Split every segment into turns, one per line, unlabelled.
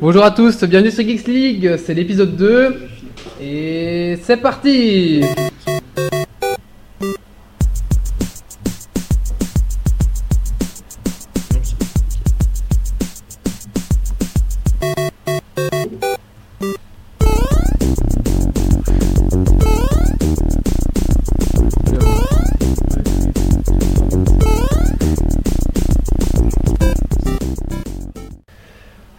Bonjour à tous, bienvenue sur Geeks League, c'est l'épisode 2 et c'est parti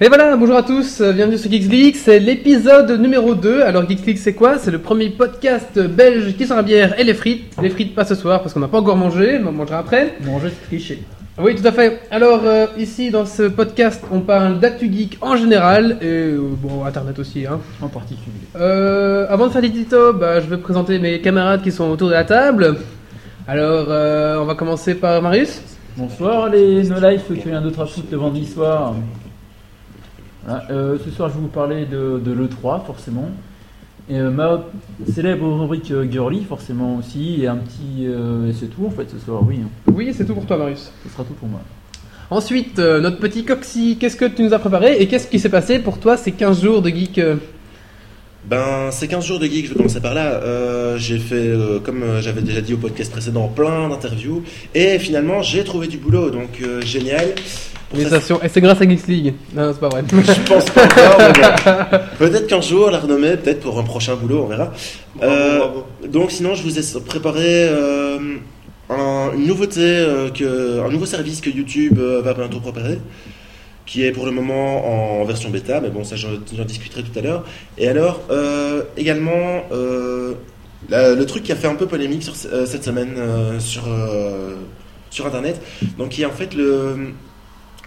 Et voilà, bonjour à tous, euh, bienvenue sur Geeks League, c'est l'épisode numéro 2. Alors Geeks League c'est quoi C'est le premier podcast belge qui sort la bière et les frites. Les frites pas ce soir parce qu'on n'a pas encore mangé, mais on mangera après.
Manger, c'est tricher.
Oui, tout à fait. Alors euh, ici dans ce podcast, on parle d'actu geek en général et euh, bon internet aussi hein.
En particulier.
Euh, avant de faire l'édito, bah, je vais présenter mes camarades qui sont autour de la table. Alors, euh, on va commencer par Marius.
Bonsoir les No Life, qui rien d'autre à foutre le vendredi soir. Voilà, euh, ce soir, je vais vous parler de, de l'E3, forcément. Et euh, ma célèbre rubrique euh, Girly, forcément aussi. Et un petit. euh, et c'est tout, en fait, ce soir, oui. hein.
Oui, c'est tout pour toi, Marius.
Ce sera tout pour moi.
Ensuite, euh, notre petit Coxy, qu'est-ce que tu nous as préparé et qu'est-ce qui s'est passé pour toi ces 15 jours de geek euh
Ben, ces 15 jours de geek, je vais commencer par là. Euh, j'ai fait, euh, comme euh, j'avais déjà dit au podcast précédent, plein d'interviews. Et finalement, j'ai trouvé du boulot, donc euh, génial. Pour ça, Euh,
Félicitations. Et c'est grâce à Geeks League. Non, non, c'est pas vrai.
je pense pas encore, mais bon. Peut-être qu'un jour, la renommée, peut-être pour un prochain boulot, on verra. Euh, Donc, sinon, je vous ai préparé euh, un, une nouveauté, euh, que, un nouveau service que YouTube euh, va bientôt préparer, qui est pour le moment en version bêta, mais bon, ça, j'en j'en discuterai tout à l'heure. Et alors, euh, également, euh, la- le truc qui a fait un peu polémique sur, ce- euh, cette semaine euh, sur, euh, sur Internet, donc qui est en fait le,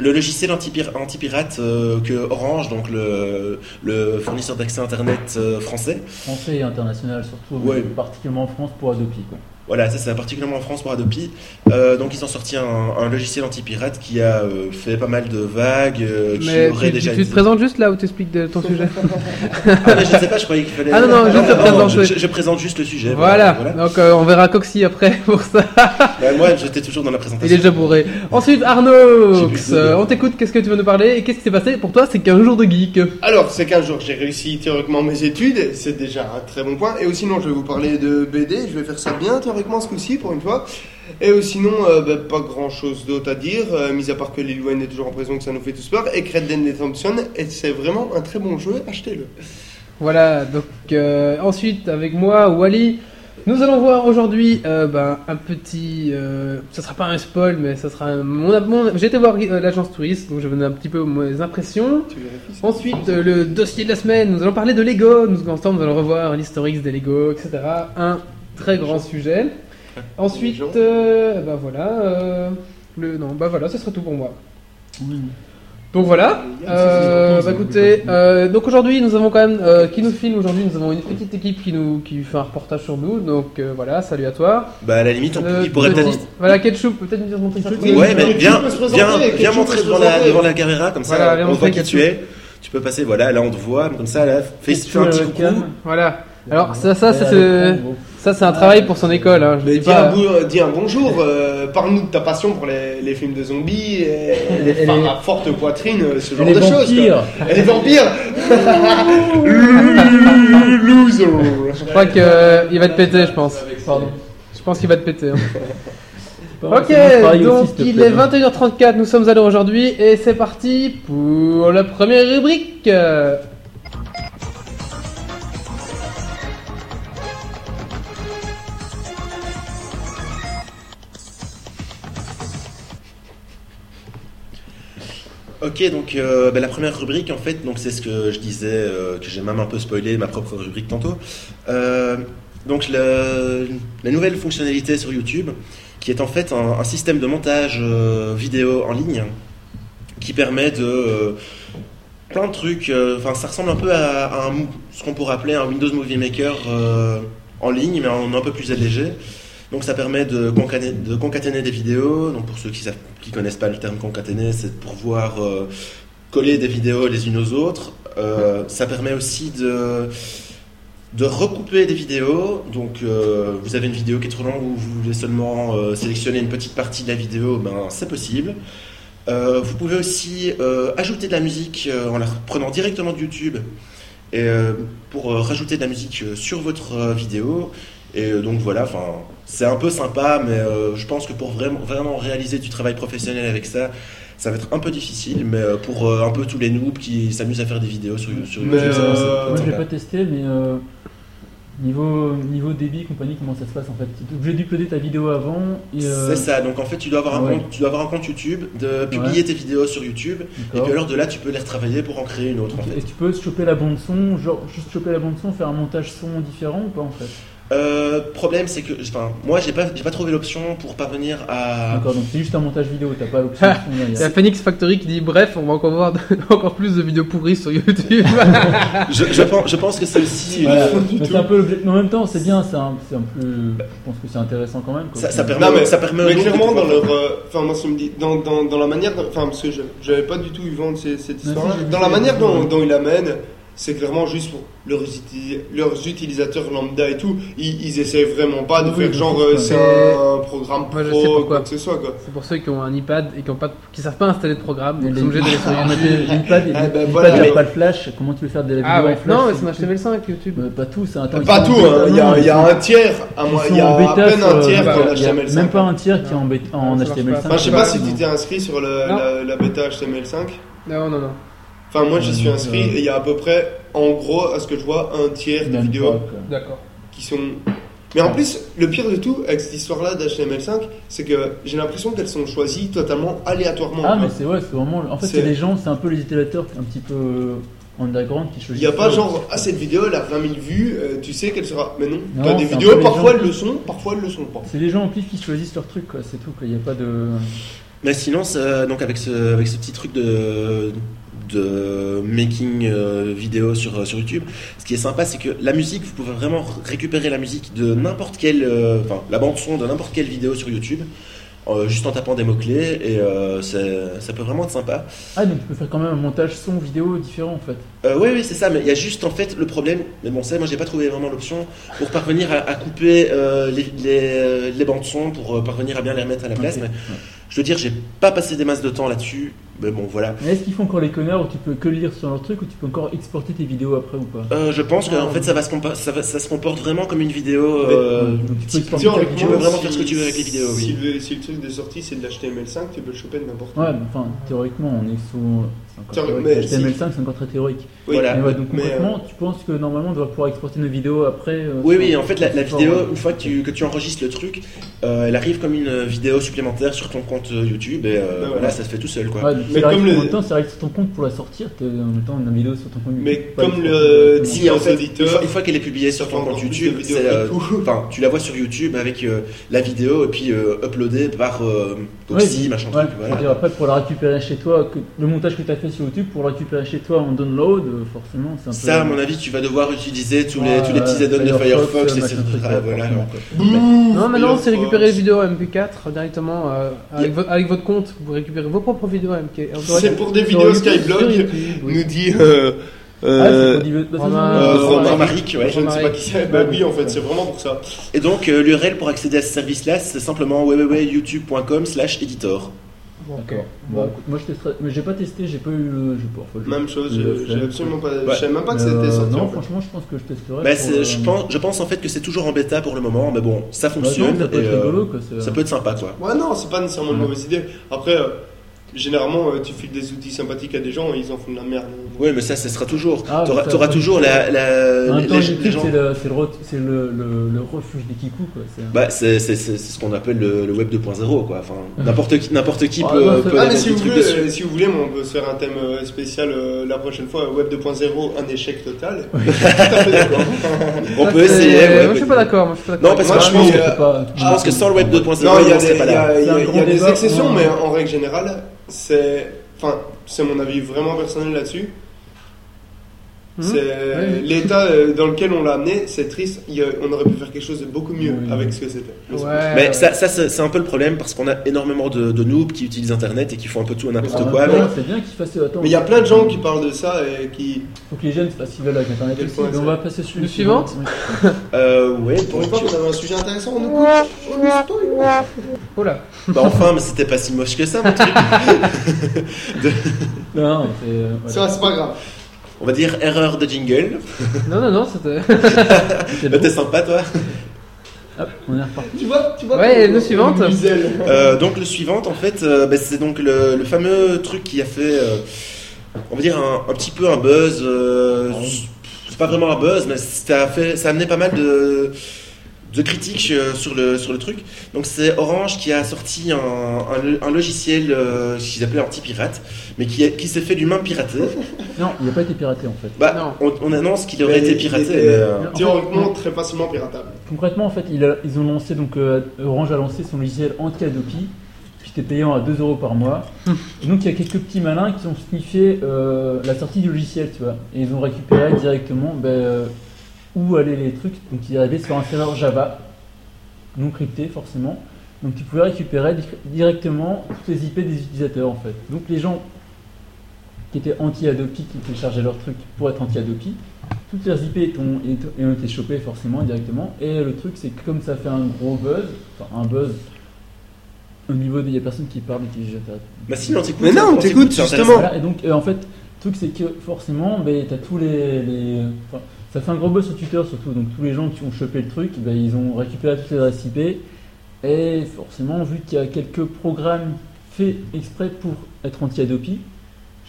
le logiciel anti-pir- anti-pirate euh, que Orange, donc le, le fournisseur d'accès Internet euh, français,
Français et international, surtout.
Ouais.
mais Particulièrement en France pour Adopi, quoi.
Voilà, ça c'est particulièrement en France pour Adopi. Euh, donc ils ont sorti un, un logiciel anti-pirate qui a euh, fait pas mal de vagues, euh, qui
Mais
aurait
tu,
déjà
tu- tu te
été-
présentes juste là où tu expliques de- ton sujet
Ah mais je ne sais pas, je croyais qu'il fallait...
Ah non, non, juste te présenter.
je, je- je présente juste le sujet.
Voilà. Donc euh, on verra Coxy après pour ça.
Bah, moi j'étais toujours dans la
Il est
présentation.
déjà bourré. Ensuite,
J'ai
Arnaud,
plus de-
euh, on t'écoute, qu'est-ce que tu veux nous parler et qu'est-ce qui s'est passé pour toi ces 15 jours de geek
Alors, c'est qu'un jour j'ai réussi théoriquement mes études, c'est déjà un très bon point. Et aussi, non, je vais vous parler de BD, je vais faire ça bien théoriquement ce coup-ci pour une fois. Et euh, sinon, euh, bah, pas grand-chose d'autre à dire, euh, mis à part que Lil Wayne est toujours en prison, que ça nous fait tous peur, et Credden des Thompson, et c'est vraiment un très bon jeu, achetez-le.
Voilà, donc euh, ensuite avec moi, Wally, nous allons voir aujourd'hui euh, ben, un petit. euh, ça sera pas un spoil, mais ça sera. un- Mon, mon- J'ai été voir euh, l'agence touriste, donc je vais donner un petit peu mes impressions.
Tu vérifies ça
Ensuite, euh, le dossier de la semaine, nous allons parler de Lego. Nous, ensemble, nous allons revoir l'historique des Lego, etc. Un très grand sujet. Ensuite,
Bonjour.
euh, ben voilà. euh, le, non, bah voilà, ce sera tout pour moi. Donc voilà. Euh, bah écoutez, euh, donc aujourd'hui nous avons quand même euh, qui nous filme aujourd'hui. Nous avons une petite équipe qui nous qui fait un reportage sur nous. Donc euh, voilà, salut à toi.
Bah à la limite, on,
Euh,
il pourrait peut-être...
Voilà, ketchup, peut-être nous dire montrer ça.
Oui,
ouais,
tu
mais
peux- tu
bien,
peux se présenter,
bien,
quelque
bien
chose
montrer
se
devant la,
présenter.
devant la caméra, comme ça
Voilà, bien
on
montrer
voit qui
quelque
tu es. Tu peux passer, voilà, là on te voit, comme ça, là, fais, fais un petit coucou.
Euh, Voilà. Alors ça, ça, ça, c'est ça, c'est un travail pour son école. Hein, je
Mais
dis
dis,
pas-
un bou- euh, dis un bonjour, euh, parle-nous de ta passion pour les, les films de zombies, et, les
Et
femmes
les-
à forte poitrine, euh, ce genre
Et les
de choses. quoi.
vampires
Et les vampires Loser
Je crois que euh, il va te péter, je pense.
Pardon.
Je pense qu'il va te péter. hein.
C'est pas-
Ok,
c'est mon travail
donc
aussi, s'il te
il
plaît.
est 21h34, nous sommes à l'heure aujourd'hui et c'est parti pour la première rubrique. Euh,
Ok, donc euh, bah, la première rubrique, en fait, donc c'est ce que je disais, euh, que j'ai même un peu spoilé ma propre rubrique tantôt. Euh, donc le- la nouvelle fonctionnalité sur YouTube, qui est en fait un, un système de montage euh, vidéo en ligne, qui permet de euh, plein de trucs. euh, Enfin, ça ressemble un peu à, à un- ce qu'on pourrait appeler un Windows Movie Maker euh, en ligne, mais en un peu plus allégé. Donc ça permet de concaténer, de concaténer des vidéos. Donc pour ceux qui savent, qui connaissent pas le terme concaténer, c'est pour voir euh, coller des vidéos les unes aux autres. Euh, ça permet aussi de de recouper des vidéos. Donc euh, vous avez une vidéo qui est trop longue ou vous voulez seulement euh, sélectionner une petite partie de la vidéo, ben c'est possible. Euh, vous pouvez aussi euh, ajouter de la musique euh, en la prenant directement de YouTube et, euh, pour euh, rajouter de la musique euh, sur votre euh, vidéo. Et euh, donc voilà, enfin, c'est un peu sympa, mais euh, je pense que pour vraiment, vraiment réaliser du travail professionnel avec ça, ça va être un peu difficile. Mais euh, pour euh, un peu tous les noobs qui s'amusent à faire des vidéos sur, sur
Mais,
YouTube, ça,
euh,
c'est-
Moi,
c'est
je l'ai
sympa.
pas testé, mais euh, niveau, niveau débit, compagnie, comment ça se passe en fait Tu es obligé d'uploader ta vidéo avant et. euh, Ah
C'est ça, donc en fait tu dois avoir un
Ouais.
compte, tu dois avoir un compte YouTube, de publier tes vidéos sur YouTube, et
d'accord.
puis alors de là tu peux les retravailler pour en créer une autre en fait.
Et tu peux choper la bande son, genre juste choper la bande son, faire un montage son différent ou pas en fait
Euh, problème c'est que, enfin, moi j'ai pas, j'ai pas trouvé l'option pour parvenir
Ah.
à.
D'accord, donc c'est juste un montage vidéo, t'as pas l'option de son
Il y a
derrière.
Phoenix Factory qui dit bref, on va encore voir encore plus de vidéos pourries sur YouTube.
Je, je pense, je pense que c'est aussi. une-
Voilà. Mais c'est un peu l'objet- mais en même temps, c'est bien, c'est un, c'est un peu. Je pense que c'est intéressant quand même. quoi.
Ça, ça permet,
Non, mais-
ça permet. aux
Mais
gens de
clairement, dans
pouvoir-
leur. euh, Enfin, moi, ça me dit. Dans, dans, dans la manière. dont- Enfin, parce que je- j'avais pas du tout eu vent de ces- cette
Bah, si,
histoire-là.
j'ai vu
Dans la
les-
manière dont,
ouais.
dont il amène, c'est clairement juste pour leurs, uti- leurs utilisateurs lambda et tout. Ils, ils essaient vraiment pas de
Oui,
faire
je
genre
sais pas.
euh,
Bah,
c'est un programme pro,
Moi, je sais pas
ou
quoi.
quoi que ce soit quoi.
C'est pour ceux qui ont un iPad et qui ont pas, qui savent pas installer de programme,
Mais
donc ils
les-
sont obligés d'aller sur
Ah, mais
YouTube.
les- l'iPad, il
Ah, bah,
l'iPad,
voilà,
il a
mais-
pas le flash, comment tu veux faire de la vidéo
Ah
en
ouais,
flash
non, mais
sur
c'est un
YouTube
HTML5 YouTube.
Euh, Pas tout, c'est un temps.
Pas tout, hein, il y a- il y a un tiers. à Ah, moi- Il y a à peine un tiers
euh,
bah,
qui est en
il y a
HTML5.
Même pas un tiers qui est en, bêta- en
Ça marche
HTML5.
pas.
Enfin, je sais pas si
Non.
tu t'es inscrit sur le-
Non.
la, la bêta HTML5.
Ah, Non, non, non.
Enfin, moi, j'y suis
Ouais, euh,
inscrit
ouais.
et il y a à peu près, en gros, à ce que je vois, un tiers des
Même
vidéos
pas, quoi.
D'accord.
qui sont. Mais en plus, le pire de tout avec cette histoire-là d'HTML5, c'est que j'ai l'impression qu'elles sont choisies totalement aléatoirement.
Ah, mais c'est ouais, c'est vraiment. En fait, c'est
C'est-
les gens, c'est un peu les utilisateurs un petit peu euh, underground qui
il
choisissent.
n'y a pas
ça.
genre, ah, cette vidéo, elle a 20 000 vues, euh, tu sais qu'elle sera. Mais non,
Non,
t'as
c'est
des
un peu
vidéos,
les
parfois
gens.
elles le sont, parfois elles le sont pas.
C'est les gens en plus qui choisissent leur truc, quoi. C'est tout, quoi. Il n'y a pas de.
Mais sinon, ça- euh, donc avec ce, avec ce petit truc de, de making euh, vidéo sur, sur YouTube, ce qui est sympa, c'est que la musique, vous pouvez vraiment récupérer la musique de n'importe quelle, euh, enfin la bande son de n'importe quelle vidéo sur YouTube, euh, juste en tapant des mots clés, et euh, c'est- ça peut vraiment être sympa.
Ah, donc tu peux faire quand même un montage son vidéo différent, en fait.
Euh, oui, oui, c'est ça, mais il y a juste en fait le problème, mais bon, ça, moi j'ai pas trouvé vraiment l'option pour parvenir à, à couper euh, les, les, les bandes son pour euh, parvenir à bien les remettre à la place.
Ok.
Mais je veux dire, j'ai pas passé des masses de temps là-dessus, mais bon, voilà.
Mais est-ce qu'ils font encore les connards où tu peux que lire sur leur truc ou tu peux encore exporter tes vidéos après ou pas
Euh, je pense que
Ah,
en fait, ça, va se compa- ça, va- ça se comporte vraiment comme une vidéo.
Mais-
euh,
Donc, tu peux
type-
exporter ta
Théoriquement,
tu peux
vidéo.
vraiment
si-
faire ce que tu veux avec les vidéos, oui.
Si, le, si le truc de sortie c'est de l'HTML5, tu peux le choper de n'importe où.
Ouais, mais enfin, théoriquement, on est sous. c'est encore
Théori-
théorique.
mais
HTML5, c'est encore très théorique.
Oui.
voilà.
Mais ouais, donc
mais,
concrètement, tu penses que normalement, on doit pouvoir exporter nos vidéos après euh,
euh, Oui,
sur-
oui, en fait, la, la
sur-
vidéo, une fois que tu, que tu enregistres le truc, euh, elle arrive comme une vidéo supplémentaire sur ton compte YouTube et euh,
Bah,
voilà,
voilà.
ça se fait tout seul, quoi.
Ouais, donc
Mais
c'est vrai
comme
que
le-
en même temps, c'est vrai que sur ton compte pour la sortir, t'es en même temps une vidéo sur ton compte.
Mais
YouTube, pas
comme
sur-
le
sur-
dit-
Si, en fait,
auditeur,
une fois, une fois qu'elle est publiée sur ton
encore
compte
plus de
YouTube,
vidéos
c'est,
et
euh,
tout.
enfin, tu la vois sur YouTube avec euh, la vidéo et puis euh, uploadée par euh,
Ouais,
Coxy, machin
ouais,
truc,
je veux
voilà.
dire, après, pour la récupérer chez toi, que- le montage que tu as fait sur YouTube, pour la récupérer chez toi en download, euh, forcément, c'est un peu.
Ça, à mon avis, tu vas devoir utiliser tous les,
Ouais,
tous les petits
ouais,
add-ons de Firefox,
euh,
etc.
machin truc, ouais,
Voilà.
forcément.
Non, maintenant c'est récupérer les
récupéré.
vidéos MP4 directement euh, avec,
euh, Yeah.
vo- avec votre compte. Vous récupérez vos propres vidéos MP4.
C'est pour des
Sur
vidéos
YouTube, sur
Skyblog,
YouTube, oui.
nous dit. euh,
Ah,
euh,
c'est pour div- bah, ça,
Romain,
c'est-
Euh,
c'est-
Romain.
Romaric, ouais.
je ne sais pas qui c'est. Bah oui, en fait, c'est vraiment pour ça.
Et donc, euh, l'URL pour accéder à ce service-là, c'est simplement www.youtube.com slash editor.
Bon,
D'accord. Bon, écoute, moi je testerai, mais j'ai pas testé, j'ai pas eu le. j'ai pas- enfin, j'ai-
Même chose,
j'ai
je-
fait.
j'ai absolument pas.
Ouais.
Je savais même pas que
Mais,
c'était
euh,
sorti.
Non,
en fait.
franchement, je pense que je testerai.
Bah,
pour,
c'est-
euh,
je, pense, je pense en fait que c'est toujours en bêta pour le moment, mais bon, ça
bah, non, ça
fonctionne
peut être
et euh,
rigolo, quoi, c'est-
ça peut être sympa, quoi.
Ouais, non, c'est pas nécessairement une
Ouais.
mauvaise idée. Après, euh, généralement, euh, tu files des outils sympathiques à des gens et ils en font de la merde.
Oui, mais ça, ce sera toujours.
Ah,
T'auras
ça-
t'auras toujours la, la-
En
les,
même temps,
les
YouTube,
gens.
c'est le, c'est le, re- c'est le, le, le refuge des kikous, quoi. c'est-
Bah, c'est c'est- c'est- c'est ce qu'on appelle le, le web 2.0, quoi. Enfin, n'importe qui, n'importe qui
Ah,
peut,
bah,
peut
c'est-
Ah,
aller
mais
dans
si
des
vous,
trucs
voulez,
dessus.
euh, si vous voulez, moi, on peut se faire un thème euh, spécial euh, la prochaine fois. Web 2.0, un échec total. Je suis tout à fait d'accord.
On
Ça,
peut
ah, c'est-
essayer. ouais,
Moi je
ouais.
suis pas d'accord. Moi je suis pas d'accord.
Non, parce
Moi,
que
je
je
suis,
pense
Je
que-
sais pas,
euh, je pense que sans le web 2.0,
Non, il y
on
a des,
serait pas là.
il y a- euh, il y a-
C'est un
il y a
grand
des
débat.
exceptions,
Ouais.
mais en règle générale, c'est. Enfin, c'est mon avis vraiment personnel là-dessus.
Hmm
C'est
Ouais.
l'état euh, dans lequel on l'a amené, c'est triste. Il y a- on aurait pu faire quelque chose de beaucoup mieux
Oui.
avec ce que c'était. Mais c'est-
Ouais,
Mais
ouais.
ça, ça, c'est c'est un peu le problème parce qu'on a énormément de, de noobs qui utilisent Internet et qui font un peu tout et n'importe
en
quoi.
même temps,
avec.
C'est bien qu'ils fassent. Attends,
Mais il y a plein de gens qui parlent de ça et qui.
Faut que les jeunes fassent ce qu'ils veulent avec Internet
Quel
aussi.
point,
Mais on
ça
va passer sur
Le
une
suivante
suivante.
Euh, ouais,
Pour
donc,
une fois qu'on avait un sujet intéressant, on écoute. On écoute.
Oh là.
Bah enfin, mais c'était pas si moche que ça, mon truc.
Non, c'est. euh,
C'est
voilà.
vrai, c'est pas grave.
On va dire erreur de jingle.
Non, non, euh, non, c'était.
C'était
Bah,
bon.
T'es sympa, toi.
Hop, on est reparti.
Tu vois, tu vois.
Ouais,
comme-
le suivante.
comme Gisèle.
Euh, donc le suivant, en fait, euh, bah, c'est donc le, le fameux truc qui a fait, euh, on va dire, un, un petit peu un buzz. euh, c'est pas vraiment un buzz, mais ça a, fait, ça a amené pas mal de, de critiques euh, sur, le, sur le truc. Donc c'est Orange qui a sorti un, un lo- un logiciel euh, qu'ils appelaient anti-pirate, mais qui, est- qui s'est fait lui-même pirater.
Non, il n'a pas été piraté en fait.
Bah,
Non.
on, on annonce qu'il aurait
Mais
été
il
piraté.
était-
mais, euh,
Non.
Théoriquement, très facilement piratable.
Concrètement, en fait, il a- ils ont lancé, donc euh, Orange a lancé son logiciel anti-Adopi, qui était payant à 2 euros par mois. Et donc, il y a quelques petits malins qui ont sniffé euh, la sortie du logiciel, tu vois. Et ils ont récupéré directement ben, euh, où allaient les trucs. Donc, ils arrivaient sur un serveur Java, non crypté forcément. Donc, tu pouvais récupérer di- directement toutes les IP des utilisateurs, en fait. Donc, les gens qui étaient anti-Adopi, qui téléchargeaient leurs trucs pour être anti-Adopi, toutes les IP et ton- et ton- et ont été chopées forcément directement. Et le truc, c'est que comme ça fait un gros buzz, enfin un buzz, au niveau des y a personne qui parle et qui jette à-
bah si, on t'écoute.
Mais non, on t'écoute,
c'est intéressant.
justement.
Voilà, et donc euh, en fait, le truc c'est que forcément, ben, t'as tous les. les- enfin, ça fait un gros buzz sur Twitter surtout, donc tous les gens qui ont chopé le truc, ben, ils ont récupéré toutes les adresses IP. Et forcément, vu qu'il y a quelques programmes faits exprès pour être anti-adopi,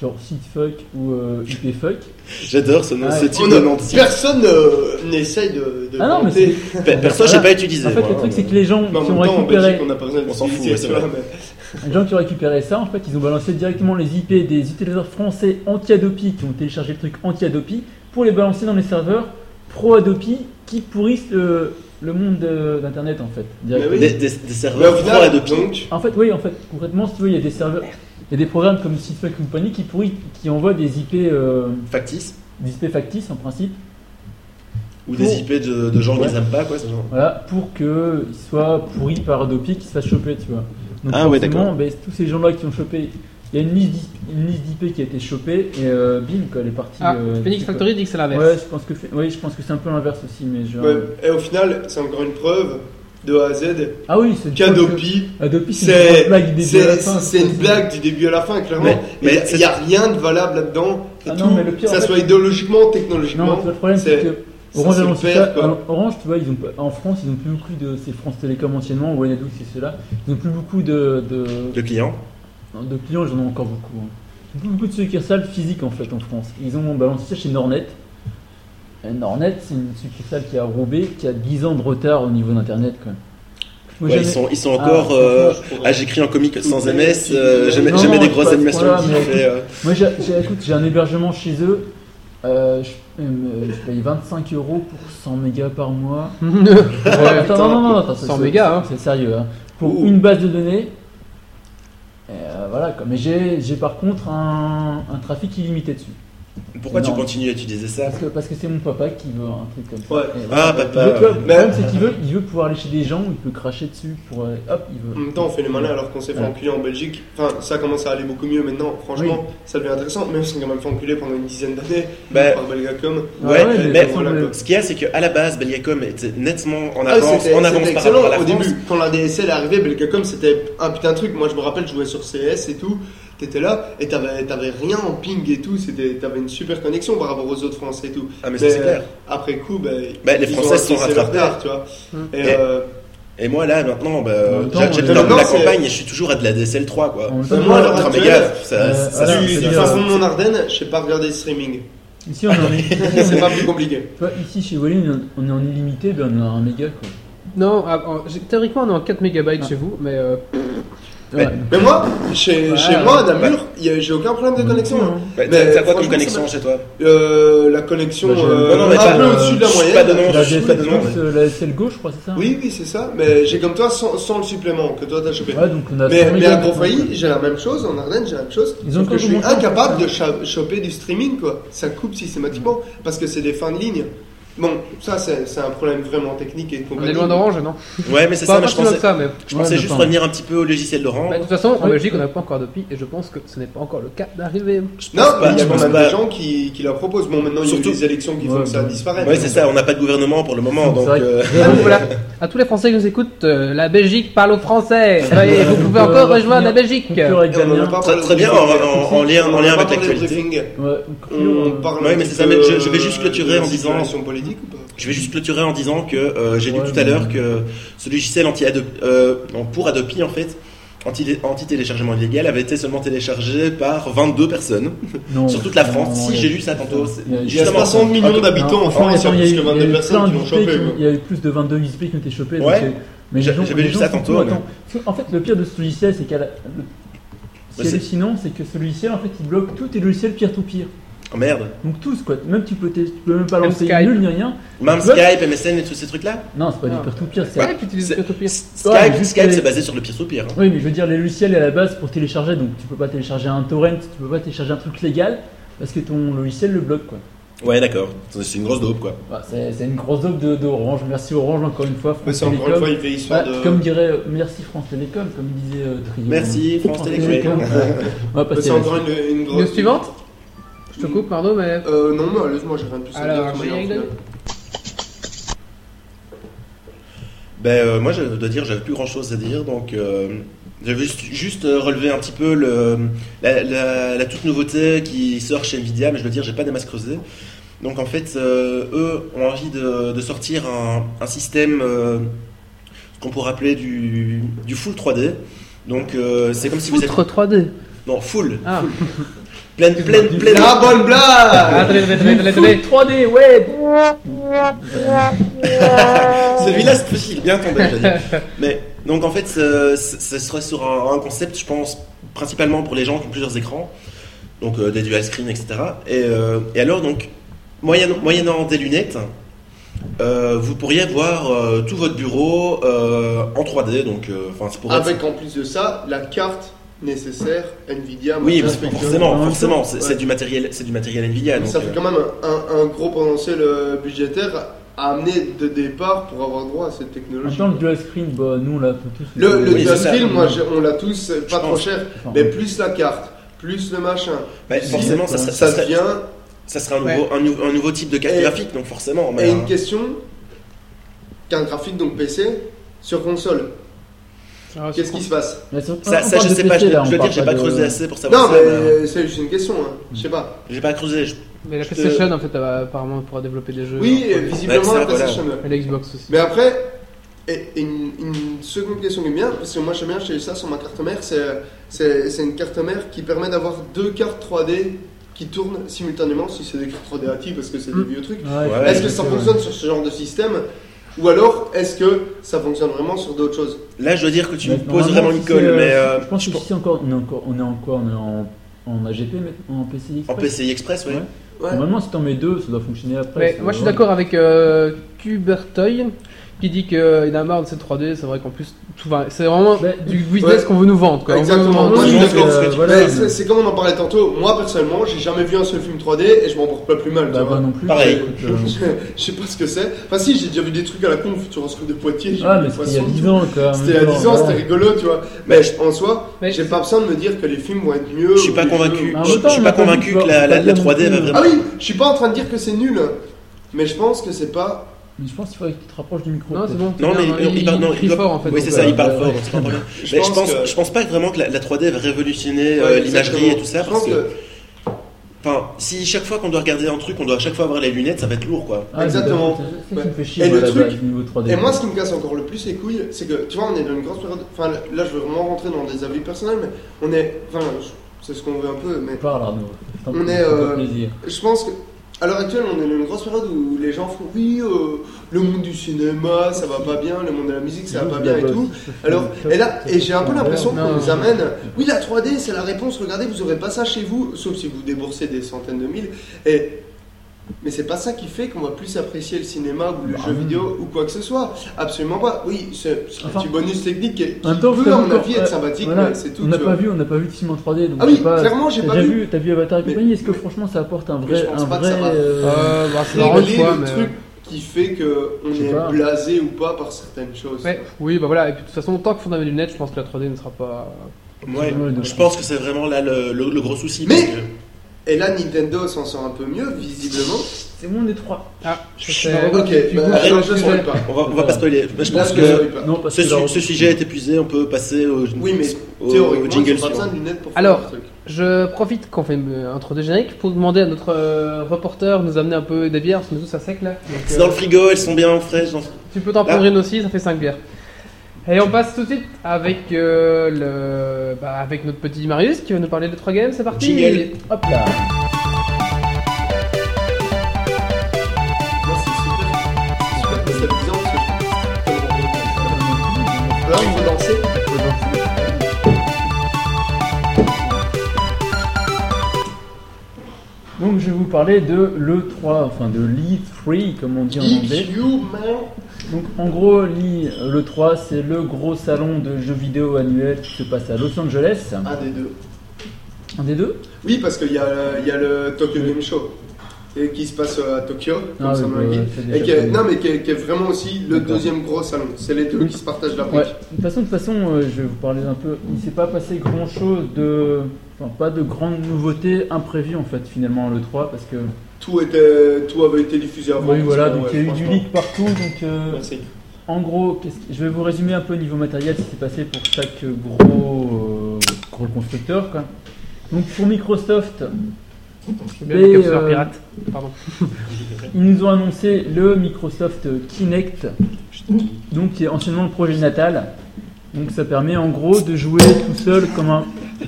genre seedfuck ou euh, ipfuck,
J'adore ce, nom-
Ouais.
ce type
On
de
a-
nom. de site.
Personne euh, n'essaye de. de
Ah non, mais
vanter.
c'est.
Pe- Perso, j'ai pas utilisé.
Ah, En fait, le
moi,
truc,
hein.
c'est que les gens
Mais en
qui ont
même temps, en
récupéré,
Belgique, on a pas besoin de
On s'en fout,
l'utiliser,
ouais, c'est
tu vois,
vrai.
mais-
les gens qui ont récupéré ça, en fait, ils ont balancé directement les IP des utilisateurs français anti-Adopi qui ont téléchargé le truc anti-Adopi pour les balancer dans les serveurs pro-Adopi qui pourrissent le, le monde de- d'Internet, en fait. directement.
Mais Ah oui.
Des, des- des
Mais au
serveurs pro
final,
Adobe.
donc,
En fait, oui, en fait, concrètement, si tu veux, il y a des serveurs, il y a des programmes comme Sitfuck et compagnie qui pourrissent, qui envoient des IP, euh,
factice
des IP factices, en principe,
ou des IP de, de gens
Ouais.
qu'ils aiment pas quoi ce genre.
Voilà, pour qu'ils soient pourris par Adopi, qu'ils se fassent choper, tu vois. Donc
Ah ouais,
forcément,
d'accord.
ben, tous ces gens-là qui ont chopé, il y a une liste d'I- une liste d'IP qui a été chopée et euh, bim, quoi, elle est partie.
Ah,
euh,
Phoenix
tu vois.
Factory dit que c'est l'inverse.
Ouais, je pense que, oui, je pense que c'est un peu l'inverse aussi, mais genre. euh,
ouais, et au final, c'est encore une preuve de A à Z
Ah oui, c'est
qu'Adopi,
Adopi, c'est
c'est
une blague des
c'est- c'est une blague du début à la fin,
Mais-
clairement.
mais
Mais il n'y a rien de valable là-dedans. et
Ah
tout,
non, mais le pire,
ça
en fait-
soit idéologiquement,
Non,
technologiquement.
le problème c'est
c'est-
que
ça,
Orange
c'est
a lancé
clair,
ça.
quoi.
Alors, Orange, tu vois, ils ont, pas- en France, ils n'ont plus beaucoup de. C'est France Télécom anciennement, ou Enedux, c'est cela. Ils n'ont plus beaucoup de- de,
Le client.
Non, Hein, De clients, j'en ai encore beaucoup. hein. Beaucoup, beaucoup de succursales physiques en fait en France. Ils ont balancé ça chez Nornet. Et Nornet, c'est une succursale qui est à Roubaix, qui a 10 ans de retard au niveau d'internet quand même. Moi,
Ouais,
jamais-
ils sont ils sont
Ah,
encore. euh,
Franchement, je pourrais-
ah j'ai écrit un comique sans
Ouais,
MS. euh,
non,
J'aimais
non,
j'aimais des
je
grosses
passe
animations
pas,
qui
mais-
fait. euh,
Moi, j'ai- j'ai- écoute, j'ai un hébergement chez eux. Euh, je, euh, je paye 25 euros pour 100 mégas par mois.
Ouais,
attends, non, non, non, attends,
100
c'est-
mégas, hein.
C'est sérieux. hein. Pour
Ouh.
une base de données. Et, euh, voilà, quoi. Mais j'ai j'ai par contre un, un trafic illimité dessus.
Pourquoi tu
Non.
continues à utiliser ça
Parce que parce que c'est mon papa qui veut un truc comme ça.
Ouais.
Et voilà.
Ah
Il veut-
papa.
tu vois, le
Mais-
problème c'est qu'il veut, il veut pouvoir aller chez des gens où il peut cracher dessus pour euh, hop il
En
veut.
même temps, on fait les malins alors qu'on s'est fait
Ouais.
enculer en Belgique. Enfin, ça commence à aller beaucoup mieux maintenant. Franchement, ça devient intéressant. Mais on s'est quand même fait enculer pendant une dizaine d'années
Bah,
par Belgacom.
Ah ouais,
Ouais, mais-
mais ça semble-
Ce qu'il y a c'est qu'à la base Belgacom était nettement en
Ah,
avance
c'était-
en
c'était
avance par
excellent
rapport à la
au
France.
début. Quand la DSL est arrivée, Belgacom c'était un putain de truc. Moi je me rappelle, je jouais sur CS et tout. T'étais là et t'avais t'avais rien en ping et tout. C'était- T'avais une super connexion par rapport aux autres Français et tout.
Ah mais ça, c'est
Mais,
clair.
Après coup, ben,
Bah, les
ils
Français
ont
se sont
ratissé leur
rattrapés.
tard, tu vois.
Hum.
Mmh.
Et,
Et-
euh,
Ah,
Et moi là maintenant bah,
En même temps,
j'ai-
on
j'ai fait un peu
est-
la
Non, c'est-
campagne et je suis toujours à de la DSL 3 quoi.
en même temps,
Bah,
Moi
moi, à
alors,
l'heure
mais
actuelle,
gaffe, ça
euh,
ça
voilà,
du-
suffit.
c'est
du
bien.
façon de mon Ardennes, je sais pas regarder le streaming.
ici on est en
C'est
illimité.
pas plus compliqué.
Tu vois, ici chez Wally on est en illimité, ben on a un méga quoi.
Non, ah, en- j'ai- théoriquement on est en 4
Ah.
mégabytes chez vous, mais euh,
Mais-
Ouais.
Mais moi, chez,
Ouais,
chez moi à
ouais.
Namur, y a- j'ai aucun
Mmh.
problème de connexion. hein.
Bah,
Mais
T'as t'as quoi comme
franchement,
connexion chez toi
Euh, la connexion
Bah, j'ai-
euh,
Non, non, mais
un
pas-
peu au-dessus de la
je suis
moyenne.
pas de nom. Non,
La
je suis
GSL
pas dedans,
plus,
mais-
euh, la SL gauche je crois c'est ça.
Oui, oui, c'est ça. Mais j'ai comme toi sans, sans le supplément que toi t'as chopé.
Ouais donc on a 100
mais, mais
mégas
à Gros
maintenant,
Failli,
quoi.
j'ai la même chose. En Ardennes, j'ai la même chose.
Euh, Ils ont
Sauf que
encore
je suis
commencé à faire
incapable
ça.
de cha- choper du streaming, quoi. Ça coupe systématiquement parce que c'est des fins de ligne. Bon, ça c'est c'est un problème vraiment technique et
On
compagnie.
est loin d'Orange, non Bah,
Ouais, mais c'est
Pas
ça,
pas
moi, je
si loin que
pensais,
ça, mais.
je
Ouais,
pensais
mais
juste
pas.
revenir un petit peu au logiciel d'Orange.
Bah, de toute façon, en
Ouais.
Belgique, on n'a pas encore de pi, et je pense que ce n'est pas encore le cas d'arriver.
Je pense
Non, mais
pas,
il y
Bah, je
a quand
pense
même
pas.
des gens qui, qui la proposent. Bon, maintenant, il y a
Surtout-
eu des élections qui
Ouais,
font que ça
ouais.
disparaît.
Ouais, c'est ça, on n'a pas de gouvernement pour le moment,
C'est
donc
vrai que-
euh,
Ah, Donc voilà, à tous les Français qui nous écoutent, euh, la Belgique parle aux Français. Et vous pouvez encore rejoindre la Belgique.
Conclure avec
Et on en a
Damien.
pas
Très-
parlé au
très bien,
briefing.
en- en- en lien- en
On
lien
a pas
avec
parlé au
l'actualité.
briefing.
Ouais,
On
conclure, euh,
parle
Ouais,
un
mais
petit
c'est ça,
peu,
mais je- je vais
euh,
juste clôturer
de
en
la
disant-
situation politique ou pas
je vais juste clôturer en disant que euh, j'ai
Ouais,
lu tout à
mais-
l'heure que ce logiciel anti -ado euh, non, pour Adopi, en fait, anti- anti-téléchargement illégal, avait été seulement téléchargé par 22 personnes
non,
sur toute la
non,
France.
non,
si,
il y a-
j'ai lu ça tantôt. c'est-
Il y a-
Il y a
justement,
60 millions
Non,
d'habitants en France, il y a
attends,
plus que
eu-
22
eu
personnes
plein
qui l'ont
d'ISP
chopé. quoi.
Il y a eu plus de 22 ISP qui ont été chopés. donc
Ouais.
c'est- mais
J'a-
les gens-
j'avais
les
lu
gens
ça
sont
tantôt,
fous,
mais-
attends. Parce que, En fait, le pire de ce logiciel, c'est qu'à la- le- ce qui
Bah,
est
c'est-
hallucinant, c'est que ce logiciel, en fait, il bloque tous tes logiciels peer-to-peer.
Oh, merde.
Donc tous, quoi. Même tu peux, t'es- tu peux même pas
Même
lancer
Skype.
nul ni rien.
Même
Ouais.
Skype, MSN et tous ces trucs-là
Non, c'est pas
Ah.
du peer-to-peer. c'est-
Ouais, puis tu
C'est-
les pire.
Ouais,
Skype,
juste
Skype
les-
c'est basé sur le pire sous pire. hein.
Oui, mais je veux dire, les logiciels à la base pour télécharger, donc tu peux pas télécharger un torrent, tu peux pas télécharger un truc légal parce que ton logiciel le bloque, quoi.
Ouais, d'accord. C'est une grosse dope, quoi.
Bah, c'est c'est une grosse dope de, de Orange. Merci Orange encore une fois. France
Mais c'est encore une
Télécom.
fois, il fait histoire
Ouais,
de.
Comme dirait euh, merci France Télécom, comme disait euh, Trio.
Merci, France Télécom.
On va
Mais
passer
Bah, C'est
à la
encore une, une grosse.
News suivante Je te coupe, pardon, mais.
Euh, non, mais heureusement, j'ai rien de plus à
Alors,
dire.
générique de-
Ben, euh, moi, je dois dire, j'avais plus grand chose à dire, donc euh, j'avais juste, juste euh, relevé un petit peu le, la, la- la toute nouveauté qui sort chez Nvidia, mais je dois dire, j'ai pas des masses creusées. Donc, en fait, euh, eux ont envie de, de sortir un, un système euh, ce qu'on pourrait appeler du, du full 3D. Donc, euh, c'est comme si vous êtes.
Foutre 3D.
Non, full.
Ah.
full. Pleine, pleine, pleine.
La bonne blague
Ah, désolé, désolé, désolé, désolé.
suite. Full 3D, ouais.
Ah, Celui-là, c'est facile, bien tombé, je veux dire. Mais donc en fait, ce, ce- ce serait sur un, un concept, je pense, principalement pour les gens qui ont plusieurs écrans, donc euh, des dual screen, etc. Et, euh, et alors, donc, moyennant, moyennant des lunettes, euh, vous pourriez voir euh, tout votre bureau euh, en 3D, donc euh, enfin c'est pour
Avec en plus de ça, la carte nécessaire Nvidia.
Oui,
machin,
parce que
spectre.
forcément,
Ouais.
forcément, c'est c'est
Ouais.
du matériel, c'est du matériel Nvidia. Donc,
Ça fait
euh,
quand même un, un gros potentiel euh, budgétaire à amener de départ pour avoir droit à cette technologie.
Maintenant, le dual screen, bah, nous, on l'a tous.
Le, le
Oui,
dual
c'est ça.
screen, moi, j'ai- on l'a tous, euh,
Je
pas trop
pense.
cher,
Enfin,
mais plus la carte, plus le machin,
bah,
si,
forcément, ça,
ça-
serait-
ça
ça serait-
devient.
ça serait un nouveau, un, nou- un nouveau type de carte
Et-
graphique, donc forcément. mais,
Et
euh,
une question qu'un graphique donc PC sur console,
Ah, Alors,
qu'est-ce qui se passe
mais sur-
Ça,
on
ça,
parle
je
de
sais pas, je,
PC, là,
je
on
dois dire,
parle
j'ai
pas
pas
de-
creusé assez pour savoir
Non,
ça.
mais
mais
euh, c'est juste une question, hein. je sais pas.
J'ai pas creusé. je-
Mais la
Je te-
PlayStation, en fait, elle va apparemment pourra développer des jeux.
Oui,
hein.
euh, visiblement,
Mm. ça,
la PlayStation.
Et la Xbox aussi.
Mais après, et- et une, une seconde question qui me vient, parce que moi j'aime bien, j'ai ça sur ma carte mère, c'est, c'est, c'est une carte mère qui permet d'avoir deux cartes 3D qui tournent simultanément, si c'est des cartes 3D ATI, parce que c'est des
Mm.
vieux trucs.
Ouais,
est-ce que ça
ouais.
fonctionne sur ce genre de système ou alors est-ce que ça fonctionne vraiment sur d'autres choses
Là, je dois dire que tu me
Maintenant,
poses vraiment
si
une colle,
c'est, euh,
mais euh,
Je pense
je
que si encore, on est encore, on est encore, on est en, en AGP, mais en PCI
en
Express.
PCI Express, oui.
Ouais. Normalement, si t'en mets deux, ça doit fonctionner après.
Mais
ça
moi je suis
doit-
d'accord avec euh, Cubertoy qui dit qu'il a marre de cette 3D, c'est vrai qu'en plus tout va- c'est vraiment
Mais-
du business
Ouais.
qu'on veut nous vendre quoi. On veut nous
Exactement.
vendre-
Moi, je suis
Donc,
d'accord.
euh,
Mais
voilà.
c'est, c'est comme on en parlait tantôt. Moi personnellement, j'ai jamais vu un seul film 3D et je m'en porte pas plus mal. tu
Bah,
vois.
moi non plus.
Pareil.
Écoute, euh,
je, je sais pas ce que c'est. Enfin si, j'ai déjà vu des trucs à la con, Futuroscope de Poitiers. j'ai
Ah,
vu
mais
des
c'était il y a
poissons,
10 ans, quand même.
C'était à 10 ans,
Voilà.
c'était rigolo, tu vois. Mais je- en soi,
Mais-
j'ai pas besoin de me dire que les films vont être mieux.
Je suis
ou
pas
les
convaincu.
jeux-
en
Je
même temps,
je suis
on
pas
a pas
convaincu
dit-
que la, la-
on a pas
la
dit
3D va
non plus.
Ah
vraiment.
oui, je suis pas en train de dire que c'est nul, mais je pense que c'est pas.
Mais je pense qu'il faudrait que tu te rapproches du micro.
Non, c'est bon.
Non, mais
bien,
il, il parle- non,
crie
il doit-
fort en fait.
Oui,
donc,
c'est ça,
euh,
il parle
euh,
fort.
ouais.
c'est pas un problème. Mais je pense,
que-
je pense pas vraiment que la, la 3D va révolutionner euh,
Ouais,
l'imagerie et tout
exactement.
ça.
Je
Parce
pense
que,
que
enfin, si chaque fois qu'on doit regarder un truc, on doit à chaque fois avoir les lunettes, ça va être lourd, quoi.
Ah,
Exactement.
mais C'est c'est ce qui
Ouais.
me fait chier.
Et le
voilà,
truc-
bah, du niveau 3D.
Et moi, ce qui me casse encore le plus les couilles, c'est que, tu vois, on est dans une grosse période. Enfin, là, je veux vraiment rentrer dans des avis personnels, mais on est. Enfin, je- c'est ce qu'on veut un peu, mais.
Parle, Arnaud. Tant
On
pis,
est,
ça fait
euh,
plaisir.
Je pense que. À l'heure actuelle, on est dans une grosse période où les gens font oui, euh, le monde du cinéma, ça va pas bien, le monde de la musique, ça va pas bien et tout. Alors, et là, et j'ai un peu l'impression qu'on
Non.
nous amène. Oui, la 3D, c'est la réponse. Regardez, vous aurez pas ça chez vous, sauf si vous déboursez des centaines de mille. Et mais c'est pas ça qui fait qu'on va plus apprécier le cinéma ou le
Bah,
jeu
non.
vidéo ou quoi que ce soit. Absolument pas. Oui, c'est c'est un
Enfin,
petit bonus technique qui, qui
En même temps,
peut,
t'as
à
vu
mon
encore-
avis, être
ouais,
sympathique,
voilà,
mais c'est tout.
On n'a
tu
pas
vois.
vu, on n'a pas vu de film en 3D. Donc
Ah
je
oui,
sais pas,
clairement, j'ai
t'as
pas
déjà
vu.
vu. T'as vu Avatar et
Mais-
compagnie Est-ce que franchement, ça apporte un
mais
vrai,
je pense
un
pas que ça
vrai
va.
euh,
euh, bah, c'est marrant
Régler
une fois,
le
mais.
truc qui fait que on
Je sais
est
pas.
blasé ou pas par certaines choses.
Ouais, oui, bah voilà, et puis de toute façon, tant que Fondamental Lunettes, je pense que la 3D ne sera pas.
Ouais, je pense que c'est vraiment là le, le- le gros souci. euh,
Mais-
parce que-
Et là, Nintendo s'en sort un peu mieux, visiblement.
C'est mon des trois.
Ah, je
Chut,
sais.
ok,
tu
bah,
goûtes
arrête,
sur
je
le
spoil
sujet.
pas.
on va, on va pas spoiler. Mais je
Là,
pense
je
que
spoil pas.
Euh, Non, parce
ce,
que.
su-
genre-
ce sujet est épuisé, on peut passer au,
Oui, mais
au- au
théoriquement,
jingle
ils ont pas besoin
suivant.
de lunettes pour
Alors,
faire le truc.
Je profite qu'on fait une- un 3D générique pour demander à notre euh, reporter de nous amener un peu des bières, parce qu'on est tous à sec là. Donc,
C'est
euh,
dans le frigo, elles sont bien fraîches. dans-
Tu peux t'en prendre une aussi, ça fait 5 bières. Et on passe tout de suite avec, euh, le, bah, avec notre petit Marius qui va nous parler de 3 games, c'est parti
Jingle.
Hop là.
Moi, c'est super, super déstabilisant parce que je- Là, il faut danser.
Donc je vais vous parler de l'E3, enfin de l'E3 comme on dit en anglais.
Geek you, man.
Donc en gros l'E- l'E3 c'est le gros salon de jeux vidéo annuel qui se passe à Los Angeles.
Un des deux.
Un des deux
Oui, parce qu'il y, a le- il y a le Tokyo Game Show et qui se passe euh, à Tokyo, comme
Ah,
ça
oui,
m'a dit.
bah, c'est déjà
Et qui est,
connu.
non, mais qui est, qui est vraiment aussi le
D'accord.
deuxième gros salon. C'est les deux qui se partagent la
Ouais.
brique.
De toute façon, de toute façon euh, je vais vous parler un peu. Il s'est pas passé grand chose de. Enfin pas de grandes nouveautés imprévues en fait finalement l'E3 parce que.
Tout, était, tout avait été diffusé avant.
Oui voilà,
parce que,
donc
ouais,
il y a eu du
franchement,
leak partout donc. euh,
Merci.
En gros, qu'est-ce que- je vais vous résumer un peu au niveau matériel ce qui s'est passé pour chaque gros, euh, gros constructeur. quoi. Donc pour Microsoft,
C'est bien,
Et,
les capteurs
euh,
pirates. Pardon.
ils nous ont annoncé le Microsoft Kinect, donc qui est anciennement le projet natal. Donc ça permet en gros de jouer tout seul comme un. de-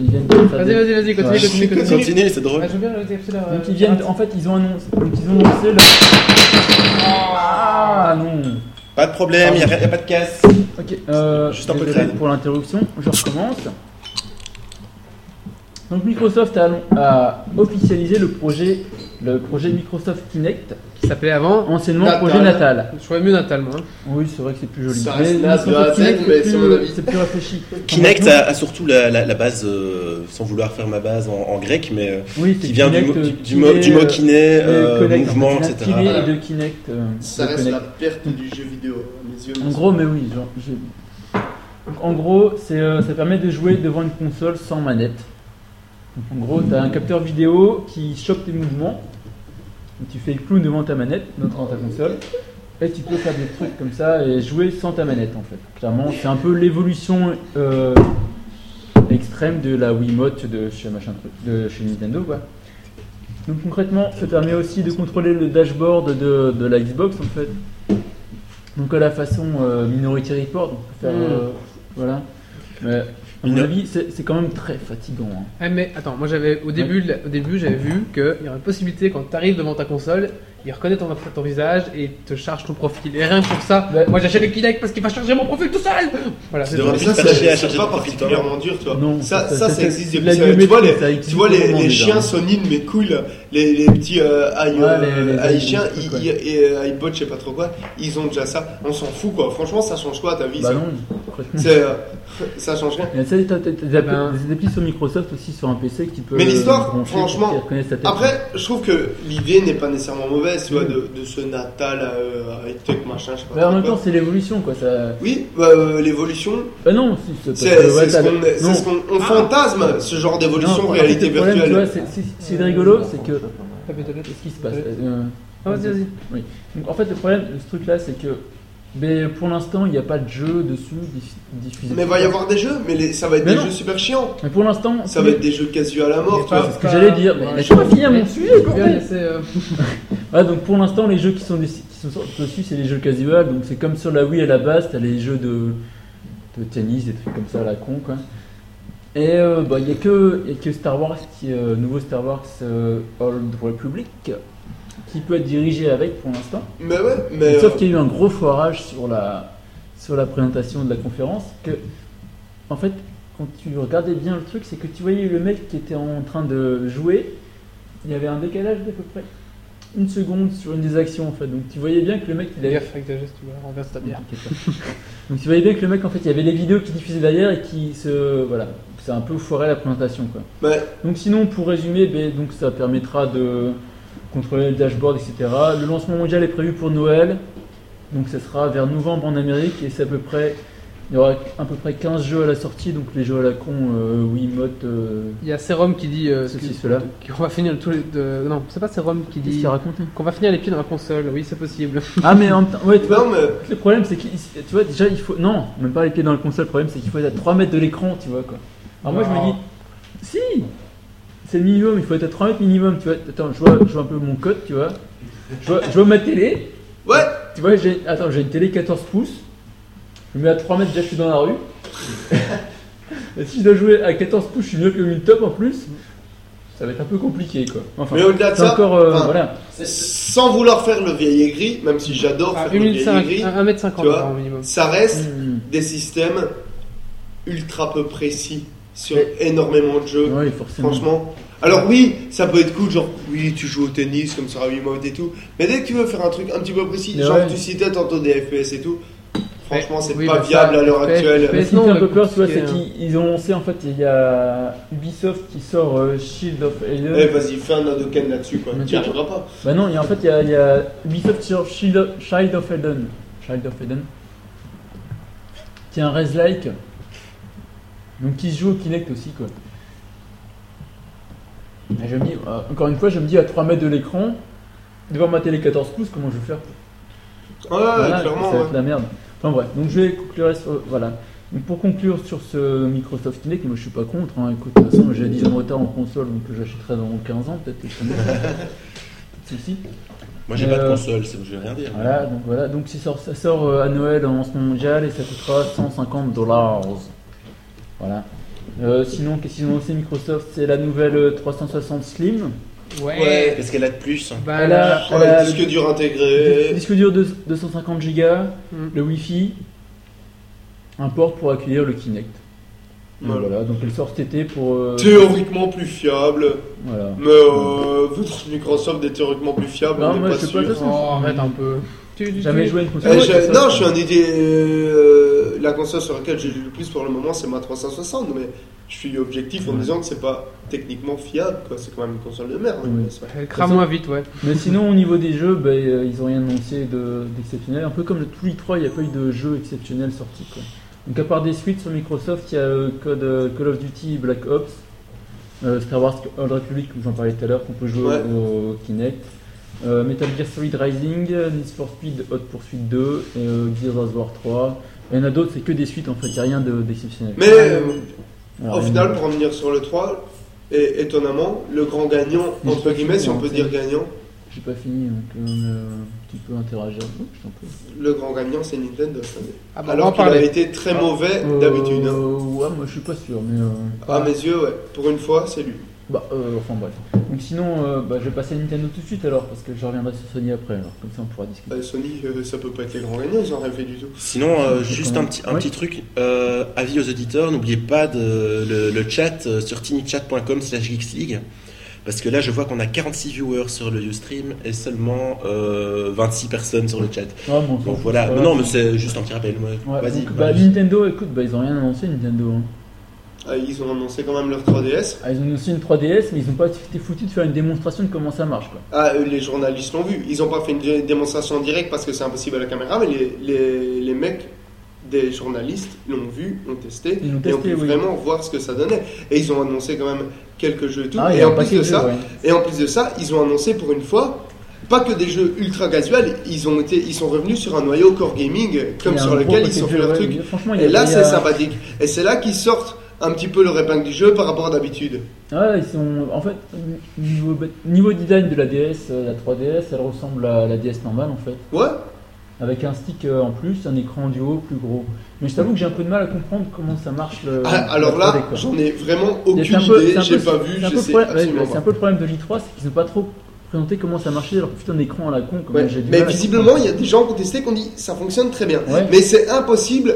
Ils viennent de faire
Vas-y,
des-
vas-y, vas-y, continue,
Ouais.
continue, continue.
Continuez, c'est drôle.
Ah, je veux bien le capteur, euh,
Donc ils viennent, en fait, ils ont annoncé, donc ils ont annoncé leur. Ah non.
Pas de problème, il n'y a, y a pas de casse.
Ok, euh,
Juste un peu
désolé
crade.
pour l'interruption, je recommence. Donc Microsoft a, a officialisé le projet, le projet Microsoft Kinect,
Qui s'appelait avant.
anciennement
Natal.
projet Natal.
Je trouvais mieux hein. Natal, moi.
Oui, c'est vrai que c'est plus joli.
Ça reste naze de la
Microsoft
tête,
Kinect,
mais
c'est
c'est
plus-
mon avis.
C'est plus réfléchi.
Kinect euh,
Maintenant-
a, a surtout la, la- la base, euh, sans vouloir faire ma base en, en grec, mais euh,
oui, c'est
qui vient du,
Kinect,
mo- du,
euh,
du mo- du mot
euh,
kiné,
euh,
euh,
Kinect,
mouvement,
en fait,
etc.
Kinect
Voilà.
et de Kinect. euh,
Ça
de
reste
Kinect.
la perte du jeu vidéo, à mes yeux.
En gros, mais oui, genre, j'ai- Donc, en gros, c'est, euh, ça permet de jouer devant une console sans manette. Donc, en gros, tu as un capteur vidéo qui chope tes mouvements. Donc, tu fais le clown devant ta manette, devant ta console. Et tu peux faire des trucs comme ça et jouer sans ta manette en fait. Clairement, c'est un peu l'évolution euh, extrême de la Wiimote de chez machin truc, de chez Nintendo quoi. Donc concrètement, ça permet aussi de contrôler le dashboard de, de la Xbox en fait. Donc à la façon euh, Minority Report, on peut faire
Mm.
euh, voilà. Mais à mon
Minor-
avis, c'est c'est quand même très fatigant. hein.
Eh, mais attends, moi j'avais au début, au début j'avais vu qu'il y aurait une possibilité quand tu arrives devant ta console, il reconnaît ton, ton visage et il te charge ton profil. Et rien que pour ça,
Ouais.
moi j'achète le Kinect parce qu'il va charger mon profil tout seul Voilà,
Tu
c'est tout.
devrais
Mais
plus
ça,
te faire chier à
c'est
chercher
c'est pas
ton profil
particulièrement dur, toi.
Non,
ça,
ça-
ça,
ça,
ça
c'est-
existe depuis
la
ça. Tu vois les,
biométrie, ça existe
tu vois les,
vraiment
les
déjà,
chiens
hein.
Sony de mes couilles, les, les petits euh, aïe,
Ouais,
euh,
les- les-
aïe
les-
chiens,
les trucs,
i- i- et euh, iPod, je sais pas trop quoi, ils ont déjà ça. On s'en fout quoi. Franchement, ça change quoi ta vie
Bah
ça.
non, concrètement.
C'est, euh, ça change rien.
Il y a ça, t'as- t'as- t'as des applis-
Ben-
des applis sur Microsoft aussi sur un PC qui peut.
Mais l'histoire,
brancher pour
franchement,
qu'ils reconnaissent ta tête.
Après, je trouve que l'idée n'est pas nécessairement mauvaise, tu vois,
Mm.
de, de ce Natal euh, high tech machin, je sais pas.
Mais en
trop
même temps,
quoi.
c'est l'évolution quoi. Ça...
Oui, bah, euh, l'évolution,
Bah non, si, c'est
c'est
parce que, ouais,
c'est ce
t'as-
qu'on c'est
non. Ah.
ce qu'on- on fantasme, ce genre
Non,
d'évolution
en fait,
réalité
le problème, tu vois,
virtuelle.
c'est- c'est- c'est de rigolo, c'est que.
Ah, peut-être, peut-être.
Qu'est-ce qui se passe
Ouais.
Euh,
Ah, vas-y, vas-y.
Oui. Donc en fait, le problème de ce truc là, c'est que. Mais pour l'instant, il n'y a pas de jeu dessus diff- diffusé.
Mais va y avoir des jeux, mais les- ça va être
Mais
des
non. Ah,
jeux super chiants.
Mais pour l'instant,
Ça va être des jeux casu à la mort, tu
pas-
vois.
ce que j'allais dire, mais
Ouais,
laisse-moi finir mon
Ouais,
sujet,
tu peux
bordel.
laisser, euh,
Ah, donc pour l'instant, les jeux qui sont, des- qui sont sortis dessus, c'est les jeux casual. Donc c'est comme sur la Wii à la base, t'as les jeux de, de tennis, des trucs comme ça à la con, quoi. Et euh, bah, il n'y a, que- y a que Star Wars, qui, euh, nouveau Star Wars euh, Old Republic, qui peut être dirigé avec pour l'instant.
Mais ouais, mais.
Sauf
euh,
qu'il y a eu un gros foirage sur la, sur la présentation de la conférence. Que, en fait, quand tu regardais bien le truc, c'est que tu voyais le mec qui était en train de jouer. Il y avait un décalage d'à peu près une seconde sur une des actions, en fait. Donc tu voyais bien que le mec, il
Fais
avait.
gaffe avec ta geste, tu vas renverser ta bière.
Donc tu voyais bien que le mec, en fait, il y avait les vidéos qui diffusaient derrière et qui se. Voilà. C'est un peu foiré la présentation, quoi.
bah,
Donc sinon, pour résumer, ben, donc ça permettra de, contrôler le dashboard, etc. Le lancement mondial est prévu pour Noël, donc ça sera vers novembre en Amérique et c'est à peu près. Il y aura à peu près 15 jeux à la sortie, donc les jeux à la con, euh, Wiimote, euh,
Il y a Serum qui dit euh,
Ceci,
que-
cela.
qu'on va finir tous les deux. Non, c'est pas Serum qui
qu'est-ce
dit
qu'il racontait
qu'on va finir les pieds dans la console. Oui, c'est possible.
Ah mais en même temps, ouais, tu vois,
Non, mais
le problème c'est que tu vois déjà il faut non même pas les pieds dans le console le problème c'est qu'il faut être à 3 mètres de l'écran tu vois quoi alors moi je me
Non.
dis si c'est le minimum il faut être à 3 mètres minimum tu vois attends je vois, je vois un peu mon code tu vois je vois, je vois ma télé
ouais,
tu vois j'ai attends j'ai une télé 14 pouces je me mets à 3 mètres déjà je suis dans la rue et si je dois jouer à 14 pouces je suis mieux que le top en plus ça va être un peu compliqué quoi enfin
mais au-delà de
c'est
ça,
encore euh,
enfin,
voilà
sans vouloir faire le vieil aigri, même si j'adore
Ah,
faire le vieil
1m50,
aigri,
1m50
tu vois.
hein, au minimum.
ça reste
Hmm.
des systèmes ultra peu précis sur énormément de jeux.
ouais forcément
Franchement. Alors oui, ça peut être cool, genre oui, tu joues au tennis comme ça, oui, mode et tout. Mais dès que tu veux faire un truc un petit peu précis,
Mais
genre
ouais.
tu citais tantôt des FPS et tout, franchement, c'est
Oui,
pas
bah,
viable
ça,
à l'heure
FPS,
actuelle.
Mais
Mais ce qui
non,
me fait un
bah,
peu peur, tu vois,
c'est
c'est
un-
qu'ils ont lancé en fait, il y a Ubisoft qui sort euh, Shield of Alien.
Eh, vas-y, fais un Hadoken là-dessus, quoi.
Mais
Tu y arriveras pas.
Bah non, il y a, en fait, il y a, il y a Ubisoft qui sort Shield of, Child of Eden. Child of Eden. Qui est un Res-like. Donc qui se joue au Kinect aussi, quoi. Et je me dis, euh, encore une fois, je me dis à 3 mètres de l'écran, devant ma télé 14 pouces, comment je vais faire
Ouais,
Voilà, ça
clairement.
va
ouais.
être la merde. Enfin bref, donc je vais conclure sur. Voilà. Donc pour conclure sur ce Microsoft Kinect, moi je suis pas contre, hein. écoute, de toute façon j'ai 10 ans de retard en console, donc j'achèterai dans 15 ans peut-être. quelque chose comme ça. Si, si.
Moi, j'ai pas de
Euh,
console, c'est- je vais rien dire.
Voilà, donc voilà, donc ça sort, ça sort euh, à Noël en ce moment mondial et ça coûtera 150 dollars. Voilà. Euh, sinon, qu'est-ce qu'ils ont lancé Microsoft C'est la nouvelle euh, 360 Slim.
Ouais, qu'est-ce qu'elle a de plus hein
Bah
Elle
là.
a,
Oh,
elle a
le disque dur
le
intégré.
disque dur de 250 Go,
Mm.
le Wi-Fi, un port pour accueillir le Kinect. Donc
Voilà.
Voilà, donc elle sort cet été pour. euh,
Théoriquement plus fiable.
Voilà.
Mais euh, votre Microsoft est théoriquement plus fiable,
Non,
on
moi,
n'est pas
je sais pas,
sûr.
ça,
Oh, arrête un peu. Tu- tu-
Jamais
tu-
joué à une console.
Eh,
avec
j'ai-
Ah ça.
non, je suis un idée. euh, la console sur laquelle j'ai joué le plus pour le moment, c'est ma 360, mais je suis objectif en
Ouais.
disant que c'est pas techniquement fiable, quoi. C'est quand même une console de merde.
Oui.
mais c'est vrai.
Euh, Crame-moi vite, ouais.
Mais sinon, au niveau des jeux, bah, euh, ils ont rien annoncé de- d'exceptionnel. un peu comme le Twitch 3, il n'y a pas eu de jeu exceptionnel sorti. quoi. Donc, à part des suites sur Microsoft, il y a euh, Code, euh, Call of Duty, Black Ops, euh, Star Wars Old Republic, comme j'en parlais tout à l'heure, qu'on peut jouer
Ouais.
au Kinect, euh, Metal Gear Solid Rising, Need for Speed Hot Pursuit 2, et, euh, Gears of War 3. Il y en a d'autres, c'est que des suites en fait, il n'y a rien de- d'exceptionnel.
Mais euh,
Alors,
au
rien
final,
de-
pour revenir sur le 3, et, étonnamment, le grand gagnant,
Mais
entre
c'est
guillemets, si
fini,
on peut
hein,
dire
c'est-
gagnant,
J'ai pas fini, donc euh, euh, tu peux interagir. Oh, je t'en prie.
le grand gagnant, c'est Nintendo cette année.
Ah, bah, on va en
Alors qu'il a
parler.
été très
Ah.
mauvais d'habitude. hein. Ah.
Euh, ouais, moi je suis pas sûr, mais. euh,
À mes yeux, ouais. Pour une fois, c'est lui.
Bah, euh, enfin bref. Donc sinon, euh, bah, je vais passer à Nintendo tout de suite alors, parce que je reviendrai sur Sony après, alors comme ça on pourra discuter.
Euh, Sony, euh, ça peut pas être les grands gagnants, ils ont rien fait du tout.
Sinon, euh,
Je
juste un
recommande.
petit, un
Ouais.
petit truc, euh, avis aux auditeurs, n'oubliez pas de, le, le chat euh, sur tinychat.com slash geeksleague, parce que là je vois qu'on a 46 viewers sur le Ustream et seulement euh, 26 personnes sur le chat.
Ah, bon,
Donc voilà, Mais non mais c'est juste un petit rappel, ouais.
Ouais,
vas-y.
donc, bah, Nintendo, écoute, bah, ils ont rien annoncé Nintendo. hein.
Ah, ils ont annoncé quand même leur 3DS.
Ah, ils ont annoncé une 3DS, mais ils ont pas été foutus de faire une démonstration de comment ça marche quoi.
Ah, euh, les journalistes l'ont vu. Ils n'ont pas fait une dé- démonstration en direct parce que c'est impossible à la caméra, mais les, les, les mecs des journalistes l'ont vu, ont testé,
Ils l'ont
et ont
testé,
pu
oui.
vraiment voir ce que ça donnait. Et ils ont annoncé quand même quelques jeux et tout.
Ah, il y
et,
a un
en plus
paquet
de
de jeux,
ça,
ouais.
et en plus de ça, ils ont annoncé pour une fois, pas que des jeux ultra casual, ils, ont été, ils sont revenus sur un noyau core gaming
Il
comme
y a
sur
un
lequel
gros
ils
paquet
ont
de
fait
jeux,
leur
ouais,
truc.
mais Franchement, il y
Et
a- euh,
là,
il y
c'est
a-
sympathique. Et c'est là qu'ils sortent un petit peu leur épingle du jeu par rapport à d'habitude.
Ouais, ils sont. En fait, niveau, niveau design de la DS, euh, la 3DS, elle ressemble à la DS normale en fait.
Ouais,
Avec un stick euh, en plus, un écran du haut plus gros. Mais je t'avoue que j'ai un peu de mal à comprendre comment ça marche le.
Ah, alors
le
là,
3D, quoi.
j'en ai vraiment
Et
aucune
c'est un peu- c'est
idée,
un
j'ai
peu-
pas vu,
c'est un
je
peu
sais
le problème- ouais,
absolument
C'est un
pas.
peu le problème de l'i3, c'est qu'ils n'ont pas trop présenté comment ça marchait leur putain d'écran à la con. Comme
Ouais,
j'ai du
Mais
mal à
visiblement, il y a des gens qui ont testé qui ont dit ça fonctionne très bien.
Ouais.
Mais c'est impossible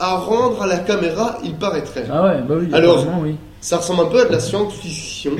à rendre à la caméra, il paraîtrait.
comprendre. Ah ouais, bah oui,
Alors-
apparemment, oui.
Ça ressemble un peu à de la science-fiction,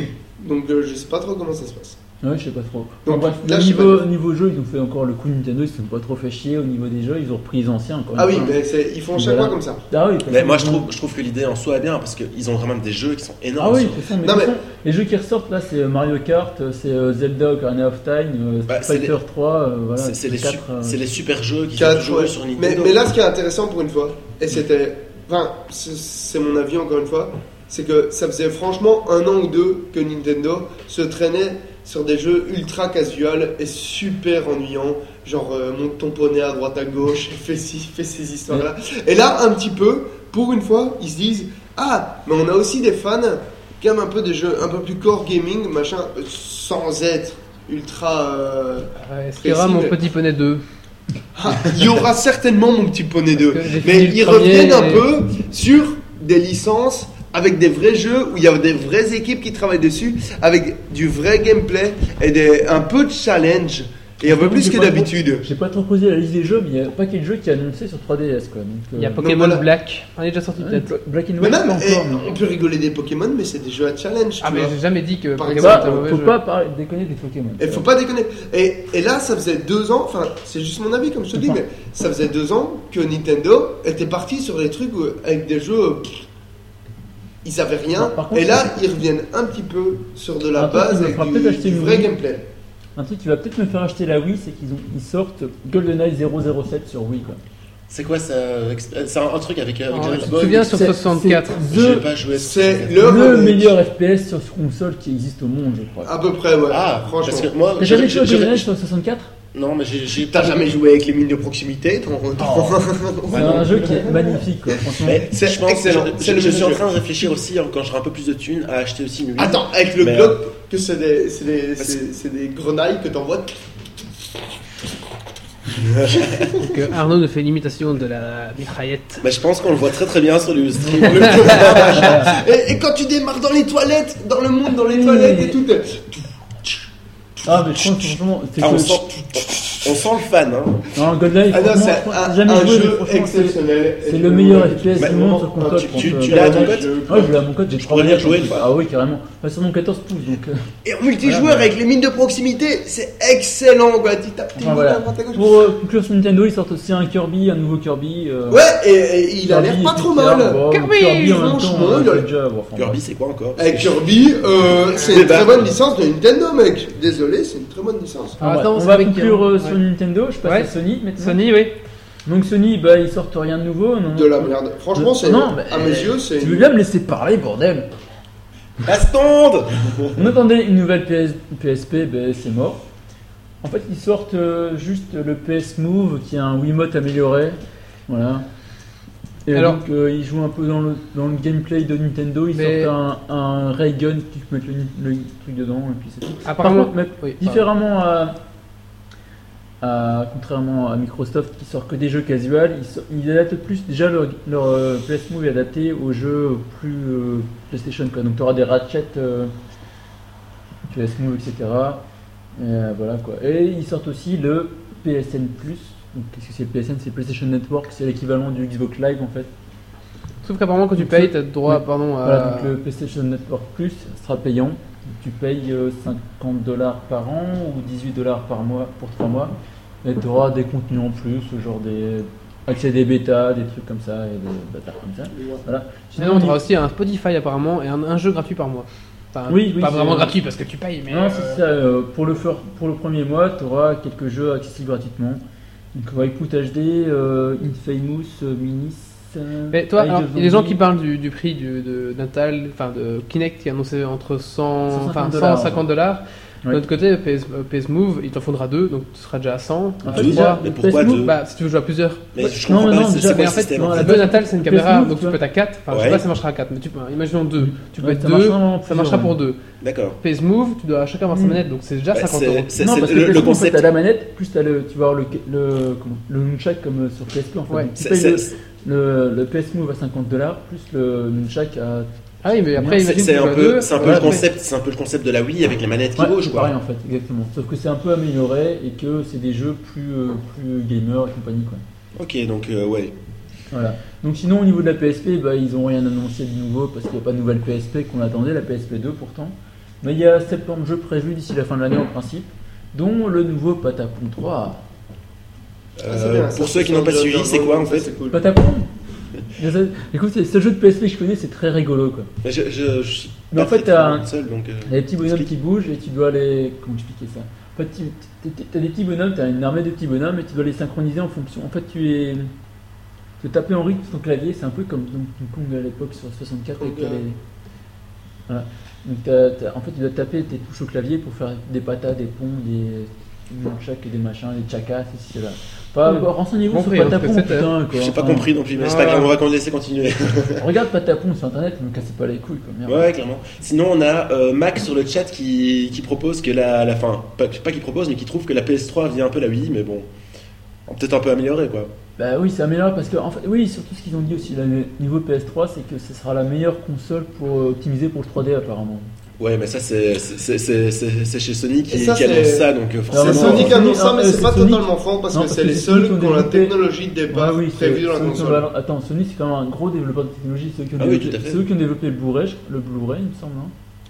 donc euh, je sais pas trop comment ça se passe.
Ouais, je sais pas trop. Enfin,
Donc,
bref,
là, je sais
niveau, niveau jeu, ils ont fait encore le coup Nintendo, ils se sont pas trop fait chier au niveau des jeux, ils ont repris les anciens encore. une
Ah oui,
fois.
mais c'est- ils font chaque
Voilà.
fois comme ça.
Ah oui, de toute
Mais
façon,
moi, je
ils ont-
trouve, je trouve que l'idée en soi est bien parce qu'ils ont vraiment des jeux qui sont
Ah oui,
énormes.
de
sur-
toute façon, mais de
Non,
toute
mais-
façon, les jeux qui ressortent là, c'est euh, Mario Kart, euh, c'est euh, Zelda Ocarina of Time, euh,
Bah, c'est
Street Fighter 3, euh, voilà.
c'est c'est les,
quatre,
su-
euh,
c'est les super jeux qui sont
Quatre,
toujours
ouais.
sur
Mais,
Nintendo.
mais là, ce qui est intéressant pour une fois, et c'était. Enfin, c'est- c'est mon avis encore une fois, c'est que ça faisait franchement un an ou deux que Nintendo se traînait sur des jeux ultra casual et super ennuyants, genre euh, monte ton poney à droite à gauche, fais, ci, fais ces histoires-là. Et là, un petit peu, pour une fois, ils se disent Ah, mais on a aussi des fans qui aiment un peu des jeux un peu plus core gaming, machin, euh, sans être ultra. euh,
Ouais, Sierra, mon petit poney 2.
ah, Il y aura certainement mon petit poney 2.
Parce que j'ai
Mais
fini le
ils
premier
reviennent un
et-
peu sur des licences avec des vrais jeux où il y a des vraies équipes qui travaillent dessus, avec du vrai gameplay et des, un peu de challenge. Et un peu plus
J'ai
que
pas trop-
d'habitude.
J'ai pas trop posé la liste des jeux, mais il y a un paquet de jeux qui est annoncé sur 3DS quoi. Donc, euh,
Il y a
ouais,
Pokémon
voilà.
Black. On est déjà sorti peut-être.
Bla- Black and
Mais
White, pas
même,
encore.
eh,
mais-
on peut rigoler des Pokémon, mais c'est des jeux à challenge.
Ah,
tu
mais
vois.
j'ai jamais dit que
Par
Pokémon
exemple,
était
Ça,
un mauvais
faut
jeu.
pas parler- déconner des Pokémon.
Et faut pas déconner. Et, et là, ça faisait deux ans, enfin, c'est juste mon avis, comme je te dis, mais ça faisait deux ans que Nintendo était parti sur des trucs où- avec des jeux. euh, pff, Ils avaient rien.
Bah, Par contre,
et là, ils reviennent un petit peu sur de la
Un truc qui
base
me
avec
fera
du,
peut-être acheter
du
une
vrai
Wii.
gameplay.
Un truc qui va peut-être me faire acheter la Wii, c'est qu'ils ont- ils sortent GoldenEye 007 sur Wii quoi.
C'est quoi ça euh, exp- C'est un, un truc avec, euh, avec
Ah,
James
tu te
Bond.
souviens sur
C'est-
64
c'est
J'ai
The
pas joué. à ce-
C'est le,
le
remake.
meilleur FPS sur console qui existe au monde, je crois.
À peu près, ouais.
Ah,
franchement.
parce que moi.
T'as jamais
je-
joué à
je-
GoldenEye sur 64
Non, mais j'ai- j'ai
T'as jamais joué avec les mines de proximité ton- ton-
C'est un jeu qui est magnifique, quoi, franchement.
Mais
C'est
je pense-
excellent,
je-
c'est
Je,
le
je suis en
jeu.
train de réfléchir aussi, hein, quand j'aurai un peu plus de thunes, à acheter aussi une Wii.
Attends, avec le
Mais,
Glock,
euh,
que c'est des, c'est des,
parce-
c'est- c'est des grenailles que t'envoies.
que Arnaud nous fait l'imitation de la mitraillette.
Mais je pense qu'on le voit très très bien sur le stream. Ah,
et, et quand tu démarres dans les toilettes, dans le monde, dans les toilettes et tout. t'es-
Ah, mais je pense franchement, c'est
Ah,
que.
on, sent, on sent le fan. Hein.
Non, GoldenEye,
Ah non,
franchement,
c'est
je pense-
un,
j'ai jamais
un
joué, mais
jeu
franchement, c'est-
exceptionnel.
c'est le meilleur FPS
Bah,
du monde sur console.
tu-
je pense,
tu-
euh,
tu l'as à ton
GoldenEye.
code
Ouais, je l'ai à mon code, j'ai
Tu
3
pourrais venir jouer, une fois.
Ah oui, carrément. Enfin, sur mon 14 pouces, donc. euh,
Et en multijoueur avec les mines de proximité, c'est excellent quoi. Tu tapes tes
enfin,
mines
voilà.
à droite à gauche.
Pour euh, conclure sur Nintendo, ils sortent aussi un Kirby, un nouveau Kirby. euh,
Ouais, et, et il a
Kirby,
l'air pas trop
Sneaker,
mal.
bon,
Kirby,
Kirby en même temps,
franchement,
euh,
il a-
c'est déjà, bon, enfin,
Kirby, c'est quoi encore
Et Eh, Kirby, euh, c'est une
Débat.
très bonne licence de Nintendo, mec. Désolé, c'est une très bonne licence.
Bon,
Ah, attends,
on
c'est
va
avec,
conclure
euh,
euh, sur
ouais.
Nintendo, je passe
Ouais.
à Sony maintenant.
Sony, oui.
Donc Sony, bah, ils sortent rien de nouveau. Non,
De la merde. Franchement, c'est.
Non, mais-
À mes yeux, c'est.
Tu veux bien me laisser parler, bordel
La stand
On attendait une nouvelle PS PSP, ben c'est mort. En fait, ils sortent euh, juste le PS Move, qui est un Wiimote amélioré. Voilà. Et
Alors-
donc, euh, ils jouent un peu dans le, dans le gameplay de Nintendo. Ils
Mais-
sortent un, un Raygun, tu peux mettre le, le truc dedans, et puis c'est tout. Par
Apparemment.
contre, mais
Oui, pardon.
différemment à, à- Contrairement à Microsoft, qui sort que des jeux casual, ils, so- ils adaptent plus. Déjà, leur, leur euh, PS Move est adapté aux jeux plus euh, PlayStation. Quoi. Donc, tu auras des Ratchet. euh, PS Move, etc. Et, euh, voilà quoi. Et ils sortent aussi le PSN Plus. Donc, Qu'est-ce que c'est le PSN C'est PlayStation Network, c'est l'équivalent du Xbox Live en fait.
Sauf qu'apparemment, quand tu payes, t'as droit,
Oui.
pardon, à.
Voilà, donc le PlayStation Network Plus sera payant. Tu payes euh, 50 dollars par an ou 18 dollars par mois pour 3 mois. Et tu auras des contenus en plus, genre des accès à des bêtas, des trucs comme ça et des bâtards comme ça. Voilà.
Sinon, on
on y-
aura aussi un Spotify apparemment et un, un jeu gratuit par mois. Enfin,
Oui, oui,
pas
c'est-
vraiment gratuit parce que tu payes, mais.
Non,
euh,
c'est ça. euh, pour, le fer- pour le premier mois, tu auras quelques jeux accessibles gratuitement. Donc, on va écouter HD, euh, Infamous, euh, Minis. euh,
Mais toi,
Eye
alors,
of
il y a des gens qui
Zombie.
parlent du, du prix du, de Natal, enfin de Kinect qui est annoncé entre 100,
150
enfin
dollars.
150 dollars. De
Ouais.
l'autre côté, PS, euh, PS Move, il t'en faudra deux, donc tu seras déjà à 100.
En
Tu
fait,
Deux
vois,
déjà,
Mais pourquoi
Ah, Facebook,
deux
Bah, si tu veux jouer à plusieurs.
Mais je
Non,
comprends
mais
pas,
non,
c'est
déjà,
c'est quoi
mais
le
en fait,
système
non,
en
la
fait
Le Natal, c'est une
PS
caméra, donc
Move,
tu
tu
peux
vois.
être à 4. Enfin, je sais
Ouais.
pas, ça marchera à 4, mais tu peux, imaginons 2. Tu peux
Ouais,
être
ça marche
2,
vraiment pour
ça marchera
plusieurs,
pour 2.
D'accord.
PS Move, tu dois chacun avoir sa
Mm.
manette, donc c'est déjà
Bah,
50
c'est-
euros.
c'est-
non,
c'est
parce que
le- le
Facebook, en fait,
concept.
t'as la manette, plus t'as le, tu vas avoir le, le, comment, le nunchak comme euh, sur PSP. En fait.
Ouais.
Donc, tu
C'est-
payes le,
c'est-
le, le PS Move à 50 dollars, plus le nunchak à.
Ah oui, mais après,
c'est-
imagine
C'est
que tu
un
joues à
peu,
deux,
c'est un peu
voilà,
le
après-
concept, c'est un peu le concept de la Wii avec les manettes qui
Ouais,
bougent,
c'est
quoi.
pareil en fait, exactement. Sauf que c'est un peu amélioré et que c'est des jeux plus, euh, plus gamer et compagnie. Quoi.
Ok, donc euh, ouais.
Voilà. Donc sinon au niveau de la PSP, bah, ils ont rien annoncé de nouveau parce qu'il n'y a pas de nouvelle PSP qu'on attendait, la PSP 2 pourtant. Mais il y a sept plans de jeu prévus d'ici la fin de l'année en principe, dont le nouveau Patapon 3.
Ah, c'est bien,
Euh,
ça,
pour ceux qui
ça,
n'ont pas
ça,
suivi,
ça,
c'est quoi en fait
c'est cool.
Patapon Écoute, c'est- ce jeu de PSP que je connais, c'est très rigolo quoi.
Mais Bah, je, je, je suis
Mais en
pas
fait,
très
t'as-
bon seul, donc. euh,
Il y a des petits bonhommes
Explique.
qui bougent et tu dois les. Comment expliquer ça En fait, tu- t'es- t'es- t'as des petits bonhommes, t'as une armée de petits bonhommes et tu dois les synchroniser en fonction. En fait, tu es. Tu tapes en rythme sur ton clavier, c'est un peu comme Donkey Kong à l'époque sur 64 avec
Kong,
les.
euh.
Voilà. Donc, t'as- t'as- en fait, tu dois taper tes touches au clavier pour faire des patas, des ponts, des nunchucks, des machins, des chakas, c'est cela. Pas...
Hmm.
Renseignez-vous sur
Compris, hein,
Patapon,
parce que c'est-
putain, quoi.
J'ai pas
Enfin,
compris non plus, mais c'est pas
Ah.
grave, on va qu'on laisser continuer.
Regarde Patapon sur internet, ne me cassez pas les couilles, quoi. Merde.
Ouais, ouais, clairement. Sinon, on a euh, Max sur le chat qui, qui propose que la, la fin, pas, pas qui propose, mais qui trouve que la PS3 vient un peu la Wii, mais bon, peut-être un peu améliorée quoi.
Bah oui, c'est amélioré parce que, en fait, oui, surtout ce qu'ils ont dit aussi là, niveau PS3, c'est que ce sera la meilleure console pour euh, optimiser pour le 3D apparemment.
Ouais, mais ça, c'est c'est- c'est- c'est- c'est chez Sony
Et
qui,
ça,
qui annonce
c'est-
ça, donc euh,
Non,
C'est
mais
forcément.
Sony
non,
qui annonce ça,
non,
mais
euh,
c'est pas
c'est Sony.
totalement franc parce
Non,
que
parce
c'est
que
les
c'est
seuls
Sony
qui
qui ont
ont la
développé.
technologie de départ
Ah oui, c'est-
prévue dans la
Sony qui ont
console.
valor- Attends, Sony c'est quand même un gros développeur de technologie, c'est eux qui ont
Ah oui,
développé,
tout à fait.
c'est eux qui ont développé le Blu-ray, je- le Blu-ray il me semble, non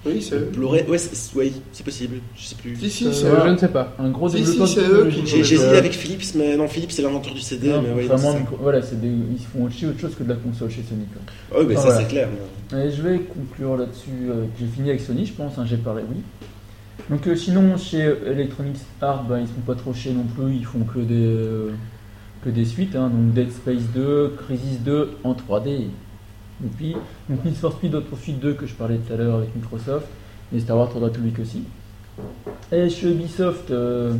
Oui, c'est eux.
euh, Blu-ray, ouais, c'est ouais, c'est possible, je sais plus.
Si,
Euh,
si, c'est eux.
voilà.
Je ne sais pas.
Un gros
Si,
développeur
si,
de
c'est eux
technologie.
qui-
J'ai j'ai
Ouais.
hésité avec Philips, mais non, Philips c'est l'inventeur du CD,
Non,
mais
mais
ouais,
vraiment,
c'est ça.
micro- voilà, c'est des- ils se font chier autre chose que de la console chez Sony. quoi.
Ouais, mais
Ah,
ça
voilà.
c'est clair.
Allez, je vais conclure là-dessus. euh, J'ai fini avec Sony, je pense. hein, J'ai parlé, oui. Donc, euh, sinon, chez Electronics Arts, bah, ils sont pas trop chers non plus. Ils font que des, euh, que des suites. hein, donc, Dead Space 2, Crisis 2 en 3D. Et puis, donc Need for Speed Autofit 2 que je parlais tout à l'heure avec Microsoft. Et Star Wars Old Republic aussi. Et chez Ubisoft. euh,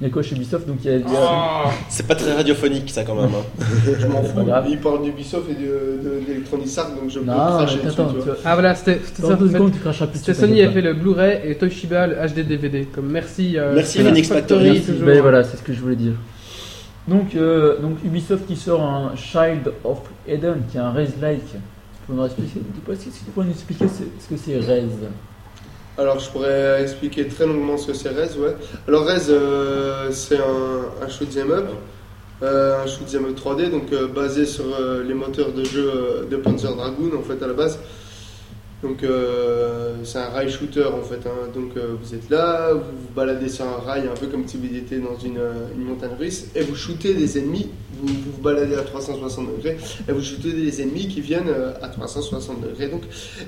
Il y a quoi chez Ubisoft Donc, il y a. il y a-
C'est pas très radiophonique ça quand même. hein.
Je m'en
C'est pas
fous.
grave.
Ils parlent d'Ubisoft et de- de- d'Electronic Arts, donc je peux
Non, attends,
cracher dessus, tu
attends,
vois.
tu vois.
Ah voilà, c'était c'était
Dans
ça.
deux secondes, tu cracheras plus.
C'était
dessus,
Sony a
t'inquiète
fait le Blu-ray et Toshiba le HD DVD. Comme merci. euh,
Merci
Phoenix
Phoenix Factory.
Factory.
Merci,
toujours.
ben voilà, c'est ce que je voulais dire. Donc, euh, donc Ubisoft qui sort un Child of Eden, qui est un Rez-like. Tu peux nous expliquer, tu peux- est-ce que tu pourrais nous expliquer ce, ce que c'est Rez
Alors, je pourrais expliquer très longuement ce que c'est Rez, ouais. Alors, Rez, euh, c'est un, un shoot'em up, euh, un shoot'em up 3D, donc euh, basé sur euh, les moteurs de jeu euh, de Panzer Dragoon, en fait, à la base. Donc, euh, c'est un rail shooter, en fait. hein. Donc, euh, vous êtes là, vous vous baladez sur un rail, un peu comme si vous étiez dans une, euh, une montagne russe, et vous shootez des ennemis, vous vous, vous baladez à 360 degrés, et vous shootez des ennemis qui viennent euh, à 360 degrés. Donc,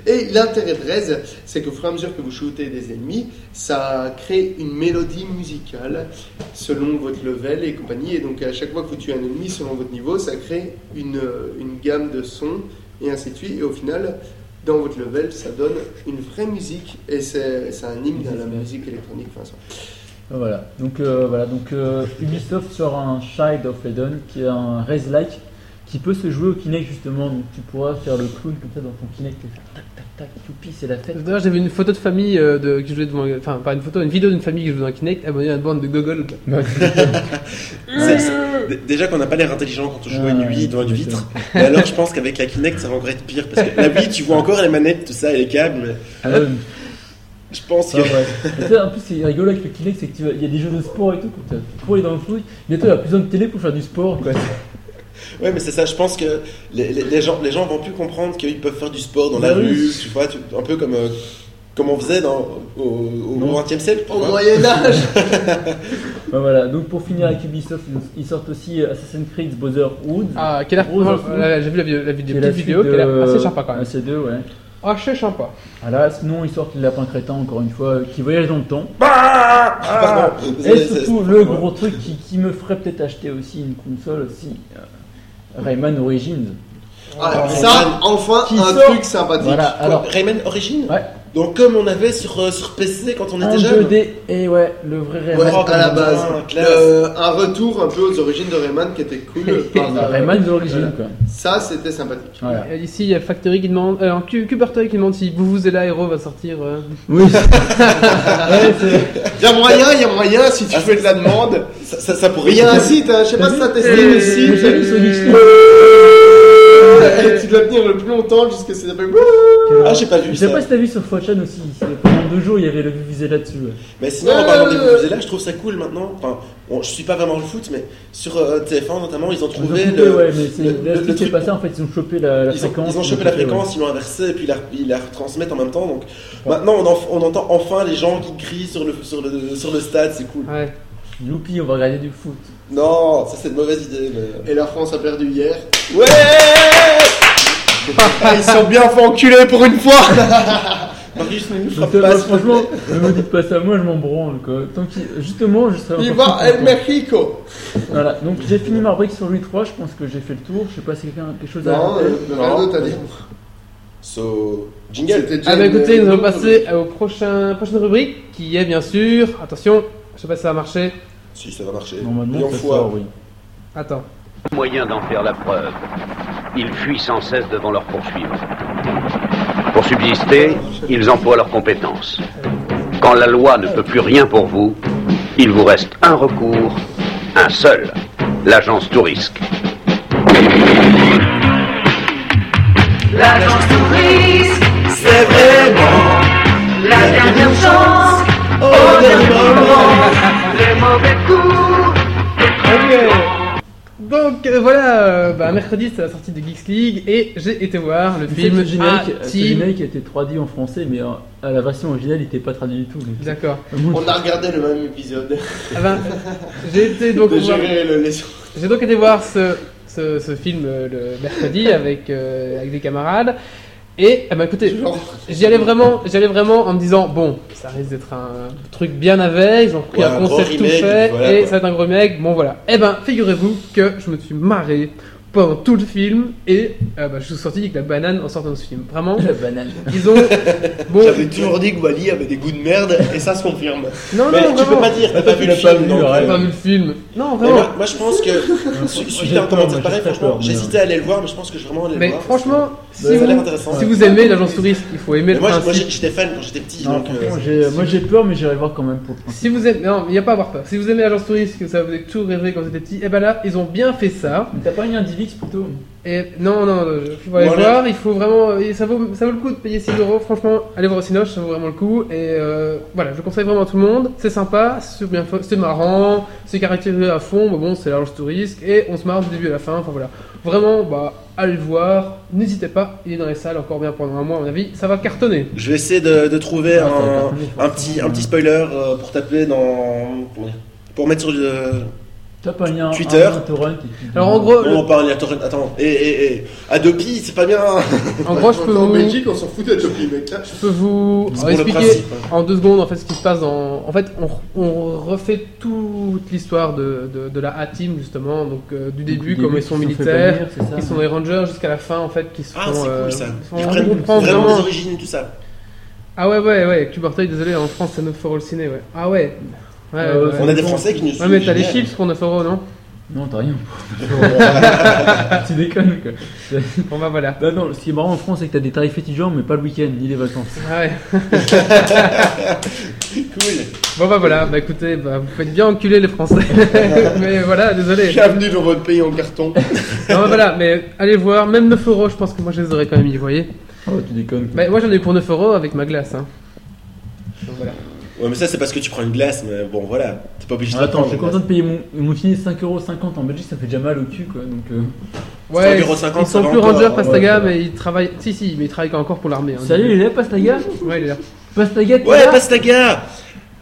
et l'intérêt de Rez, c'est qu'au fur et à mesure que vous shootez des ennemis, ça crée une mélodie musicale selon votre level et compagnie. Et donc à chaque fois que vous tuez un ennemi, selon votre niveau, ça crée une, euh, une gamme de sons et ainsi de suite. Et au final, dans votre level, ça donne une vraie musique et c'est c'est un hymne à la musique électronique. Enfin, ça-
Ben Voilà, donc, euh, voilà, donc euh, Ubisoft sort un Child of Eden, qui est un Rez-like, qui peut se jouer au Kinect justement. Donc tu pourras faire le clown comme ça dans ton Kinect. Tac, tac, tac, youpi, c'est la fête.
D'ailleurs, j'avais une photo de famille euh, de, qui jouait devant. Enfin, pas une photo, une vidéo d'une famille qui jouait dans un Kinect abonnée à une bande de Google.
C'est- c'est- d- Déjà qu'on n'a pas l'air intelligent quand on joue à une
Euh. Ah,
Wii devant une
c'est
vitre. Et alors je pense qu'avec la Kinect ça va encore être pire parce que la Wii tu vois encore les manettes, tout ça et les câbles. mais
Ah, ouais,
Je pense que
Ah ouais. Mais tu sais, en plus, c'est rigolo avec le Kinect, c'est qu'il y a des jeux de sport et tout. quoi. Tu cours dans le foot, bientôt il n'y a plus besoin de télé pour faire du sport. Quoi.
ouais mais c'est ça. Je pense que les, les- les gens les gens vont plus comprendre qu'ils peuvent faire du sport dans la
Bah oui.
rue, tu vois, tu- un peu comme euh, comme on faisait dans, au, au,
Non.
20 e siècle. tu
Au
vois.
Moyen-Âge
Ouais, Ben voilà. Donc pour finir avec Ubisoft, ils- ils sortent aussi euh, Assassin's Creed Brotherhood.
Ah, quelle
Gros
a
info.
Là, là, J'ai vu la, vidéo- la vidéo,
qui est
petite
suite
vidéo qui a l'air
de-
assez sympa quand
Ah,
même.
c'est deux, ouais.
Assez sympa.
Voilà, sinon ils sortent les lapins crétins encore une fois, euh, qui voyagent dans le temps.
Bah Ah, pardon.
Et
C'est- c'est-
surtout le gros truc qui, qui me ferait peut-être acheter aussi une console aussi, euh, Rayman Origins.
Ah,
Ah,
Ça, enfin,
Qui
un
sort
truc sympathique.
Voilà,
Quoi,
alors
Rayman Origin
Ouais.
Donc comme on avait sur, euh, sur PC quand on
en
était jeune
2D et ouais, le vrai
Ouais,
Rayman.
Oh,
à la base.
putain, classe.
Euh, un retour un peu aux origines de Rayman qui était cool.
Ah,
par-
bah,
euh,
Rayman d'origine quoi.
Ça, c'était sympathique.
Voilà.
Et Ici, il y a Factory qui demande. Euh, Q- Cubertoy qui demande si Vous vous et la Hero va sortir. euh.
Oui. Ouais, c'est-
Il y a moyen, il y a moyen, si
Ah,
tu fais de la demande.
ça, ça, ça pourrait
Il y a un site, hein, je sais pas si t'as testé le
Mais
site.
j'ai vu Sonic Slim.
Et tu dois tenir le plus longtemps jusqu'à ce que ça s'appelle.
Ah j'ai pas vu
Je sais
ça.
pas si t'as vu sur Fortune aussi, c'est pendant de nos jours, il y avait le visé là-dessus. ouais.
Mais sinon,
Ouais,
en parlant
ouais,
des
ouais.
Vuvuzela, je trouve ça cool maintenant. Enfin, bon, je suis pas vraiment le foot, mais sur euh, TF1 notamment, ils ont
Ils ont
trouvé
coupé,
le.
ouais, mais c'est-
le-
là, ce
le
qui s'est
truc-
passé, en fait, ils ont chopé la, la
Ils ont,
fréquence.
ils ont chopé la
chopé, ouais.
fréquence, ils l'ont inversée et puis ils la, ils la retransmettent en même temps. Donc
Ouais.
maintenant, on, en- on entend enfin les gens qui crient sur le, sur le, sur le stade, c'est cool.
Ouais.
Youpi, on va regarder du foot.
Non, ça c'est une mauvaise idée. Mais...
Et la France a perdu hier.
Ouais
Ah, ils sont bien fait enculer pour une fois
Marius ne nous
Donc,
frappe
euh,
pas.
bah,
s'il te plaît.
franchement, ne me dites pas ça, moi je m'en branle quoi. Tant qu'il- Justement, je serais encore
Viva
plus
El
content.
Mexico
Voilà, donc j'ai fini ma rubrique sur Louis III, je pense que j'ai fait le tour. Je sais pas si quelqu'un a quelque chose à
Non,
rajouter.
euh, rien
Non.
d'autre à dire.
So, jingle.
C'était déjà
Ah bah
une- euh,
écoutez, nous allons
une-
passer au prochain, prochaine rubrique qui est bien sûr. Attention, je sais pas si ça va marcher.
Si, ça va marcher.
Normalement,
Million
ça
fois.
sort, oui.
Attends.
moyen d'en faire la preuve. Ils fuient sans cesse devant leurs poursuivants. Pour subsister, ils emploient leurs compétences. Quand la loi ne peut plus rien pour vous, il vous reste un recours, un seul, l'agence tout risque.
L'agence touriste, c'est vraiment la dernière chance au dernier moment. Les mauvais coups.
Donc euh, voilà, euh, bah, mercredi c'est la sortie de Geeks League et j'ai été voir le
Le
film Ah,
générique,
A
ce
Team.
générique a été traduit en français, mais euh, à la version originale, il n'était pas traduit du tout. donc-
D'accord.
Moi,
On a regardé le même épisode.
Ah ben, j'ai été donc
de
voir-
gérer le laisser.
j'ai donc été voir ce, ce, ce film euh, le mercredi avec euh, avec des camarades et ah bah, écoutez,
Genre.
j'y allais vraiment j'y allais vraiment en me disant bon ça risque d'être un truc bien avec, ils ont repris
Ouais,
un
un gros
concept tout
remake,
fait
voilà,
et
quoi.
ça va être un gros remake, bon voilà. Eh ben figurez-vous que je me suis marré pendant tout le film et euh, bah, je suis sorti avec la banane en sortant de ce film. Vraiment,
La banane.
ils ont bon
J'avais toujours dit que Wally avait des goûts de merde et ça se confirme.
non
Mais
non
tu peux
vraiment.
pas dire, t'as
Attends,
pas vu
tu
le
l'as pas
film.
vu,
donc,
ouais.
J'ai
euh,
pas vu le film. Non
mais
vraiment.
moi, moi, je pense que. su- Suite à un
peur, moi,
commentaire
j'ai
pareil,
très
franchement,
peur, mais-
j'hésitais à aller le voir, mais je pense que je vais vraiment aller le
Mais
voir.
franchement, si
parce que ça a l'air
vous,
intéressant.
si vous aimez l'agence touriste, il faut aimer
Mais
le
moi, je- moi,
principe.
j'étais fan quand j'étais petit,
Non,
donc.
franchement,
euh,
j'ai- moi j'ai peur, mais j'irai voir quand même pour le principe.
Si vous aimez, non, il n'y a pas à avoir peur. Si vous aimez l'agence touriste, que ça vous a tout rêvé quand vous étiez petit, et ben là, ils ont bien fait ça.
Mais T'as pas eu un DivX plutôt
Et non, non, non, il faut aller
Voilà.
voir, il faut vraiment, et ça vaut, ça vaut le coup de payer 6 euros. Franchement, allez voir au Cinoche, ça vaut vraiment le coup. Et euh, voilà, je le conseille vraiment à tout le monde. C'est sympa, c'est bien, fa- c'est marrant, c'est caractérisé à fond. Mais bon, c'est l'agence touriste et on se marre du début à la fin. Enfin voilà, vraiment, bah, allez le voir. N'hésitez pas, il est dans les salles encore bien pendant un mois à mon avis. Ça va cartonner.
Je vais essayer de, de trouver
Ah, ça va
un,
cartonner, je pense.
un petit, un petit spoiler euh, pour taper dans. comment dire, Pour mettre sur euh, le.
T'as pas eu un,
Twitter.
un, un torrent qui- qui-
Alors en gros, Oh, le-
Non, pas un torrent. Attends, et, et, et. Adopi, c'est pas bien
en gros, je peux
En
vous, je
Belgique, on s'en foutait de Topi, mec.
peux vous
C'est pour le
expliquer
principe. hein.
en deux secondes en fait ce qui se passe dans. En fait, on, on refait toute l'histoire de, de, de la A-Team justement, donc euh, du début,
qui-
comme ils
qui
sont
fait
militaires,
bannir, c'est ça
ils sont des rangers jusqu'à la fin en fait, qui sont.
Ah, c'est
euh,
cool ça.
sont-
Ils
on
prennent
comprend
vraiment
vraiment.
les origines et tout ça.
Ah ouais ouais ouais, Cube Orteil, désolé, en France c'est 9 euros le ciné, ouais. Ah ouais. Ouais,
Euh,
ouais.
c'est-
On a des Français qui nous
Ouais, mais t'as les
génial.
chips pour 9 euros, non
Non, t'as rien. tu déconnes quoi.
Bon bah voilà.
Bah non, ce qui est marrant en France, c'est que t'as des tarifs étudiants, mais pas le week-end ni les vacances.
Ah ouais.
Cool.
Bon bah voilà, bah écoutez, bah, vous faites bien enculer les Français. mais voilà, désolé.
Bienvenue dans votre pays en carton.
Non, mais voilà, mais allez voir, même 9 euros, je pense que moi je les aurais quand même, vous voyez.
Oh, tu déconnes. quoi.
Bah, moi j'en ai eu pour 9 euros avec ma glace. Hein.
Ouais, mais ça, c'est parce que tu prends une glace, mais bon, voilà. T'es pas obligé de
Attends, je
l'attendre,
suis content de payer mon, mon ciné 5,50€ en Belgique, ça fait déjà mal au cul quoi. Donc, euh,
Ouais,
5,50,
ils
ça
sont
va
plus
encore,
rangers
ouais,
Pastaga,
ouais.
mais ils travaillent. Si, si, mais ils travaillent encore pour l'armée. hein.
Sérieux, il est là, Pastaga
Ouais, il est là.
Pastaga, t'es
Ouais,
là
Pastaga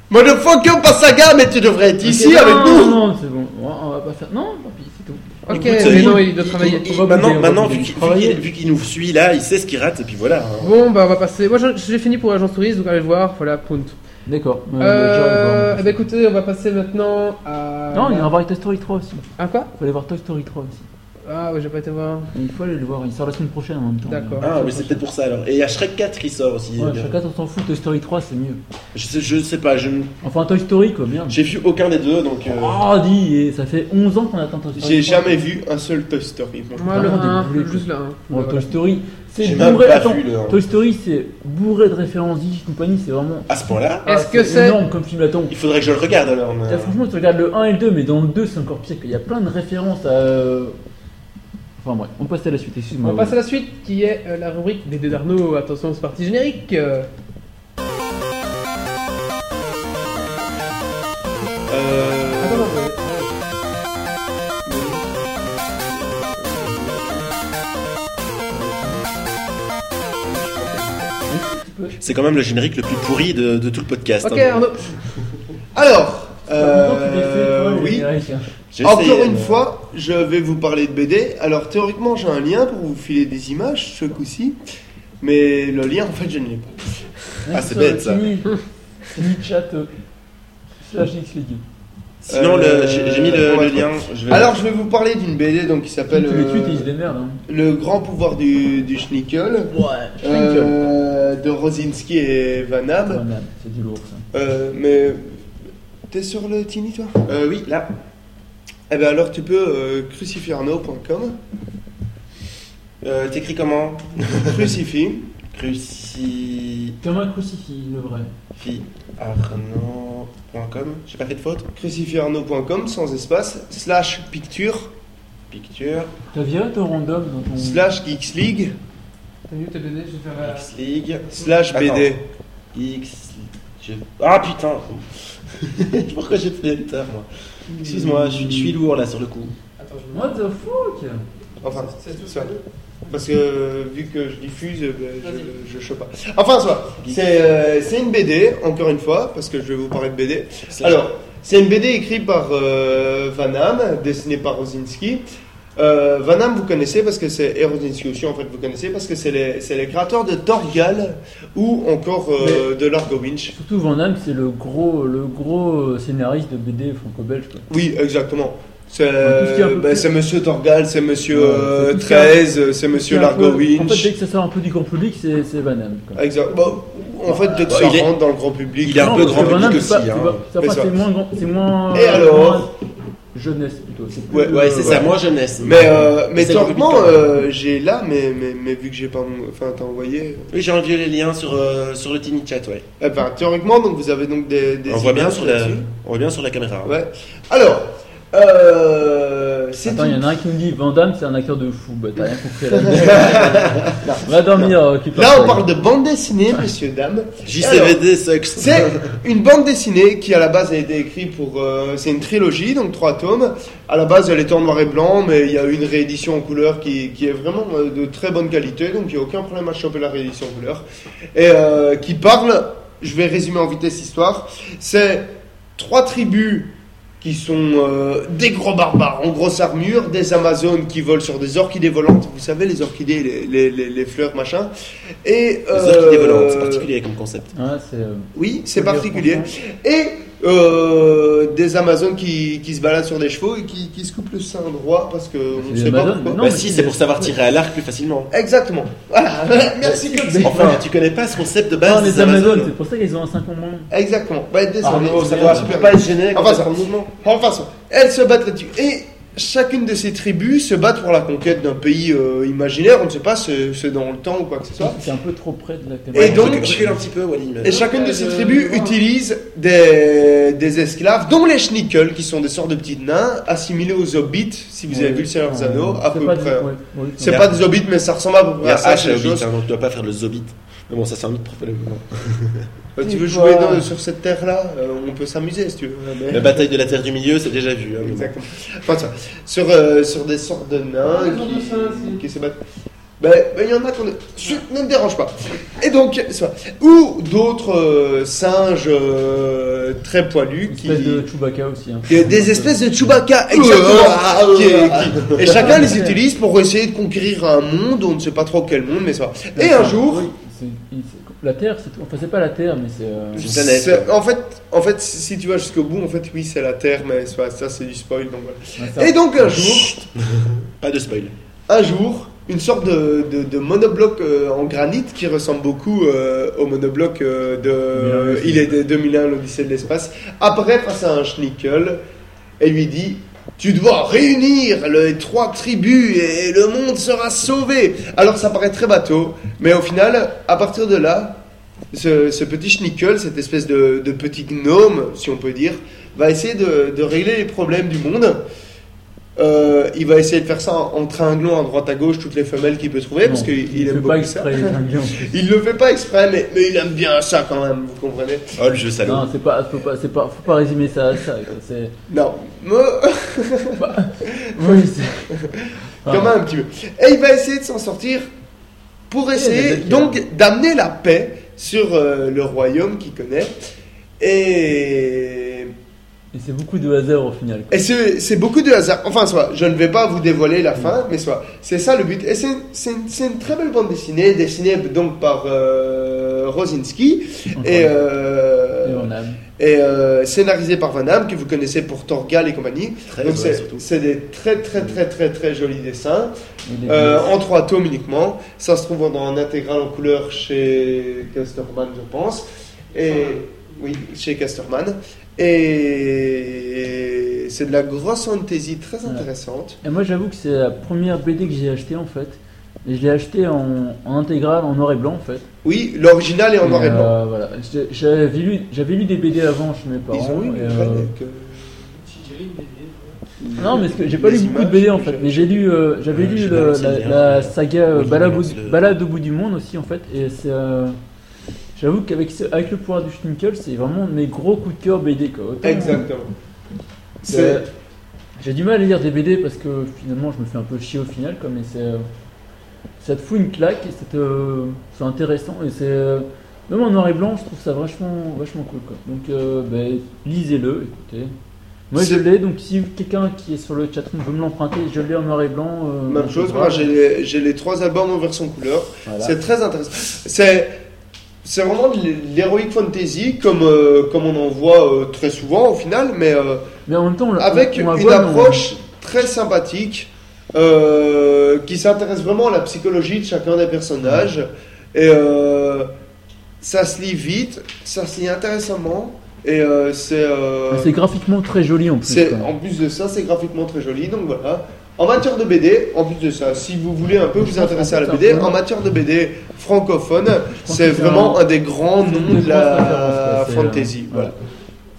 Motherfucker Pasaga, mais tu devrais être ici
bah,
Non,
avec
Non,
nous
euh,
non, c'est bon. On on va pas faire. Non, tant pis, c'est tout.
Ok,
Écoute,
mais
il-
non, il doit
il-
travailler.
il-
On va
Maintenant,
bouger, on va
maintenant,
bouger.
vu qu'il- vu
Travailler.
qu'il vu qu'il nous suit là, il sait ce qu'il rate, et puis voilà. hein.
Bon, bah on va passer. Moi je- j'ai fini pour l'agence touriste, donc allez le voir, voilà, punt.
D'accord. Euh, j'irai
Euh,
voir.
bah écoutez, on va passer maintenant à.
Non, il ira voir Toy Story 3 aussi.
Ah quoi
Faut aller voir Toy Story 3 aussi.
Ah ouais, j'ai pas été voir.
Mais Il faut aller le voir, il sort la semaine prochaine en même temps.
D'accord.
Ah, mais c'est peut-être pour ça alors. Et il y a Shrek 4 qui sort aussi.
Ouais, chacun on s'en fout, Toy Story 3 c'est mieux.
Je sais, je sais pas, je n-
Enfin, Toy Story quoi, merde.
j'ai vu aucun des deux, donc. euh,
Oh, dis, et ça fait 11 ans qu'on attend Toy Story.
J'ai
3.
jamais vu un seul Toy Story.
Ah,
moi.
Moi le
vraiment des
1,
boulets, quoi.
juste hein. le 1.
Bon, Toy Story, c'est
J'ai même
bourré.
pas
Attends,
vu le-
Toy Story c'est bourré de références, Disney compagnie, c'est vraiment.
À ce point-là,
Est-ce
Ah,
que c'est-
énorme comme film attends.
il faudrait que je le regarde alors. mais-
Là, franchement, tu regardes le 1 et le 2, mais dans le 2, c'est encore pire qu'il y a plein de références à. euh, Enfin, bref, on passe à la suite,
On
excuse-moi.
passe à la suite qui est euh, la rubrique des deux d'Arnaud. Attention, c'est parti générique. Euh,
Euh,
Attends, attends, euh,
C'est quand même le générique le plus pourri de, de tout le podcast.
Ok,
hein.
Arnaud.
Alors,
Bah,
Euh,
euh, oui.
J'ai essayé,
Encore une
mais-
fois, je vais vous parler de BD. Alors théoriquement, j'ai un lien pour vous filer des images ce coup-ci, mais le lien, en fait, je ne l'ai pas.
Ah, c'est bête, ça.
Fini chat. euh, Slash X League.
Sinon,
Euh,
le- j'ai j'ai mis le,
on va
le
te-
lien. Je vais...
Alors, je vais vous parler d'une BD donc qui
Tous
s'appelle
les tweets,
euh,
ils se démerdent. hein.
Le grand pouvoir du, du Schnickel
Ouais,
euh, de Rosinski et Van
Ah,
Ham.
C'est du lourd ça.
Euh, mais t'es sur le Tini toi
Euh, oui, là.
Eh ben alors tu peux euh, crucifierno.com
Euh, T'écris comment
crucifie
Crucifi
Comme un crucifix, le vrai.
Arnaud.com. J'ai pas fait de faute.
crucifierno.com sans espace slash picture
Picture,
T'as viré ton random dans ton.
slash geeks league
T'as vu tes BD, je vais faire. euh,
X League,
slash BD.
X. je- Ah putain Pourquoi j'ai fait une tard moi Excuse-moi, je suis- je suis lourd là sur le coup.
Attends, je me-
What the fuck
Enfin,
C'est tout
ça.
ça.
Parce que euh, vu que je diffuse, euh, ben, je, je sais pas. Enfin, soit, c'est euh, c'est une BD, encore une fois, parce que je vais vous parler de BD. Alors, c'est une BD écrite par euh, Van Damme, dessinée par Rosinski. Euh, Van Damme, vous connaissez parce que c'est. Et Rosinski aussi, en fait, vous connaissez parce que c'est les, c'est les créateurs de Torgal ou encore euh, de Largo Winch.
Surtout Van Damme, c'est le gros, le gros scénariste de BD franco-belge. quoi.
Oui, exactement. C'est
Bah, tout ce qui est un peu
ben,
plus-
c'est monsieur Torgal, c'est monsieur
Ouais,
euh,
c'est tout ce qui est un-
13, euh, c'est monsieur
C'est un
Largo
peu-
Winch.
En fait, dès que ça sort un peu du grand public, c'est c'est Van Damme. quoi.
Exact. Bon, en fait, dès que
Bah,
ça
il est-
rentre dans le grand public,
il est un
Non,
peu
parce
grand
que Van Damme,
public
c'est pas-
aussi, hein.
c'est pas- c'est
Mais
pas-
ça-
C'est moins, grand- c'est moins. euh,
Et alors
moins Jeunesse plutôt. c'est plus,
Ouais,
Ouais,
euh,
c'est ça, moi jeunesse.
Mais, euh, mais
C'est le
théoriquement,
public, hein.
euh, j'ai là, mais, mais, mais vu que j'ai pas mon... Enfin, t'as envoyé...
Oui, j'ai enlevé les liens sur, euh, sur le Tiny Chat, ouais.
Eh ben, théoriquement, donc vous avez donc des... des
On voit, bien
images
sur la,
là-dessus.
on voit bien sur la caméra. hein.
Ouais. Alors, euh, c'est
Attends, il y en
une-
a un qui nous dit Van Damme, c'est un acteur de fou. Bah, t'as rien compris à la blague. Là, Va dormir, euh, Cooper.
Là, on parle de bande dessinée, messieurs, dames.
JCVD sucks.
C'est une bande dessinée qui à la base a été écrite pour. euh, c'est une trilogie, donc trois tomes. À la base, elle était en noir et blanc, mais il y a eu une réédition en couleur qui, qui est vraiment euh, de très bonne qualité, donc il n'y a aucun problème à choper la réédition en couleur. Et euh, qui parle, je vais résumer en vitesse l'histoire. C'est trois tribus qui sont euh, des gros barbares en grosse armure, des amazones qui volent sur des orchidées volantes. Vous savez, les orchidées, les, les, les- les fleurs, machin. Et.
Les
euh,
orchidées volantes, c'est particulier comme concept.
Ouais, c'est. euh,
oui, c'est
Faut dire
particulier.
franchement.
Et euh, des Amazones qui, qui se baladent sur des chevaux et qui, qui se coupent le sein droit parce que on ne
des
sait pas
Amazones,
pourquoi.
Non,
bah
mais
si,
c'est-
c'est pour savoir tirer à l'arc plus facilement.
Exactement. Voilà. Merci Claude.
Enfin, tu connais pas ce concept de
Ben,
base
Non, les
des
Amazones,
Amazones.
c'est pour ça qu'ils ont un 5 en moins.
Exactement. Bah, désolé.
Arnaud,
ça
merde.
doit
Tu
super
peux pas être gêné quand
Enfin,
tu
ça-
prends le mouvement.
Enfin, ça, elles se battent là-dessus. Et chacune de ces tribus se bat pour la conquête d'un pays euh, imaginaire. On ne sait pas, c'est c'est dans le temps ou quoi que ce soit.
C'est un peu trop près de la
Et
caméra.
Ouais,
donc-
recule- recule un petit peu, Wally. mais-
Et chacune de ces tribus utilise des, des esclaves, dont les schnickels, qui sont des sortes de petits nains, assimilés aux hobbits, si vous avez vu le Seigneur des Anneaux, à
C'est
peu
pas
près.
du- ouais, ouais,
C'est
Il y a-
pas des hobbits, mais ça ressemble à peu
Il y
près
a
à ça.
H
c'est
à
des
Hobbit,
choses.
hein, donc tu dois pas faire le Zobit. Mais bon, ça c'est un autre problème. hein.
Euh, tu veux
Tu
jouer
vois.
dans- sur cette terre-là euh, On peut s'amuser si tu veux. mais-
La bataille de la Terre du Milieu, c'est déjà vu. hein, mais bon.
Exactement. Enfin, ça. Sur, euh, sur des sortes de nains
Ah, des sortes de singes,
qui,
si.
qui se battent. Ben, ben, il y en a qu'on. Chut, ne me dérange pas. Et donc, ça. ou d'autres euh, singes euh, très poilus
Une
qui.
espèce de Chewbacca aussi. hein.
Des, des espèces de
Ah,
Chewbacca,
Oh Ouah,
exactement.
ouah.
qui- qui- et chacun les utilise pour essayer de conquérir un monde, on ne sait pas trop quel monde, mais ça. va. Et un jour,
Oui, c'est- il- c'est- La Terre, c'est tout. Enfin, c'est pas la Terre, mais c'est. euh,
Une planète.
C'est- En fait, en fait, si si tu vas jusqu'au bout, en fait, oui, c'est la Terre, mais ça, ça, c'est du spoil. Donc voilà.
ouais, ça.
Et donc un jour,
Pas de spoil.
un jour, une sorte de, de- de monobloc euh, en granit qui ressemble beaucoup euh, au monobloc euh, de
Bien, oui, c'est-
Il est de 2001, l'Odyssée de l'espace, apparaît face à un schnickel et lui dit Tu dois réunir les trois tribus et le monde sera sauvé. Alors ça paraît très bateau, mais au final, à partir de là, ce, ce petit schnickel, cette espèce de, de petit gnome, si on peut dire, va essayer de, de régler les problèmes du monde. euh, il va essayer de faire ça en tringlant à droite à gauche toutes les femelles qu'il peut trouver parce
Non,
qu'il il
fait
aime
pas
beaucoup ça.
exprès. les Indiens.
Il le fait pas exprès, mais, mais il aime bien ça quand même, vous comprenez
Oh, le jeu salaud.
Non, c'est pas, faut pas, c'est pas, faut pas résumer ça à ça. quoi, C'est,
Non, Me-
oui, c'est- Ah.
quand même un petit peu. Et il va essayer de s'en sortir pour essayer
des deux qui
donc d'amener la paix sur euh, le royaume qu'il connaît. Et
Et c'est beaucoup de hasard au final. quoi.
Et c'est c'est beaucoup de hasard. Enfin, soit, je ne vais pas vous dévoiler la fin, mais soit, c'est ça le but. Et c'est c'est une, c'est une très belle bande dessinée, dessinée donc par euh, Rosinski, et,
Et
euh,
on a-
et euh, scénarisée par Van Damme, que vous connaissez pour Torgal et compagnie.
Très
donc,
ouais,
c'est-
surtout.
c'est des très, très, très, très, très jolis dessins,
il est-
euh, en trois tomes uniquement. Ça se trouve en, en intégrale en couleur chez Casterman, je pense. Et oui, chez Casterman. Et c'est de la grosse fantaisie très
Voilà.
intéressante.
Et moi, j'avoue que c'est la première BD que j'ai achetée en fait. Et je l'ai achetée en, en intégrale, en noir et blanc en fait.
Oui, l'original est en noir et blanc.
euh, voilà. J'ai- J'avais lu, j'avais lu des BD avant chez mes parents.
Ils ont eu
et,
une
euh,
traîne que-
Non, mais ce que- j'ai pas lu
Les
beaucoup de
images
BD en
que
fait,
j'ai-
mais j'ai lu, euh, j'avais
Ouais,
lu
j'ai
le-
balancé le
la,
lien.
la saga euh,
Oui,
Balade, au,
balance le-
Balade au bout du monde aussi en fait, et c'est, euh, j'avoue qu'avec ce- avec le pouvoir du Schnickel, c'est vraiment mes gros coups de cœur BD quoi. Autant,
Exactement.
euh,
C'est-
j'ai du mal à lire des BD parce que finalement je me fais un peu chier au final quoi, mais c'est, euh, ça te fout une claque et c'est, euh, c'est intéressant et c'est euh, même en noir et blanc, je trouve ça vachement, vachement cool quoi. Donc euh, ben, lisez-le, écoutez. Moi je
C'est-
l'ai, donc si quelqu'un qui est sur le chatroom veut me l'emprunter, je l'ai en noir et blanc. euh,
Même chose, moi j'ai les- j'ai les trois albums en version couleur.
voilà.
C'est très intéressant. C'est c'est vraiment de l'heroic fantasy comme euh, comme on en voit euh, très souvent au final, mais euh,
Mais en même temps, on la-
avec
on la
une
voit dans-
approche très sympathique euh, qui s'intéresse vraiment à la psychologie de chacun des personnages et euh, ça se lit vite, ça se lit intéressamment et euh, c'est euh,
C'est graphiquement très joli en plus.
c'est-
quoi.
en plus de ça, c'est graphiquement très joli, donc voilà. En matière de BD, en plus de ça, si vous voulez un peu vous intéresser à la BD, en matière de BD francophone,
pense
c'est
que c'est
vraiment
un-
un des grands
C'est
noms
une
de
grosse référence,
la
quoi, c'est, euh,
fantasy. Voilà.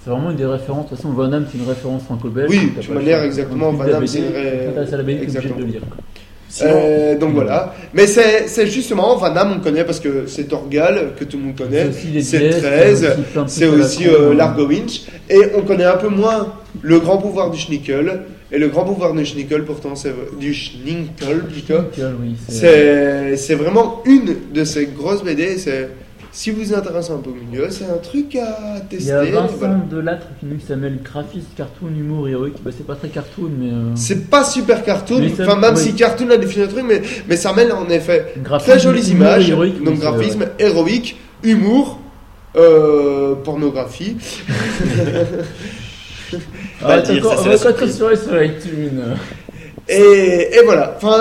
C'est vraiment une des références. De toute façon, Van Damme, c'est une référence franco-belge.
Oui,
donc t'as
de
pas
manière
le choix.
exactement,
Donc,
Van
tu
Damme,
lis la
c'est une
BD,
ré-
tu t'intéresses à la BD, t'es obligé de
exactement.
le lire. quoi.
Sinon,
Euh, donc voilà. Mais c'est c'est justement, Van Damme, on connaît parce que c'est Torgal, que tout le monde connaît.
aussi euh, les
C'est
dièses,
13,
c'est aussi plein de
C'est
trucs à la
aussi
con,
euh,
hein.
Largo Winch. Et on connaît un peu moins le grand pouvoir du Schnickel. Et le grand pouvoir du Schnickel, pourtant, c'est du Schnickel, plutôt.
Nickel, oui,
C'est c'est vraiment une de ces grosses BD. C'est si vous vous intéressez un peu au milieu, c'est un truc à
Il
tester.
y a Vincent
voilà.
Delattre qui nous s'appelle graphiste, cartoon, humour, héroïque. Bah, c'est pas très cartoon, mais euh,
C'est pas super cartoon,
Mais ça-
enfin même
oui.
si cartoon a défini un truc, mais, mais ça mêle en effet
graphisme,
très jolies
humour,
images,
héroïque, mais
donc
c'est,
graphisme,
ouais.
héroïque, humour, euh, pornographie. bah,
Ah,
Pas
t'as
dire, ça,
encore-
c'est
on
la
va pas te
surprise.
rassurer sur iTunes.
Et, et voilà, enfin,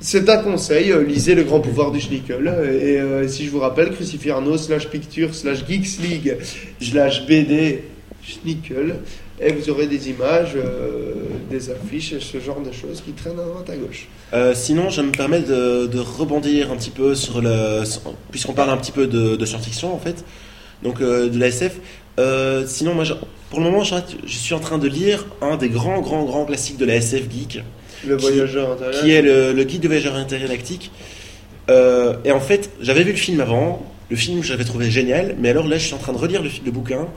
c'est un conseil, euh, lisez Le Grand Pouvoir du Schnickel. Et euh, si je vous rappelle, Crucifix Arnaud slash Picture slash Geeks League slash BD Schnickel. Et vous aurez des images, euh, des affiches, et ce genre de choses qui traînent à droite à gauche.
Euh, sinon, je me permets de, de rebondir un petit peu sur le. Puisqu'on parle un petit peu de, de science-fiction, en fait, donc euh, de la SF. Euh, sinon, moi, je- pour le moment, je, je suis en train de lire un des grands, grands, grands classiques de la SF geek,
Le
Qui-
voyageur intérieur.
qui est le, le guide de voyageur intergalactique. Euh, et en fait, j'avais vu le film avant. Le film, j'avais trouvé génial, mais alors là, je suis en train de relire le, fi- le bouquin,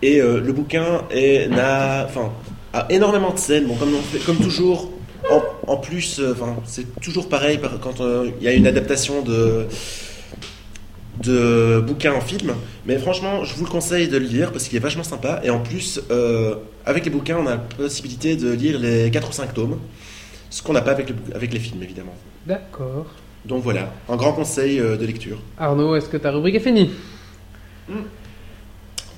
et euh, le bouquin est, n'a, enfin, a énormément de scènes. Bon, comme, on fait- comme toujours, en, en plus, euh, enfin, c'est toujours pareil par- quand euh, il y a une adaptation de de bouquin en film, mais franchement, je vous le conseille de le lire parce qu'il est vachement sympa. Et en plus, euh, avec les bouquins, on a la possibilité de lire les 4 ou 5 tomes, ce qu'on n'a pas avec, le bou- avec les films, évidemment.
D'accord.
Donc voilà, un grand conseil euh, de lecture.
Arnaud, est-ce que ta rubrique est finie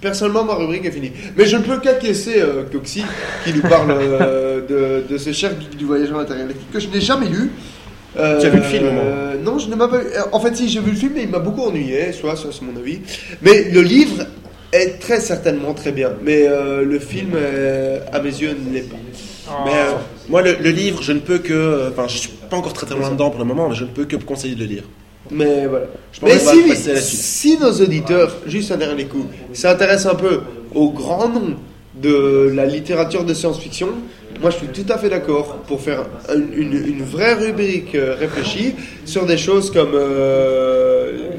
Personnellement, ma rubrique est finie. Mais je ne peux qu'acquiescer euh, Coxy, qui nous parle euh, de, de ce cher guide du voyageur intergalactique que je n'ai jamais lu. Euh,
Tu as vu le film, au moins
euh, Non, je ne m'ai pas vu. Euh, En fait, si, j'ai vu le film, mais il m'a beaucoup ennuyé, soit, ça c'est mon avis. Mais le livre est très certainement très bien. Mais euh, le film, euh, à mes yeux, ne l'est pas. Ah.
Mais euh, moi, le, le livre, je ne peux que. euh, Enfin, je suis pas encore très très loin dedans pour le moment, mais je ne peux que conseiller de le lire.
Mais voilà.
Je pense
Mais
qu'on va
si,
passer à la suite.
si nos auditeurs, juste un dernier coup, s'intéressent un peu aux grands noms de la littérature de science-fiction, Moi, je suis tout à fait d'accord pour faire une, une- une vraie rubrique euh, réfléchie sur des choses comme. euh,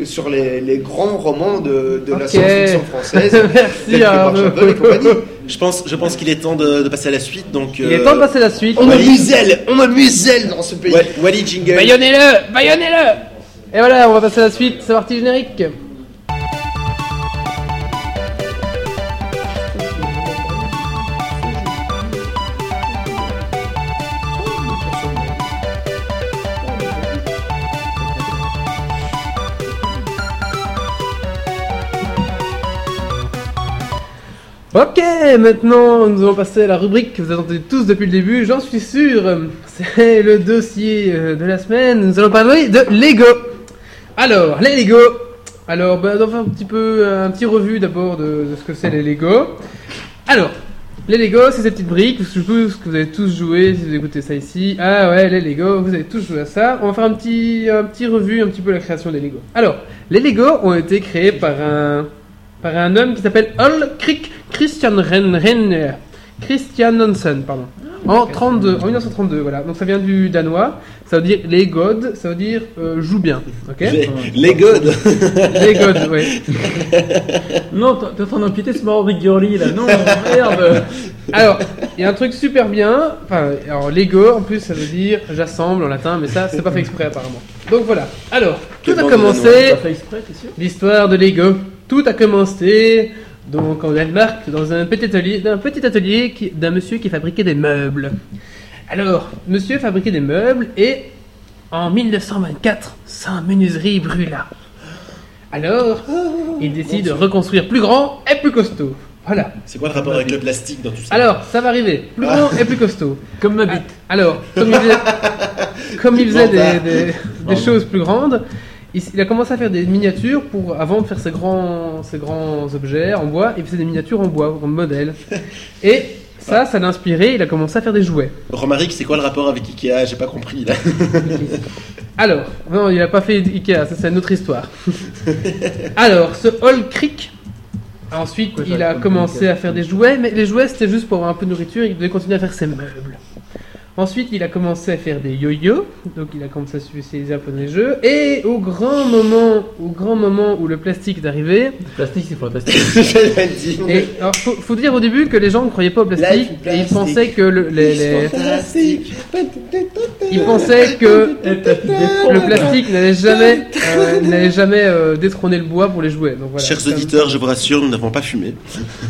euh, sur les, les grands romans de, de la
Ok.
science-fiction française. tels
Merci
que
Arnaud.
Marchand-Bell et compagnie.
Je pense, je pense qu'il est temps de, de passer à la suite. Donc, euh,
Il est temps de passer à la suite.
On me
Wally.
muselle On me muselle dans ce pays
Wa- Wally Jingle.
Baillonnez-le Baillonnez-le Et voilà, on va passer à la suite, c'est parti générique Ok, maintenant nous allons passer à la rubrique que vous attendez tous depuis le début, j'en suis sûr. C'est le dossier euh, de la semaine. Nous allons parler de Lego. Alors, les Lego. Alors, bah, on va faire un petit peu euh, un petit revue d'abord de, de ce que c'est les Lego. Alors, les Lego, c'est ces petites briques. Je suppose que vous avez tous joué si vous écoutez ça ici. Ah ouais, les Lego, vous avez tous joué à ça. On va faire un petit un petit revue un petit peu la création des Lego. Alors, les Lego ont été créés par un par un homme qui s'appelle Ulrich Christian Ren- Renner. Christian Nansen, pardon. En, 32, en 1932, voilà. Donc ça vient du danois. Ça veut dire les gods, ça veut dire euh, joue bien. Ok
Les- Les godes.
Les gods, oui.
Non, t'es- t'es en train d'empiéter ce marrant Rick Gurley là. Non, merde.
Alors, il y a un truc super bien. Enfin, alors Lego, en plus, ça veut dire j'assemble en latin, mais ça, c'est pas fait exprès apparemment. Donc voilà. Alors, tout a
Demande
commencé.
Pas fait exprès, t'es sûr
L'histoire de Lego. Tout a commencé donc en Danemark dans un petit atelier d'un petit atelier qui- d'un monsieur qui fabriquait des meubles. Alors, monsieur fabriquait des meubles et en 1924, sa menuiserie brûla. Alors, il décide de reconstruire plus grand et plus costaud. Voilà.
C'est quoi le rapport avec le plastique dans tout ça
Alors, ça va arriver. Plus grand et plus costaud.
Comme ma
Ah,
bite.
Alors, comme il faisait, comme il faisait des,
Bandard.
des- des
Pardon.
choses plus grandes, il, s- il a commencé à faire des miniatures pour, avant de faire ses grands, ses grands objets en bois, il faisait des miniatures en bois, en modèle. Et ça, ça l'a inspiré, il a commencé à faire des jouets.
Romaric, c'est quoi le rapport avec Ikea J'ai pas compris là.
Alors, non, il n'a pas fait Ikea, ça c'est une autre histoire. Alors, ce Hall Creek, ensuite
Pourquoi
il
j'avais
a
pas
commencé
compris
à faire des jouets, mais les jouets c'était juste pour avoir un peu de nourriture, il devait continuer à faire ses meubles. Ensuite, il a commencé à faire des yo-yo, donc il a commencé à se spécialiser un peu dans les jeux, et au grand moment, au grand moment où le plastique est arrivé,
Le Plastique, c'est pour le plastique.
Je l'ai dit.
et alors faut, faut dire au début que les gens ne croyaient pas au plastique,
Life
et ils
plastique.
pensaient que le- les- les-
Plastique.
ils pensaient que
Et le Eh, plastique des fonds.
Le plastique n'allait jamais, euh, n'allait jamais euh, détrôner le bois pour les jouets. Donc voilà.
Chers auditeurs, je vous rassure, nous n'avons pas fumé.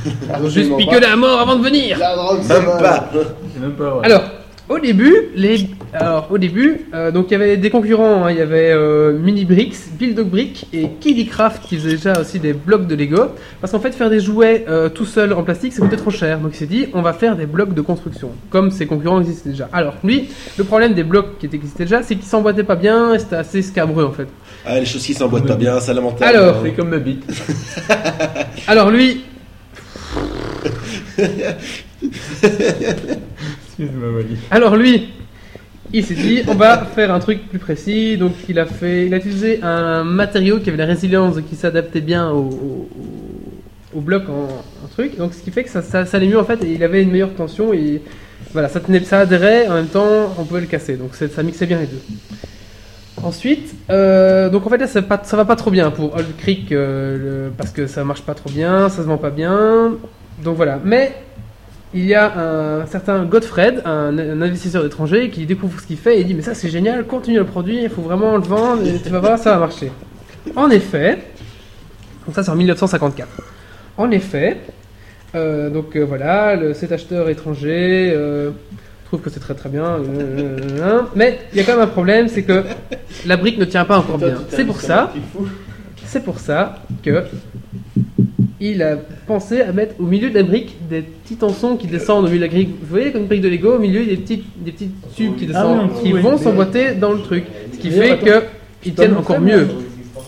Ils ont juste piqué la mort avant de venir.
La drogue, c'est
Même
mal.
pas.
C'est même pas vrai.
Alors, au début, les, alors au début, euh, donc il y avait des concurrents. hein. Il y avait euh, Mini Bricks, Build a Brick et Killycraft qui faisaient déjà aussi des blocs de Lego. Parce qu'en fait, faire des jouets euh, tout seul en plastique, ça coûtait trop cher. Donc il s'est dit, on va faire des blocs de construction, comme ses concurrents existaient déjà. Alors lui, le problème des blocs qui existaient déjà, c'est qu'ils s'emboîtaient pas bien. et C'était assez scabreux en fait.
Ah, les choses qui s'emboîtent pas bien, ça lamentable.
Alors,
C'est comme ma bite.
Alors lui,
Excuse-moi, Wally.
Alors lui, il s'est dit, on va faire un truc plus précis. Donc il a fait, il a utilisé un matériau qui avait la résilience, qui s'adaptait bien au, au- au- au bloc en, en truc. Donc ce qui fait que ça, ça, ça allait mieux en fait. Et il avait une meilleure tension et voilà, ça tenait, ça adhérait. En même temps, on pouvait le casser. Donc c'est- ça mixait bien les deux. Ensuite, euh, donc en fait là ça, va pas- ça va pas trop bien pour Old Creek euh, le- parce que ça marche pas trop bien, ça se vend pas bien. Donc voilà, mais il y a un certain Godfred, un, un investisseur étranger, qui découvre ce qu'il fait et dit Mais ça c'est génial, continue à le produire, il faut vraiment le vendre, et tu vas voir, ça va marcher. En effet, donc ça c'est en 1954. En effet, euh, donc euh, voilà, le- cet acheteur étranger euh, trouve que c'est très très bien, euh, hein. mais il y a quand même un problème c'est que la brique ne tient pas encore bien. C'est pour ça, c'est pour ça que il a pensé à mettre au milieu de la brique des petits tensons qui descendent au milieu de la brique. Vous voyez, comme une brique de Lego, au milieu, il y a des petites, des petites tubes qui descendent,
Ah oui,
qui
oui,
vont
mais-
s'emboîter dans le truc. Ce qui
D'ailleurs,
fait que
attends,
ils tiennent encore
hein.
mieux.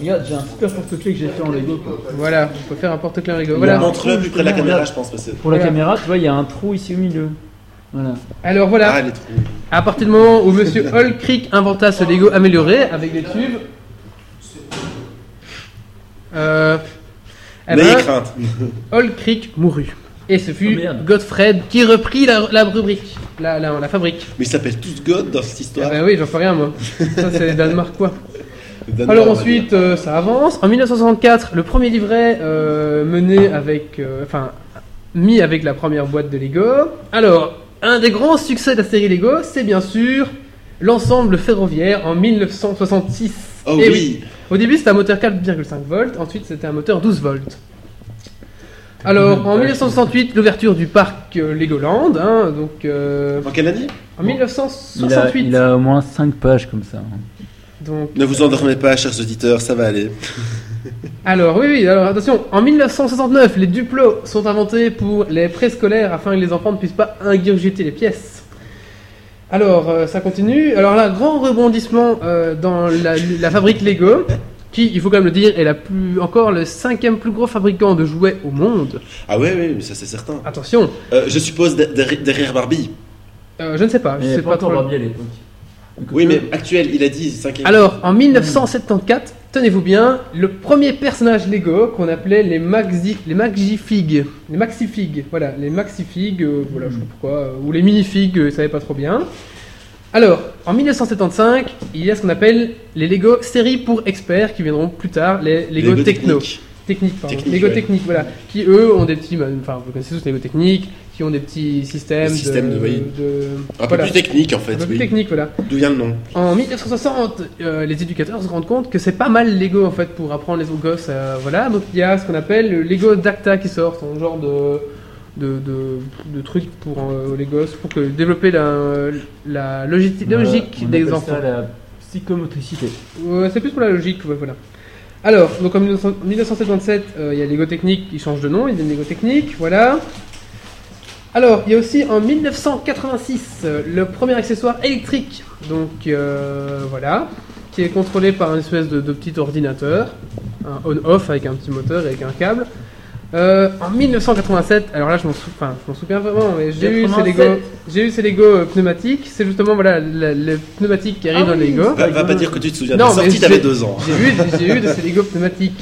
Regarde, j'ai un super porte-clés que j'ai fait en Lego. quoi.
Voilà, on peut faire un porte-clés en Lego.
Il y
Voilà.
a un-
Montre-le plus près de la caméra, je pense. Parce que...
Pour la
Voilà.
caméra, tu vois, il y a un trou ici au milieu. Voilà.
Alors voilà,
Ah, les trous.
à partir du moment où Monsieur Hall Creek inventa ce Lego amélioré avec des tubes. Euh, eh
N'ayez
ben,
crainte.
Eh Hall ben, Creek mourut. Et ce fut
Oh, merde.
Godfred qui reprit la, la rubrique, la, la, la fabrique.
Mais ils s'appellent tous God dans cette
Ah
histoire.
bah oui, j'en fais rien moi. Ça c'est Danemarkois.
Donne-moi,
Alors
on va dire.
ensuite, euh, ça avance. En 1964, le premier livret euh, mené avec, euh, enfin, mis avec la première boîte de Lego. Alors, un des grands succès de la série Lego, c'est bien sûr l'ensemble ferroviaire en 1966.
Oh
Eh
oui.
Au début, c'était un moteur 4,5 volts. Ensuite, c'était un moteur 12 volts. Alors, en 1968, l'ouverture du parc euh, Legoland. hein, donc, euh,
En quelle année
en
Il a,
1968.
il a au moins 5 pages comme ça.
Donc,
Ne vous endormez pas, chers auditeurs, ça va aller.
Alors oui, oui, alors attention, en 1969, les duplos sont inventés pour les préscolaires afin que les enfants ne puissent pas ingurgiter les pièces. Alors euh, ça continue. Alors là, grand rebondissement euh, dans la, la fabrique Lego, qui, il faut quand même le dire, est la plus, encore le cinquième plus gros fabricant de jouets au monde.
Ah ouais, ouais, mais ça c'est certain.
Attention,
Euh, je suppose de- derri- derrière Barbie.
euh, je ne sais pas, je
Il n'y
sais
avait
pas
Ah, pas
trop.
encore Barbie à l'époque.
Oui, mais actuel, il a dit cinquième.
Alors en 1974, tenez-vous bien, le premier personnage Lego qu'on appelait les maxi les maxi-figs. Les maxi-figs, voilà, les maxi-figs, euh, voilà, je sais pas pourquoi, euh, ou les mini-figs, euh, ils savaient pas trop bien. Alors, en 1975, il y a ce qu'on appelle les Lego séries pour experts qui viendront plus tard, les Lego,
Lego
techno.
technique.
Technique, pardon.
Technique,
Lego
ouais.
technique, voilà. Qui eux ont des petits, bah, enfin vous connaissez tous les Lego technique, qui ont des petits systèmes,
Des systèmes de- oui.
de-
Un peu
voilà.
plus technique en
Un
fait,
peu plus
oui.
technique, voilà.
D'où vient le nom
En 1960, euh, les éducateurs se rendent compte que c'est pas mal Lego en fait pour apprendre les autres gosses. euh, voilà, donc il y a ce qu'on appelle le Lego Dacta qui sort, un genre de de, de, de truc pour euh, les gosses pour que développer la, la logisti- logique
On
des
appelle
enfants.
Ça la psychomotricité.
Ouais, Euh, c'est plus pour la logique, ouais, voilà. Alors, donc en 1900 1977, euh, il y a Lego Technique, ils changent de nom, ils deviennent Lego Technique, voilà. Alors, il y a aussi en 1986 euh, le premier accessoire électrique, donc euh, voilà, qui est contrôlé par une espèce de, de petit ordinateur, un on-off avec un petit moteur et avec un câble. Euh, en 1987, alors là je m'en souviens, enfin, je m'en souviens vraiment, mais j'ai eu ces Lego,
87.
j'ai eu ces Lego euh, pneumatiques, c'est justement voilà la- les pneumatiques qui arrivent
Ah
dans les
oui,
Lego.
va, va pas dire que tu te souviens
Non,
de la
mais
sortie, t'avais
j'ai-
deux ans.
J'ai eu, j'ai eu de ces Lego pneumatiques.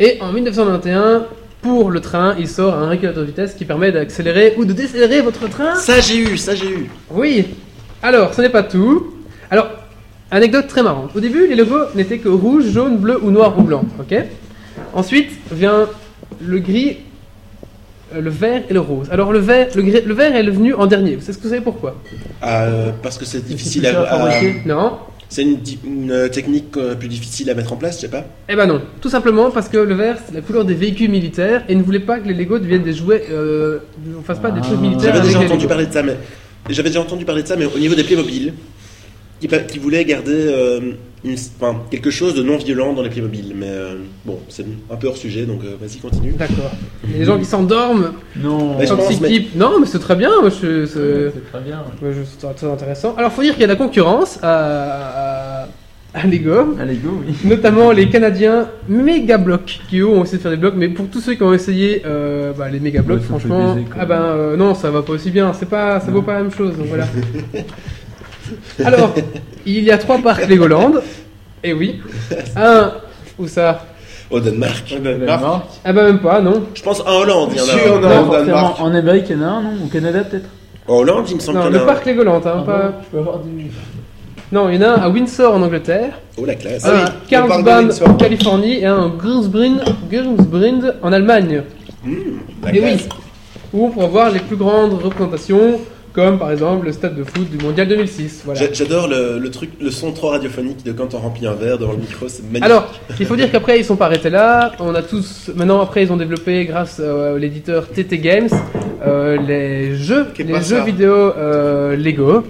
Et en 1921, pour le train, il sort un régulateur de vitesse qui permet d'accélérer ou de décélérer votre train.
Ça j'ai eu, ça j'ai eu.
Oui. Alors, ce n'est pas tout. Alors, anecdote très marrante. Au début, les logos n'étaient que rouge, jaune, bleu ou noir ou blanc. Ok. Ensuite vient le gris, euh, le vert et le rose. Alors le vert, le, gris- le vert est venu en dernier. Vous savez, vous savez pourquoi
Euh, parce que c'est difficile
plus cher
à,
à
à-
fabriquer.
Non.
C'est une, di- une technique euh, plus difficile à mettre en place, je sais pas.
Eh ben non, tout simplement parce que le vert c'est la couleur des véhicules militaires et ils ne voulait pas que les Lego deviennent des jouets, euh, on fasse pas des
Ah.
trucs militaires
J'avais
avec
déjà
les
entendu
Lego.
parler de ça, mais j'avais déjà entendu parler de ça, mais au niveau des Playmobil, qui, pa- qui voulaient garder euh, une- enfin, quelque chose de non violent dans les Playmobil. Mais euh, bon, c'est un peu hors sujet, donc euh, vas-y continue.
D'accord. Et Les gens qui s'endorment,
Non. euh,
Mais je pense,
toxic
mais-
type. Non, mais c'est très bien. Moi, je, c'est-
C'est très bien.
moi, je- c'est très intéressant. Alors, faut dire qu'il y a de la concurrence à, à, à Lego,
Allez, go, Ah, oui.
notamment les Canadiens Mega Block qui eux ont essayé de faire des blocs, mais pour tous ceux qui ont essayé euh, bah, les Mega Blocs,
Ouais, ça me fait
franchement,
baiser, quoi.
ah ben euh, non, ça va pas aussi bien. C'est pas, ça vaut
Ouais.
pas la même chose. Donc voilà. Alors, il y a trois parcs Legoland. Et oui. Un, où ça
Au Danemark.
Danemark.
Ah bah même pas, non.
Je pense en Hollande, il y en a.
Si,
un.
on
Non,
a-
forcément,
Danemark.
en Amérique, il y en a un, non Au Canada, peut-être
En Hollande, il me semble
Non,
qu'il y
le
en a un. Ah
parc Legoland, hein, pas...
Je Ah peux avoir du.
Non, il y en a un à Windsor en Angleterre,
Oh la classe.
un à
oui, le parc de
Carlsbad
Windsor.
en Californie et un en Gernsbrind, Gernsbrind en Allemagne.
La
Et
classe.
Eh oui, où on pourra voir les plus grandes représentations, comme par exemple le stade de foot du Mondial 2006. Voilà.
J'a- J'adore le, le truc, le son trop radiophonique de quand on remplit un verre devant le micro, c'est magnifique.
Alors, il faut dire qu'après ils sont pas arrêtés là. On a tous maintenant après ils ont développé grâce euh, à l'éditeur TT Games euh, les jeux,
Qu'est
les
pas
jeux
ça.
vidéo euh, Lego.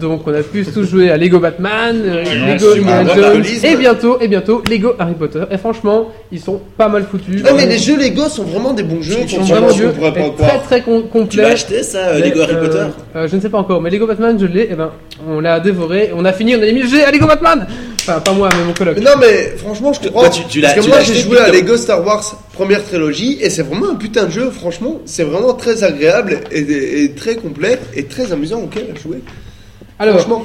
Donc on a pu tous jouer à Lego Batman, euh, Lego
super
Indiana Jones
capitalisme.
et bientôt et bientôt Lego Harry Potter. Et franchement, ils sont pas mal foutus.
Non, mais les jeux Lego sont vraiment des bons jeux.
ils sont vraiment
contrairement à ce qu'on
vieux,
pourrait pas
et très
croire.
très com-
tu l'as
complets.
acheté ça, euh,
Mais,
Lego Harry
euh,
Potter
euh, Je ne sais pas encore, mais Lego Batman, je l'ai. Et ben, on l'a dévoré. On a fini, on a mis le jeu à Lego Batman. Enfin, pas moi, mais mon coloc.
Mais non, mais franchement, je comprends.
Bah, tu- tu l'as-
parce que
tu
moi,
l'as
j'ai
acheté,
joué à
Peter.
Lego Star Wars première trilogie et c'est vraiment un putain de jeu. Franchement, c'est vraiment très agréable et, et très complet et très amusant auquel à jouer.
Alors,
Franchement,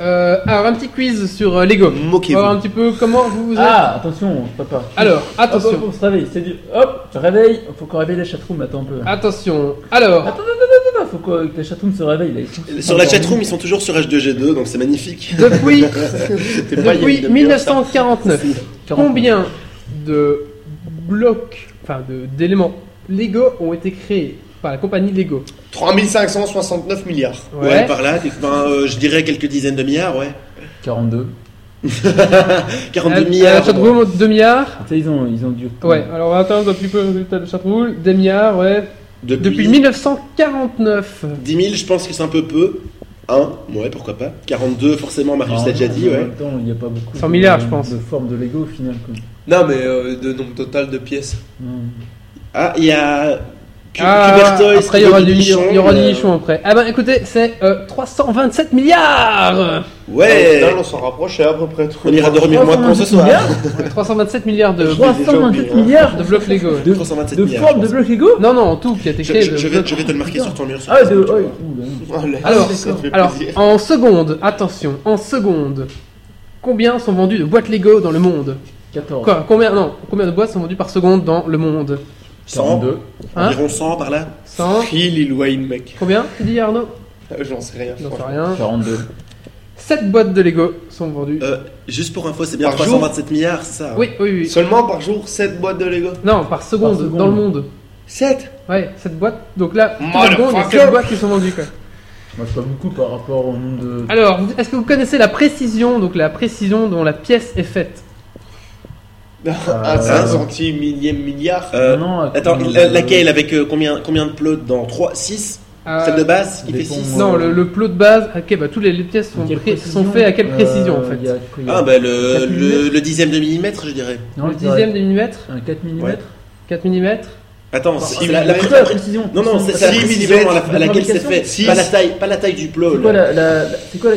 euh, alors, un petit quiz sur euh, Lego. On va voir un
moquez-vous.
petit peu comment vous êtes.
Ah, attention, papa.
Alors,
Hop, hop,
attention.
hop, se réveille, c'est du. Hop, réveille. Faut qu'on réveille la chatroom, attends un peu.
Ah. Attention. Alors,
Attends, attends, attends, attends, faut que que la chatroom se réveille. Là. ils sont- ils sont
Sur la
endormis.
chatroom, ils sont toujours sur H2G2, donc c'est magnifique.
depuis,
C'était pas il y a une
depuis
demi-heure, ça.
1949,
Combien
combien de blocs, enfin de- d'éléments Lego ont été créés par la compagnie Lego
3569 milliards.
Ouais, par là, t'es- ben, euh, je dirais quelques dizaines de milliards, ouais.
42.
42
Euh,
milliards. Ah.
euh, chatroom, 2 milliards.
Tu sais, ils ont, ils ont du.
Ouais, alors on va attendre un petit peu le résultat de chatroom. 2 milliards, ouais.
Depuis,
Depuis 1949.
10 000, je pense que c'est un peu peu. 1, ouais, pourquoi pas. 42, forcément, Marius l'a Ah, déjà dit,
En
ouais.
même temps, il n'y a pas beaucoup.
100
de-
milliards, je pense.
De forme de Lego au final. Quoi.
Non, mais euh, de nombre total de pièces.
Euh,
Hum.
Ah, il y a. Cu-
Ah,
Cubertoys,
après, il y aura du
Bobby
nichon. Il y aura du
euh,
nichon après. Ah ben écoutez, c'est euh, 327 milliards
Ouais
Au final, on s'en rapprochait à peu près. tout.
On ira dormir moins con ce soir.
327 milliards de,
327 milliards
de blocs Lego.
de,
327
de
hein. milliards.
forme de bloc Lego
Non, non, en tout qui a été
Je,
créé.
je-
de
je vais,
blocs.
je vais te le marquer sur ton mur. sur
Ah,
ton
de.
mur, Oh, tu
ouais,
vois.
ouh là là.
Allez,
Alors,
ça te fait
Alors,
plaisir.
en seconde, attention, en seconde, combien sont vendues de boîtes Lego dans le monde
14.
Quoi Combien Non, combien de boîtes sont vendues par seconde dans le monde
100,
42.
Hein
environ 100 par là.
100
Phil, Lil Wayne, mec.
Combien Tu dis Arnaud
Euh, J'en sais rien.
J'en sais
franchement.
rien.
42.
7 boîtes de Lego sont vendues.
Euh, juste pour info, c'est bien
Par
327 milliards, c'est ça. hein
Oui, oui, oui.
Seulement par jour, 7 boîtes de Lego.
euh,
Non, par seconde,
Par seconde.
dans le monde.
7
Ouais, 7 boîtes. Donc là, tout
Motherfucker.
le monde, il y a 7 boîtes qui sont vendues. Quoi.
Moi, c'est pas beaucoup par rapport au nombre de.
Alors, vous- est-ce que vous connaissez la précision, donc la précision dont la pièce est faite
Un
Euh,
5 centimes, millième, milliard.
Euh,
non,
Attends,
non,
la-
non,
laquelle Avec euh, combien, combien de plots dans 3, 6
Euh,
Celle de base qui fait
dépend,
6
ouais.
Non, le, le plot de base, ok, bah toutes les, les pièces sont,
Quelle
pré-
précision
sont faites à quelle
Euh,
précision en fait
il y a- il y a-
Ah, bah le,
4
le, le dixième de millimètre, je dirais.
non,
Le
je dirais
dixième des millimètres
Un 4 mm
4 mm
Attends,
six
c'est la, la,
millimètres.
pré-
C'est quoi la précision
Non, non, c'est
C'est
c'est la
Six
précision
millimètres
à, la- à laquelle c'est
fabrication.
fait.
Six.
Pas la taille, pas la taille du plot.
quoi
la,
la, la, la- c'est quoi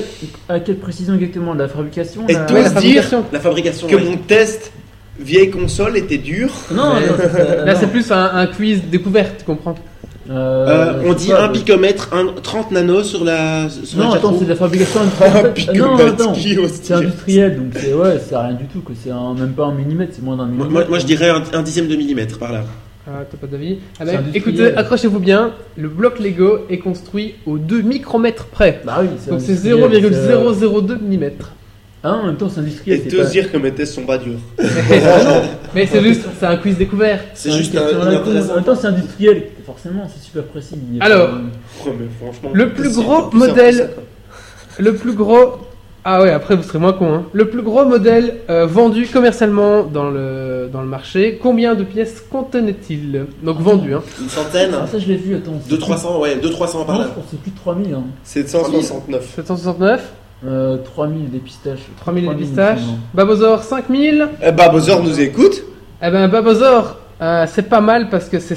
la, à quelle précision exactement la fabrication
Et
la-
toi,
la
se dire
fabrication.
la fabrication.
Que
ouais.
mon test vieille console était dur.
Non,
Mais-
non, c'est- euh,
Là,
non.
c'est plus un, un quiz découverte, tu comprends
Euh,
Euh, on
je sais
dit
pas,
1
euh,
picomètre, un- 30 nanos sur la. Sur
Non, attends,
la chatroom.
c'est de la fabrication
Ah,
industrielle.
Pico
non, attends,
Batsky, hostie.
c'est industriel, donc c'est ouais, c'est rien du tout, que c'est un- même pas un millimètre, c'est moins d'un
Moi,
millimètre.
moi- moi, je dirais un, un dixième de millimètre par là.
Ah, t'as pas d'avis Ah,
C'est
bah,
industriel.
Écoutez, accrochez-vous bien, le bloc Lego est construit aux 2 micromètres près.
Bah oui, c'est
Donc c'est
industriel, c'est, euh,
0,002 mm.
Ah, en même temps, c'est
Et
industriel.
te
c'est pas-
dire que mes tests sont pas durs.
Mais c'est juste, c'est un quiz découverte.
C'est juste
en
un,
même temps- En même temps, c'est industriel, forcément, c'est super précis. il y a
Alors,
pas-
Oh, mais franchement.
Le plus
c'est
gros
encore plus simple que
modèle-
ça, quoi.
Le plus gros. Ah ouais, après vous serez moins con. Hein. Le plus gros modèle euh, vendu commercialement dans le, dans le marché, combien de pièces contenait-il Donc vendu, hein.
Une centaine
Ah, ça, je l'ai vu, attends. c'est-
2 300, ouais, 2 300 par
Non,
là.
je pense que c'est plus de 3000. Hein.
C'est 169.
769,
Euh, 3000 des pistaches.
3000 les
3000,
pistaches,
sûrement.
Babozor 5000.
Eh bah, Bowser nous écoute.
Eh ben Babozor, euh, c'est pas mal parce que c'est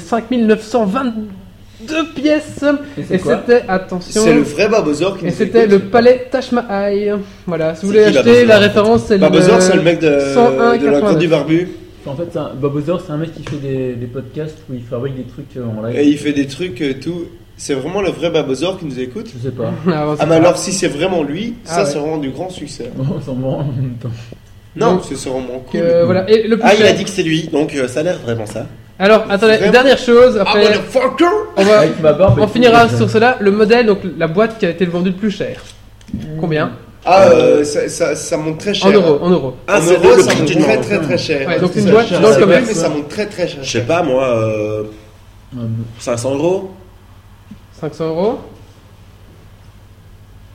5922 pièces.
Et c'est
Et
quoi
c'était, attention,
C'est le vrai Babozor qui nous
et
écoute.
c'était le palais Taj Mahal. Voilà, si vous
C'est
voulez
qui,
acheter,
Babozor,
la
en fait
référence c'est le. Ah,
Babozor, Bah, c'est le mec de,
101,
de la Côte
89.
du Barbu.
En fait, c'est un- Babozor, c'est un mec qui fait des, des podcasts où il fabrique des trucs euh, en live.
Et il fait des trucs euh, tout. C'est vraiment le vrai Babozor qui nous écoute.
Je sais pas.
Ah, bon,
Ah,
c'est
mais
pas-
alors, si c'est vraiment lui,
Ah
ça,
ouais.
c'est vraiment du grand succès.
On s'en branle en même temps.
Non,
Donc,
c'est c'est vraiment cool.
Euh, voilà. Et le plus
Ah, il a
cher.
dit que c'est lui, donc euh, ça a l'air vraiment ça.
Alors, attendez,
Vraiment
dernière chose,
Ah,
après,
motherfucker!
on, va,
Avec ma barbe. et
on
tout,
finira
je-
sur cela. Le modèle, donc la boîte qui a été vendue le plus cher. Combien
Ah, euh, ça, ça, ça monte très cher.
En euros, en euros.
Ah,
en
c'est
euros,
le
ça
prix
monte
d'une
très
vente.
très très cher.
Ouais,
Ouais,
donc
c'est
une
ça,
boîte
cher,
dans le
c'est
commerce.
vrai, Mais ça monte très très cher.
Je sais pas, moi, euh,
Euh,
500 euros
500 euros.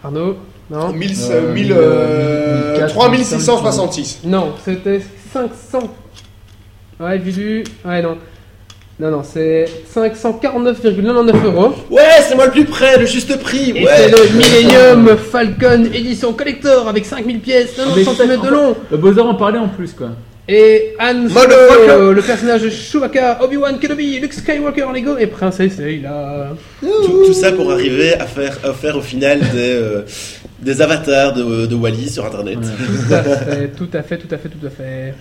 Arnaud Non
1000,
Euh,
1000,
euh,
euh, 3666.
Non, c'était 500. Ouais, Vidu. Ouais, non. Non, non, c'est 549,99 euros.
Ouais, c'est moi le plus près, le juste prix
Et c'est
Ouais
le Millennium Falcon Edition Collector avec 5000 pièces, 90
Mais-
cm de long.
Babozor en parlait en plus, quoi.
Et Han Solo,
Motherfucker.
euh, le personnage de Chewbacca, Obi-Wan Kenobi, Luke Skywalker en Lego et Princesse Leia.
tout, tout ça pour arriver à faire, à faire au final des, euh, des avatars de, de Wally sur internet.
Ouais.
Tout à fait, tout à fait, tout à fait, tout à fait. Eh ben,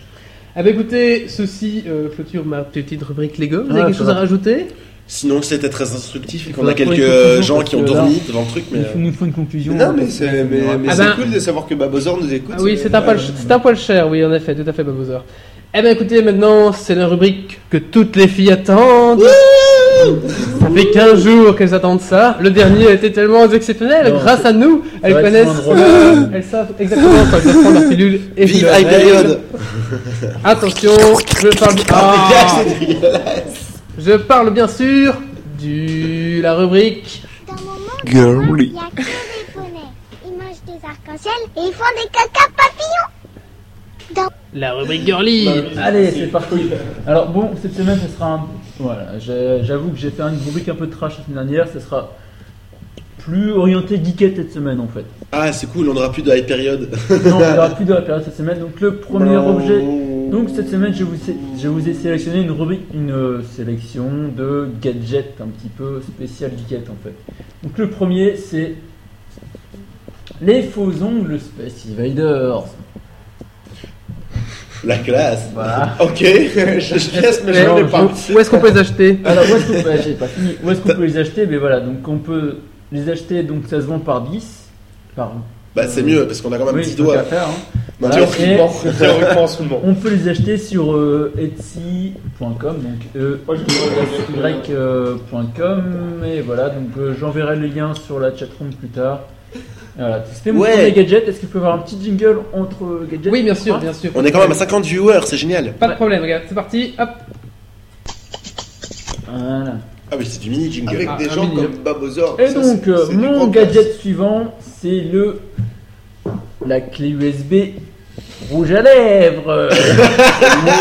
Ah bah écoutez, ceci euh, clôture ma petite rubrique Lego. Vous avez
Ah,
quelque
ça
chose
va.
à rajouter
Sinon, c'était très instructif et qu'on a
faudrait trouver
quelques
une conclusion
gens
parce
qui ont
que là,
dormi devant le truc, mais. euh,
Il faut, nous faut une conclusion.
euh, Non, mais c'est mais- mais
Ah
c'est
ben-
cool de savoir que Babozor nous écoute.
Ah oui, c'est un, poil- c'est un poil cher, oui, en effet, tout à fait, Babozor. Eh bien, écoutez, maintenant, c'est la rubrique que toutes les filles attendent. Ça fait 15 jours qu'elles attendent ça. Le dernier était tellement exceptionnel.
Non,
Grâce à nous,
va
elles
être
connaissent.
moins drôle.
Elles savent exactement quand elles prendre leur pilule. Et
Vive
leur
Hyperion
Attention, je parle. Ah je parle bien sûr du la rubrique.
Dans mon monde, il n'y a que des poneys. Ils mangent des arcs-en-ciel et ils font des caca papillons.
La rubrique girly.
Allez, c'est parti. Alors bon, cette semaine, ce sera un... Voilà, j'ai- j'avoue que j'ai fait une rubrique un peu trash la semaine dernière, ce sera plus orienté geekette cette semaine en fait.
Ah, c'est cool, on n'aura plus de Hyperion.
Non, il n'y aura plus de la période cette semaine, donc le premier objet... Donc cette semaine, je vous, sé- je vous ai sélectionné une rubrique, une euh, sélection de gadgets un petit peu spécial geekette en fait. Donc le premier, c'est les faux ongles Space Invaders.
La classe
Voilà.
Ok, je je laisse, mais je
Non,
ne l'ai pas.
Où est-ce qu'on peut les acheter
Alors où est-ce qu'on peut, j'ai pas fini. Où est-ce qu'on peut les acheter Mais voilà, donc on peut les acheter, donc ça se vend par 10. Par
Bah, c'est mieux, parce qu'on a quand même un
oui,
petit
tant qu'à
doigt.
faire, hein.
Bah,
Voilà,
tu-
et
Théoriquement, sous le monde.
on peut les acheter sur euh, etsy.com, donc euh, e-y.com. Et voilà, donc euh, j'enverrai le lien sur la chatroom plus tard. Voilà, c'était mon
Ouais.
premier gadget. Est-ce qu'il peut y avoir un petit jingle entre euh, gadgets
Oui, bien sûr, bien sûr.
On est quand même à 50 viewers, c'est génial.
Pas de problème, regarde, c'est parti. Hop.
Voilà.
Ah oui, c'est du mini jingle.
Avec
Ah,
des
un
gens
minimum.
comme Babozor.
Et
Ah, ça,
donc,
c'est-
euh,
c'est du
mon
grand
gadget suivant, c'est le la clé USB rouge à lèvres.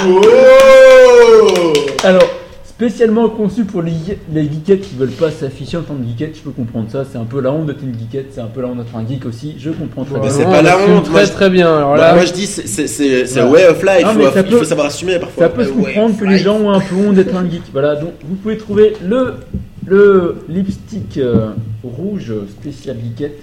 Oh
Alors, spécialement conçu pour les, ge- les geekettes qui veulent pas s'afficher en tant que geekette, je peux comprendre ça. C'est un peu la honte d'être une geekette, c'est un peu la honte d'être un geek aussi. Je comprends très
Mais
bien.
c'est
Vraiment,
pas la
on assume
honte, moi,
Très
je-
très bien. Alors
Bah,
là,
moi je dis, c'est- c'est c'est- c'est
Ouais.
way of life,
Non,
faut-
mais
il
ça
faut
peut-
savoir assumer parfois.
Ça peut se
Mais ouais.
comprendre que les gens ont un peu honte d'être un geek. Voilà, donc vous pouvez trouver le, le lipstick euh, rouge spécial geekette.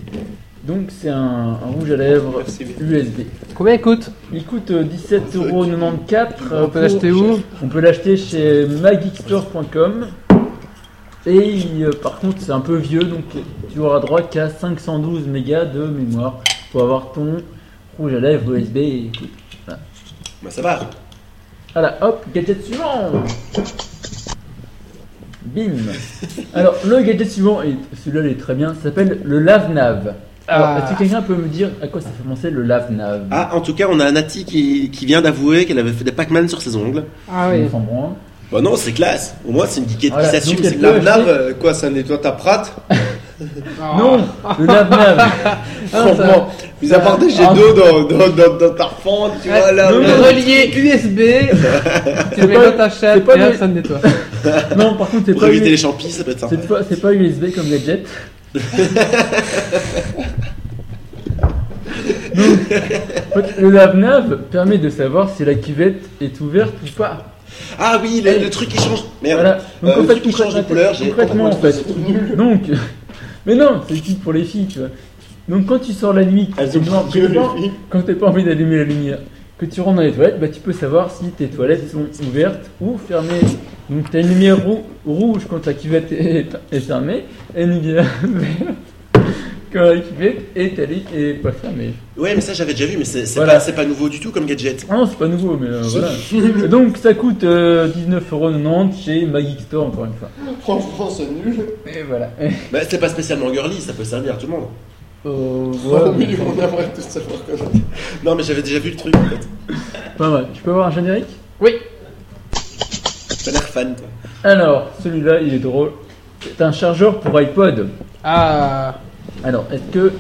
Donc c'est un, un rouge à lèvres
Merci bien.
USB.
combien elle coûte
Il coûte euh, 17,94€. euh,
On peut
pour-
l'acheter où
On peut l'acheter chez magicstore.com. Et il, euh, par contre, c'est un peu vieux, donc tu auras droit qu'à 512 mégas de mémoire pour avoir ton rouge à lèvres USB. et tout.
Bah, ça va.
Voilà, hop, gadget suivant Bim Alors, le gadget suivant, et celui-là il est très bien, ça s'appelle le lave-nav. Alors,
Ah.
est-ce que quelqu'un peut me dire à quoi ça fait penser le lave-nav
Ah, en tout cas, on a Nati qui, qui vient d'avouer qu'elle avait fait des Pac-Man sur ses ongles.
Ah
Je me hein. sens branle.
Bah non, c'est classe. Au moins, c'est une geekette
Voilà,
qui s'assume.
donc,
c'est
elle
clair.
peut-
Nave, euh, quoi, ça nettoie ta prate
Non, le lave-nav
Franchement, mis à part des jets
Ah.
d'eau dans, dans, dans, dans ta fente,
Oh
tu vois, là.
non,
là.
non.
Relié USB. tu le mets
pas-
dans ta
c'est
chatte
pas
et hop,
le-
ça me nettoie.
Non, par contre, c'est
Pour
pas,
éviter les
U-
champis, ça peut être sympa.
c'est pas, c'est pas USB comme gadget. Donc, en fait, le lave-nav permet de savoir si la cuvette est ouverte ou pas.
Ah oui, le, le truc qui change. Merde.
Voilà. Donc,
Euh,
en
le
fait,
truc qui change de
concrètement-
couleur, j'ai
concrètement, en fait. Donc, mais non, c'est utile pour les filles, tu vois. Donc, quand tu sors la nuit, quand tu dors,
Dieu,
tu dors,
les filles.
quand t'as pas envie d'allumer la lumière, que tu rentres dans les toilettes, bah, tu peux savoir si tes toilettes sont ouvertes ou fermées. Donc t'as une lumière rou- rouge quand ta cuvette est, est fermée, et une lumière verte quand la cuvette est, allée- est pas fermée.
Ouais, mais ça, j'avais déjà vu, mais c'est c'est
Voilà.
pas, c'est pas nouveau du tout comme gadget.
Ah non, c'est pas nouveau, mais euh, voilà. Et Donc ça coûte euh, 19,90€ chez Magic Store, encore une fois.
Franchement, c'est nul.
Et voilà.
Bah, c'est pas spécialement girly, ça peut servir à tout le monde.
Euh,
Oh,
voilà.
oui, on aimerait tous savoir quoi.
Non, mais j'avais déjà vu le truc en fait.
Pas mal. Tu peux avoir un générique
T'as l'air fan, toi.
Alors, celui-là, il est drôle. C'est un chargeur pour iPod.
Ah.
Alors, est-ce que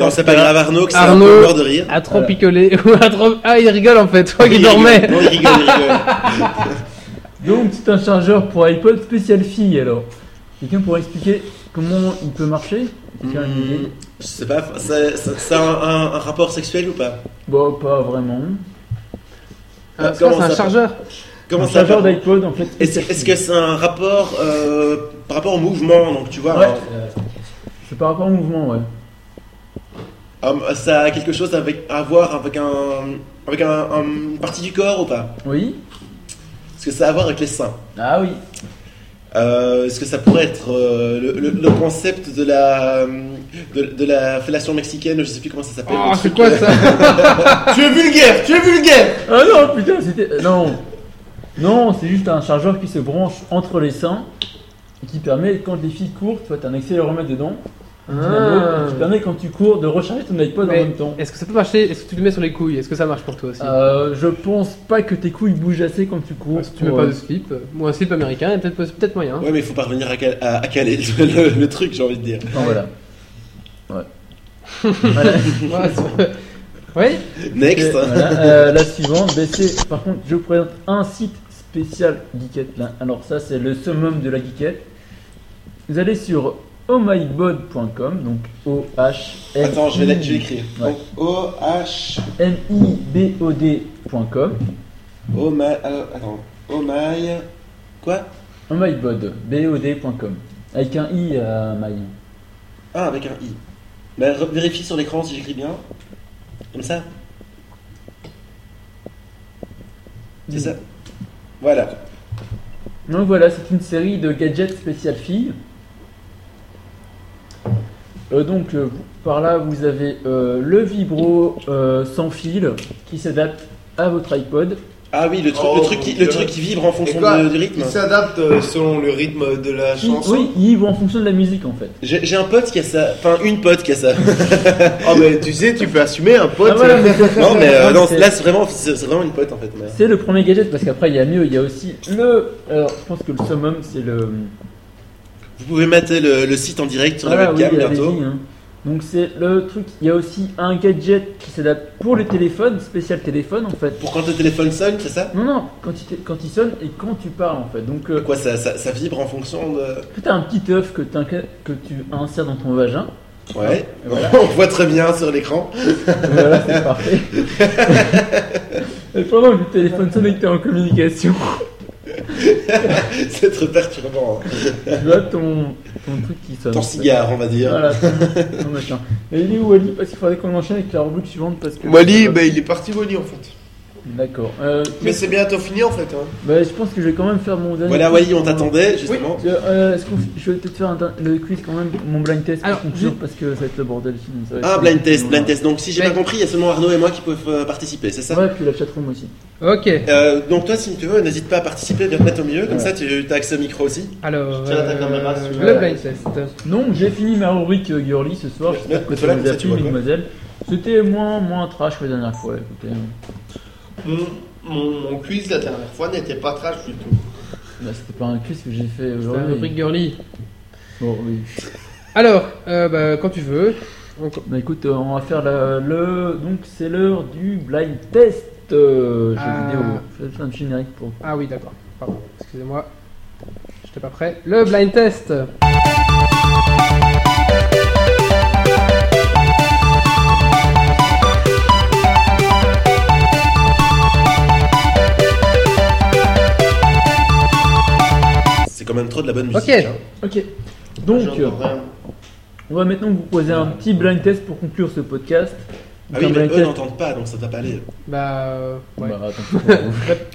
Non, c'est pas grave, Arnaud, que c'est un
Arnaud.
peu mort de rire.
À trop
Voilà.
picoler ou à trop. Ah, il rigole en fait. Toi qui
Il
dormais.
rigole. Non, il rigole, il rigole.
Donc c'est un chargeur pour iPod spécial fille alors. Quelqu'un pourrait expliquer comment il peut marcher Quelqu'un a une idée
Hmm, Je sais pas, ça, ça- ça a un, un- un rapport sexuel ou pas
Bon, Bah, pas vraiment.
Ah, c'est quoi,
Comment
c'est un
ça-
chargeur.
Comment
un
ça
chargeur
va
d'iPod en fait.
Est-ce
spécial
est-ce
fille.
que c'est un rapport euh, par rapport au mouvement Donc tu vois,
Ouais.
un-
C'est par rapport au mouvement, ouais.
un- Hum, ça a quelque chose avec, à voir avec un avec un, un- une partie du corps ou pas
Oui
Est-ce que ça a à voir avec les seins
Ah oui.
Euh, Est-ce que ça pourrait être euh, le, le- le concept de la, hum, de, de la fellation mexicaine Je sais plus comment ça s'appelle.
Oh,
le
c'est
truc,
quoi
euh,
ça
Tu es vulgaire, tu es vulgaire
Ah non, putain, c'était. Non Non, c'est juste un chargeur qui se branche entre les seins et qui permet, quand les filles courent, tu vois, t'as un accéléromètre dedans.
Ah.
Qui permet, quand tu cours, de recharger ton iPod
Mais
en même temps.
Est-ce que ça peut marcher Est-ce que tu le mets sur les couilles Est-ce que ça marche pour toi aussi
Euh, je pense pas que tes couilles bougent assez quand tu cours.
Ah, Si tu mets
pour,
pas
euh,
de slip, ou un slip américain, il y a peut-être peut moyen. hein.
Ouais, mais il faut parvenir à, cal- à- à caler le, le- le truc, j'ai envie de dire.
Enfin voilà. Ouais. voilà.
Ouais, c'est- oui
Next
Voilà, euh, la suivante, baisser. Par contre, je vous présente un site spécial geekette. Là. Alors ça, c'est le summum de la geekette. Vous allez sur ohmybod.com, donc O H M
Attends, je vais la- je vais l'écrire.
Ouais.
Donc, O, H,
M I B O D.com.
O, my, euh, attends, O, my, quoi
Ohmybod, B O D.com. Avec un i à my.
Ah, avec un I. Mais re- vérifie sur l'écran si j'écris bien. Comme ça
Hmm.
C'est ça Voilà.
Donc voilà, c'est une série de gadgets spécial filles. Euh, donc euh, par là, vous avez euh, le vibro euh, sans fil qui s'adapte à votre iPod.
Ah oui, le truc,
Oh,
le truc, qui, le
mon
truc
Dieu.
qui vibre en fonction
Et quoi
de- du rythme.
Il s'adapte euh, selon le rythme de la
Qui-
chanson.
oui, ils vont en fonction de la musique en fait.
J'ai j'ai un pote qui a ça. Enfin, une pote qui a ça.
Oh, mais tu sais, tu peux assumer un pote.
Ah, voilà, mais c'est-
non, mais euh, non,
c'est-
là, c'est vraiment, c'est c'est vraiment une pote en fait. mais-
C'est le premier gadget parce qu'après il y a mieux, il y a aussi le. Alors je pense que le summum c'est le.
Vous pouvez mater le, le site en direct sur la
Voilà, oui,
webcam
allez-y,
bientôt.
hein. Donc c'est le truc. Il y a aussi un gadget qui s'adapte pour les téléphones, spécial téléphone en fait.
Pour quand le téléphone sonne, c'est ça
Non, non, quand il, t- quand il sonne et quand tu parles en fait. Donc euh,
Quoi, ça, ça, ça vibre en fonction de.
Tu as un petit œuf que, t'inca- que tu insères dans ton vagin.
Ouais.
Voilà.
On voit très bien sur l'écran.
voilà, c'est parfait. et pendant que le téléphone sonne et que tu es en communication,
c'est très perturbant. hein.
tu vois ton, ton truc qui sonne.
Ton
en fait.
cigare, on va dire.
Voilà, ton, ton machin. Et il est où Ali Parce qu'il faudrait qu'on enchaîne avec la rubrique suivante. parce que euh,
Wally, bah, il est parti Wally en fait.
D'accord. Euh,
Mais c'est bientôt fini en fait. Hein.
bah, je pense que je vais quand même faire mon dernier.
Voilà,
quiz.
Wally, on t'attendait justement.
Tu- euh, est-ce qu'on f- je vais peut-être faire un, le quiz quand même, mon blind test
Alors,
pour conclure
juste-
parce que ça va être le bordel sinon ça va être-
Ah, blind test, blind test. Donc, si j'ai
Mais-
bien compris, il y a seulement Arnaud et moi qui peuvent euh, participer, c'est ça
Ouais, puis la chatroom aussi.
Ok,
Euh, donc toi, si tu veux, n'hésite pas à participer, viens te mettre au milieu, comme
Ouais.
ça tu as accès au micro aussi.
alors. euh,
Tiens, ta caméra, si tu
le
veux.
blind test.
Donc j'ai fini ma rubrique euh, girly ce soir, j'espère que ça
Voilà,
vous
comme
a
ça, tu
plu
vois quoi.
mesdemoiselles. C'était moins, moins trash que la dernière fois, écoutez.
Mon, mon, mon quiz la dernière fois n'était pas trash du tout.
Là c'était pas un quiz que j'ai fait
C'est un rubrique
aujourd'hui.
girly.
Bon oui.
Alors, euh, bah, quand tu veux. Donc,
Bah écoute, euh, on va faire la- le... Donc c'est l'heure du blind test euh, jeu
Ah.
vidéo. Je vais faire un générique pour...
Ah oui, d'accord. Pardon, excusez-moi. J'étais pas prêt. Le blind test.
C'est quand même trop de la bonne
Ok.
musique. hein.
Ok. Donc euh,
J'entends rien.
on va maintenant vous poser un petit blind test pour conclure ce podcast. Donc,
Ah oui,
un
mais
blind
eux
test-
n'entendent pas, donc ça va pas aller.
Bah, euh, ouais.
Bah, attends,
Bah,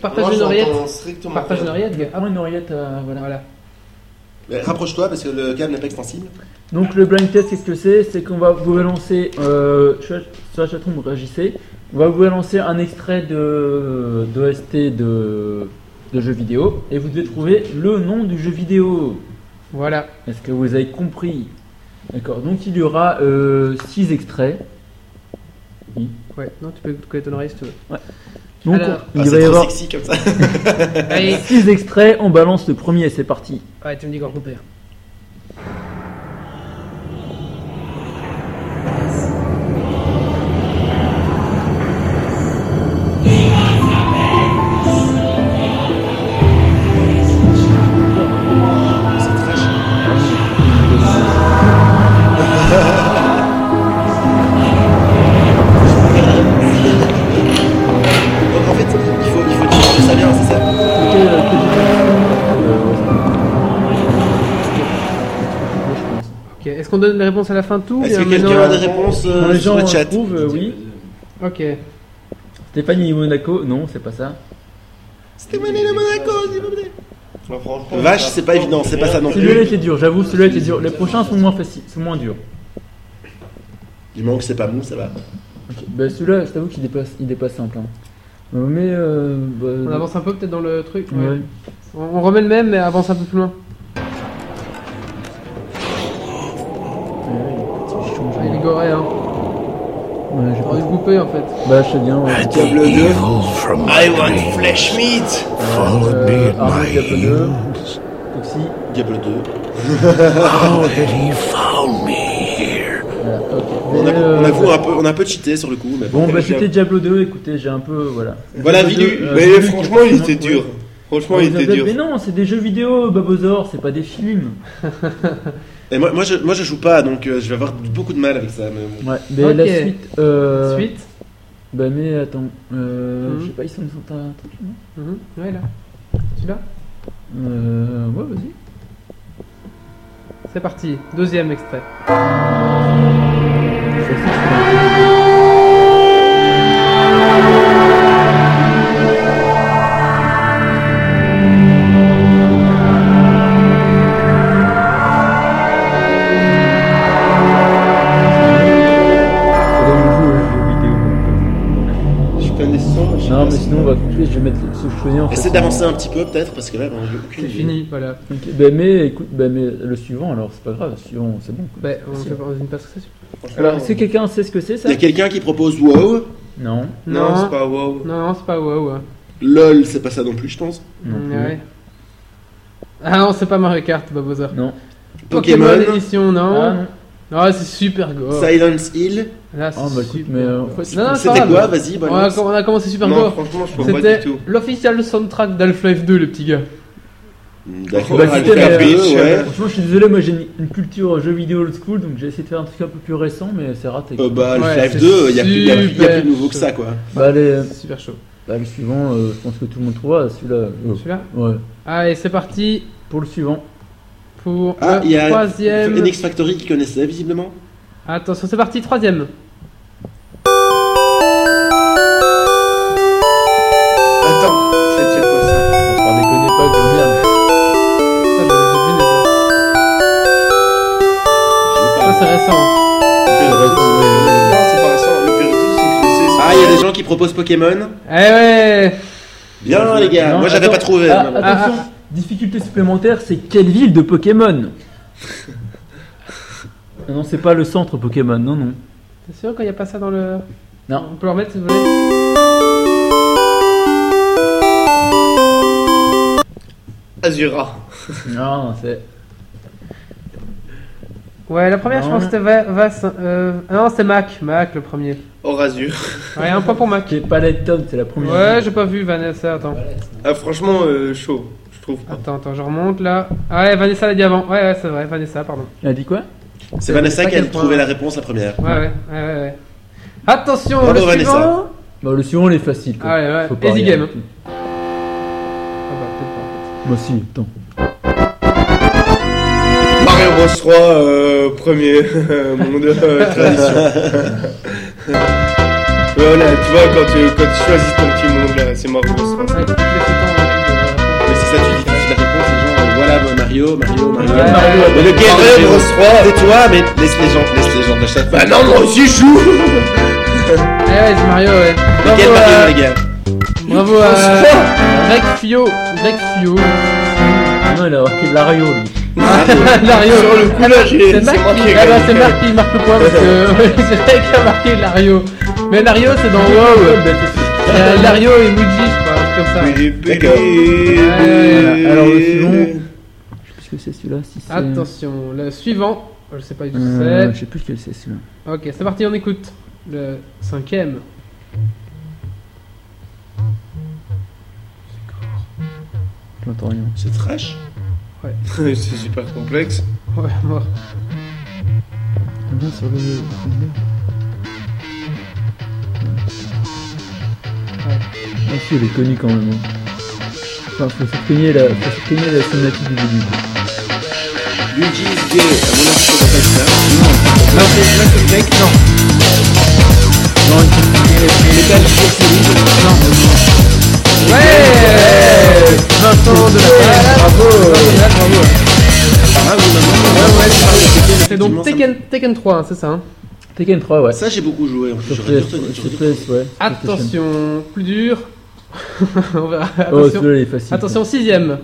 Partage
Moi,
une
j'entends
oreillette.
strictement
Partage
rien.
une oreillette, gars.
Ah, une oreillette, euh, voilà.
Voilà.
Mais Rapproche-toi parce que le câble n'est pas extensible.
Donc le blind test, qu'est-ce que c'est C'est qu'on va vous lancer, euh, sur la- sur la chatroom, réagissez, on va vous lancer un extrait de d'OST de, de jeu vidéo et vous devez trouver le nom du jeu vidéo.
Voilà.
Est-ce que vous avez compris D'accord, donc il y aura 6 extraits.
Ouais, non, tu peux coller ton oreille si tu veux.
Donc
Alors-
Ah,
il va
c'est
y
trop
avoir
sexy comme ça.
Allez,
6 extraits, on balance le premier, c'est parti.
ouais, tu me dis quand couper.
Donc en fait, il faut, il faut dire que ça vient, c'est ça
Ok, euh,
Ok,
que-
est-ce qu'on donne les réponses à la fin de tout
Est-ce
bien
que quelqu'un
maintenant
a des réponses euh,
Quand les
sur
gens
le chat
euh, trouvent, euh, oui.
Ok.
Stéphanie Monaco, non, c'est pas ça.
C'était mené de Monaco, s'il vous plaît.
Bah, franchement,
Vache,
ça-
c'est pas évident, c'est pas ça non
Celui-là
plus.
était dur, j'avoue, celui-là était dur. Les prochains sont moins faciles, sont moins durs.
Du moment que c'est pas mou, ça va.
Ok, Bah, celui-là, je t'avoue qu'il dépasse, il dépasse simple. hein. Euh, Mais. euh, bah,
On avance un peu peut-être dans le truc.
ouais.
ouais. On, on remet le même, mais avance un peu plus loin.
Je change.
Ah, il est goré, hein.
Ouais, j'ai
On est
pas-
coupé en fait.
Bah, je sais bien. ouais.
Diablo 2.
I want flesh meat.
Euh, Arnaud Diablo 2. Toxi.
Diablo 2.
Voilà, ok.
On,
Mais,
a,
euh,
on avoue un peu, on a un peu cheaté sur le coup, mais bon.
Bon, bah, c'était Diablo 2, écoutez, j'ai un peu. Voilà.
Voilà,
Diablo
Vidu.
2, euh,
Mais
Vidu,
franchement, il
forcément,
était dur.
ouais.
Franchement,
Ouais,
il était dur.
Mais non, c'est des jeux vidéo, Babozor, c'est pas des films.
Et moi, moi, je, moi, je joue pas, donc euh, je vais avoir beaucoup de mal avec ça. Mais bon.
Ouais, mais
Ok.
la suite. Euh...
Suite.
Bah, mais attends, euh,
Mhm.
je sais pas, ils sont, ils sont à.
Mhm. Ouais, là. Celui-là
Euh, ouais, vas-y.
C'est parti. Deuxième extrait.
Ça, c'est- c'est-
Je suis plein des sons. je sais
Non,
pas
mais
si-
sinon, on va couper, je vais mettre ce que je connais en fait.
Essaie d'avancer un petit peu, peut-être, parce que là, ben, j'ai aucune
C'est
idée.
fini, voilà.
Ok, Bah, mais écoute, bah, mais le suivant alors, c'est pas grave, le suivant, c'est bon. quoi.
Bah, on fait pas une passe successive.
Alors,
euh,
est-ce que quelqu'un sait ce que c'est ça
Bah, Il y a quelqu'un qui propose WoW.
Non.
Non, c'est pas wow.
Non, non, c'est pas wow.
LOL, c'est pas ça non plus, je pense.
Non.
Mm,
plus.
ouais. Ah non, c'est pas Mario Kart, Babozor.
Non.
Pokémon.
édition,
Ah,
non
non.
Ah, c'est super gore.
Silence Hill.
Là, c'est
Ah, bah, écoute,
super
mais, euh,
gore.
en fait,
Non, non, c'est
C'était
pas
quoi
grave.
Vas-y,
on, a,
balance.
on a commencé super
Non,
gore.
franchement, je vois pas
C'était
du tout.
l'officiel soundtrack d'Half-Life 2, le petit gars.
D'accord,
Bah, c'était, mais,
Alpha Beach,
euh,
ouais.
Franchement, je suis désolé, moi j'ai une, une culture jeux vidéo old school, donc j'ai essayé de faire un truc un peu plus récent, mais c'est raté. quoi.
Euh, bah,
Ouais,
Half-Life
c'est
2, il y a plus- il y a plus il y a
super
plus nouveau que ça, quoi.
Bah, les-
C'est super chaud.
bah, le suivant, euh, je pense que tout le monde trouvera, celui-là.
Celui-là
Ouais.
Allez, c'est parti
Pour le suivant.
pour
Ah, il y
le
a
troisième.
Enix Factory qui connaissait, visiblement.
Attention, c'est parti, troisième.
Attends, c'est c'est quoi ça
On va déconner pas que merde.
Ça, je- j'ai deviné, ça. Ça, c'est récent.
Non, c'est pas récent. Le Péritus, c'est que je sais. c'est-
Ah, il y a des gens qui proposent Pokémon.
Eh ouais
Bien, les gars.
Non,
Moi, j'avais
attends.
pas trouvé.
Ah,
mais bon.
attention,
Ah,
difficulté supplémentaire, c'est quelle ville de Pokémon Non, Non, c'est pas le centre Pokémon, non, non.
T'es sûr qu'il n'y a pas ça dans le.
Non.
On peut le remettre si vous voulez
Azura.
Non, non, c'est.
Ouais, la première, je
Non.
pense que c'était Va- Vass. euh, ah Non, c'était Mac. Mac, le premier.
Orasur.
Ouais, un point pour Mac.
C'est Palette Town, c'est la première.
Ouais,
ville.
j'ai pas vu Vanessa. Attends,
Ah, franchement, euh, chaud, je trouve. pas.
attends, attends, je remonte là. Ah ouais, Vanessa l'a dit avant. Ouais, ouais, c'est vrai, Vanessa, pardon.
Elle a dit quoi
C'est Vanessa
pas
qui a
quel point.
trouvé la réponse la première.
Ouais, ouais, ouais, ouais. ouais. Attention,
Bravo,
le
Vanessa.
suivant.
Bah, le suivant, il est facile. Quoi.
Allez, ouais,
Faut pas
easy
rien.
game. hein. Ah bah, peut-être pas.
Moi aussi, attends.
Mario Bros 3, euh, premier euh, monde euh, tradition. voilà, tu vois, quand tu, quand tu choisis ton petit monde, là, c'est Mario Bros
Ouais,
3.
tu laisses le temps,
Mais c'est ça, tu dis tout de suite la réponse. Les gens, euh, voilà, bah, Mario, Mario, Mario.
Ouais.
Mais lequel Mario Bros 3 C'est toi, mais laisse les gens, laisse les gens de chaque Bah non, moi aussi, je joue
Eh ouais, c'est Mario, ouais. Bravo,
Lequel
à-
Mario, les gars
bravo à Greg Fio. Greg Fio.
Non, il a marqué Lario, lui.
Lario.
Sur le coup, là, j'ai-
C'est Marc
moi
qui
qui ai
ah bah,
gagné.
c'est Marc qui marque le point parce que c'est vrai qu'il a marqué Lario. Mais Lario, c'est dans WoW. Euh, Lario et Luigi, je crois, un truc comme ça.
D'accord.
Ouais,
alors, le second. Je sais plus ce que c'est celui-là, si c'est.
Attention, le suivant. Oh, Je sais pas du tout
Euh,
ce
je sais plus quel c'est celui-là.
c'est. Ok, c'est parti, on écoute. Le cinquième.
J'entends rien.
C'est trash
C'est super complexe.
Ouais, mort.
Ah, Bien sur le. Ah si, elle est connue quand même. hein. Enfin, faut se cogner la, faut se cogner la cinématique du début. quoi.
Luigi is gay. À mon avis, je comprends
Non,
pas ça.
c'est là, c'est le mec, non.
Non, il faut se cogner
Metal Gear Solid.
Non. Ouais Vincent de la Bravo Bravo
Ah oui, maintenant,
C'est donc Tekken, Tekken 3, hein, c'est ça hein
Tekken 3, ouais.
Ça, j'ai beaucoup joué. En plus,
Sur
j'aurais dû
PS,
retenir-
sur
j'aurais dû
PS, ouais. PlayStation.
Attention, plus dur. On verra.
Oh,
Attention.
celui-là, il est facile.
Attention, sixième.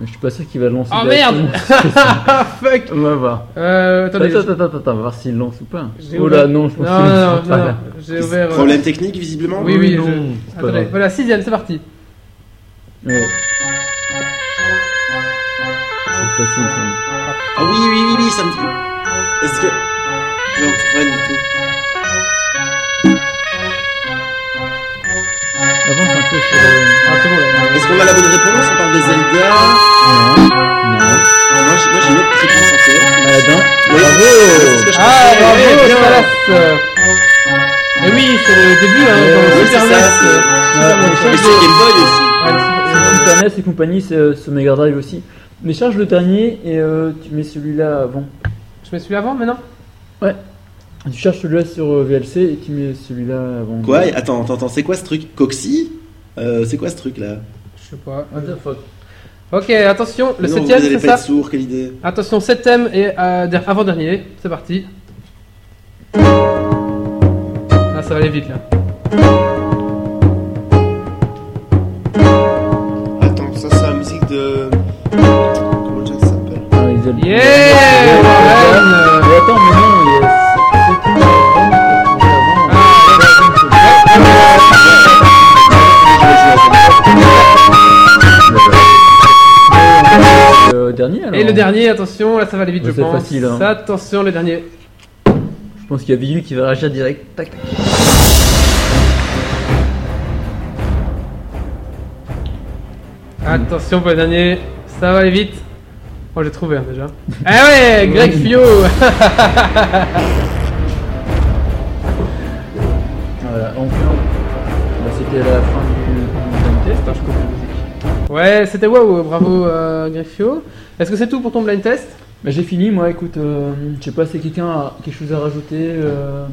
Je suis pas sûr qu'il va le lancer.
Oh
directement.
merde Ah, Fuck
On va voir.
Euh,
Attends,
attendez.
attends, attends, attends, on va voir s'il lance ou pas.
J'ai
Oh
ouvert-
là, non, je pense
Non,
qu'il
non,
lance
non, non,
pas.
j'ai ouvert. euh,
Problème technique, visiblement
Oui, oui,
non,
je-
c'est pas
Attendez,
grave.
voilà, sixième, c'est parti.
Ouais. C'est facile, ça.
Ah oui, oui, oui, oui, ça me dit. Est-ce que.
Non, rien du tout.
Avance un peu sur
Ah,
le.
c'est bon, là. Ah,
Est-ce qu'on a la bonne réponse On parle de Zelda
Non, non.
Moi, j'ai moi, j'ai une autre réponse en tête.
Aladdin.
Oui, c'est ce que je
Ah,
pensais.
bravo,
Oui, bien.
Stalas Mais eh, oui, c'est le début, hein, dans
Oui,
le
c'est
Super
ça,
NES. euh,
Ah,
Putain,
mais
Et
mais
c'est
c'est-
Game Boy aussi.
Sur Super NES et compagnie, c'est euh, sur Mega Drive aussi. Mais charge le dernier et euh, tu mets celui-là avant.
Je me suis avant maintenant
Tu cherches celui-là sur euh, VLC et tu mets celui-là avant.
Quoi Attends, attends, attends, c'est quoi ce truc Coxy Euh, C'est quoi ce truc là
Je sais pas.
What the fuck
Ah, Ok, attention, le
Non,
septième,
Vous allez
c'est
pas
ça
être sourd, quelle idée
Attention, septième et euh, der- avant-dernier, c'est parti. Ah, ça va aller vite là.
Attends, ça c'est la musique de. Comment ça s'appelle
Ah, ils allaient-
Yeah
Ouais,
Alan, euh,
Mais attends, mais euh, non, il y a- c'est- c'est- c'est- c'est- c'est- Le Euh, dernier alors
Ah. Et le dernier, attention, là ça va aller vite,
Ouais,
je
c'est
pense.
facile, hein.
Attention, le dernier.
Je pense qu'il y a Billu qui va réagir direct. Tac.
Attention pour le dernier, ça va aller vite. Oh, j'ai trouvé un déjà. Ah ouais, Greg Fio
Voilà, enfin. Bah, C'était la fin du du blind test.
hein,
Je coupe la musique.
Ouais, c'était waouh, bravo euh, Greg Fio. Est-ce que c'est tout pour ton blind test
Bah, j'ai fini, moi, écoute, euh, je sais pas si quelqu'un a quelque chose à rajouter. euh,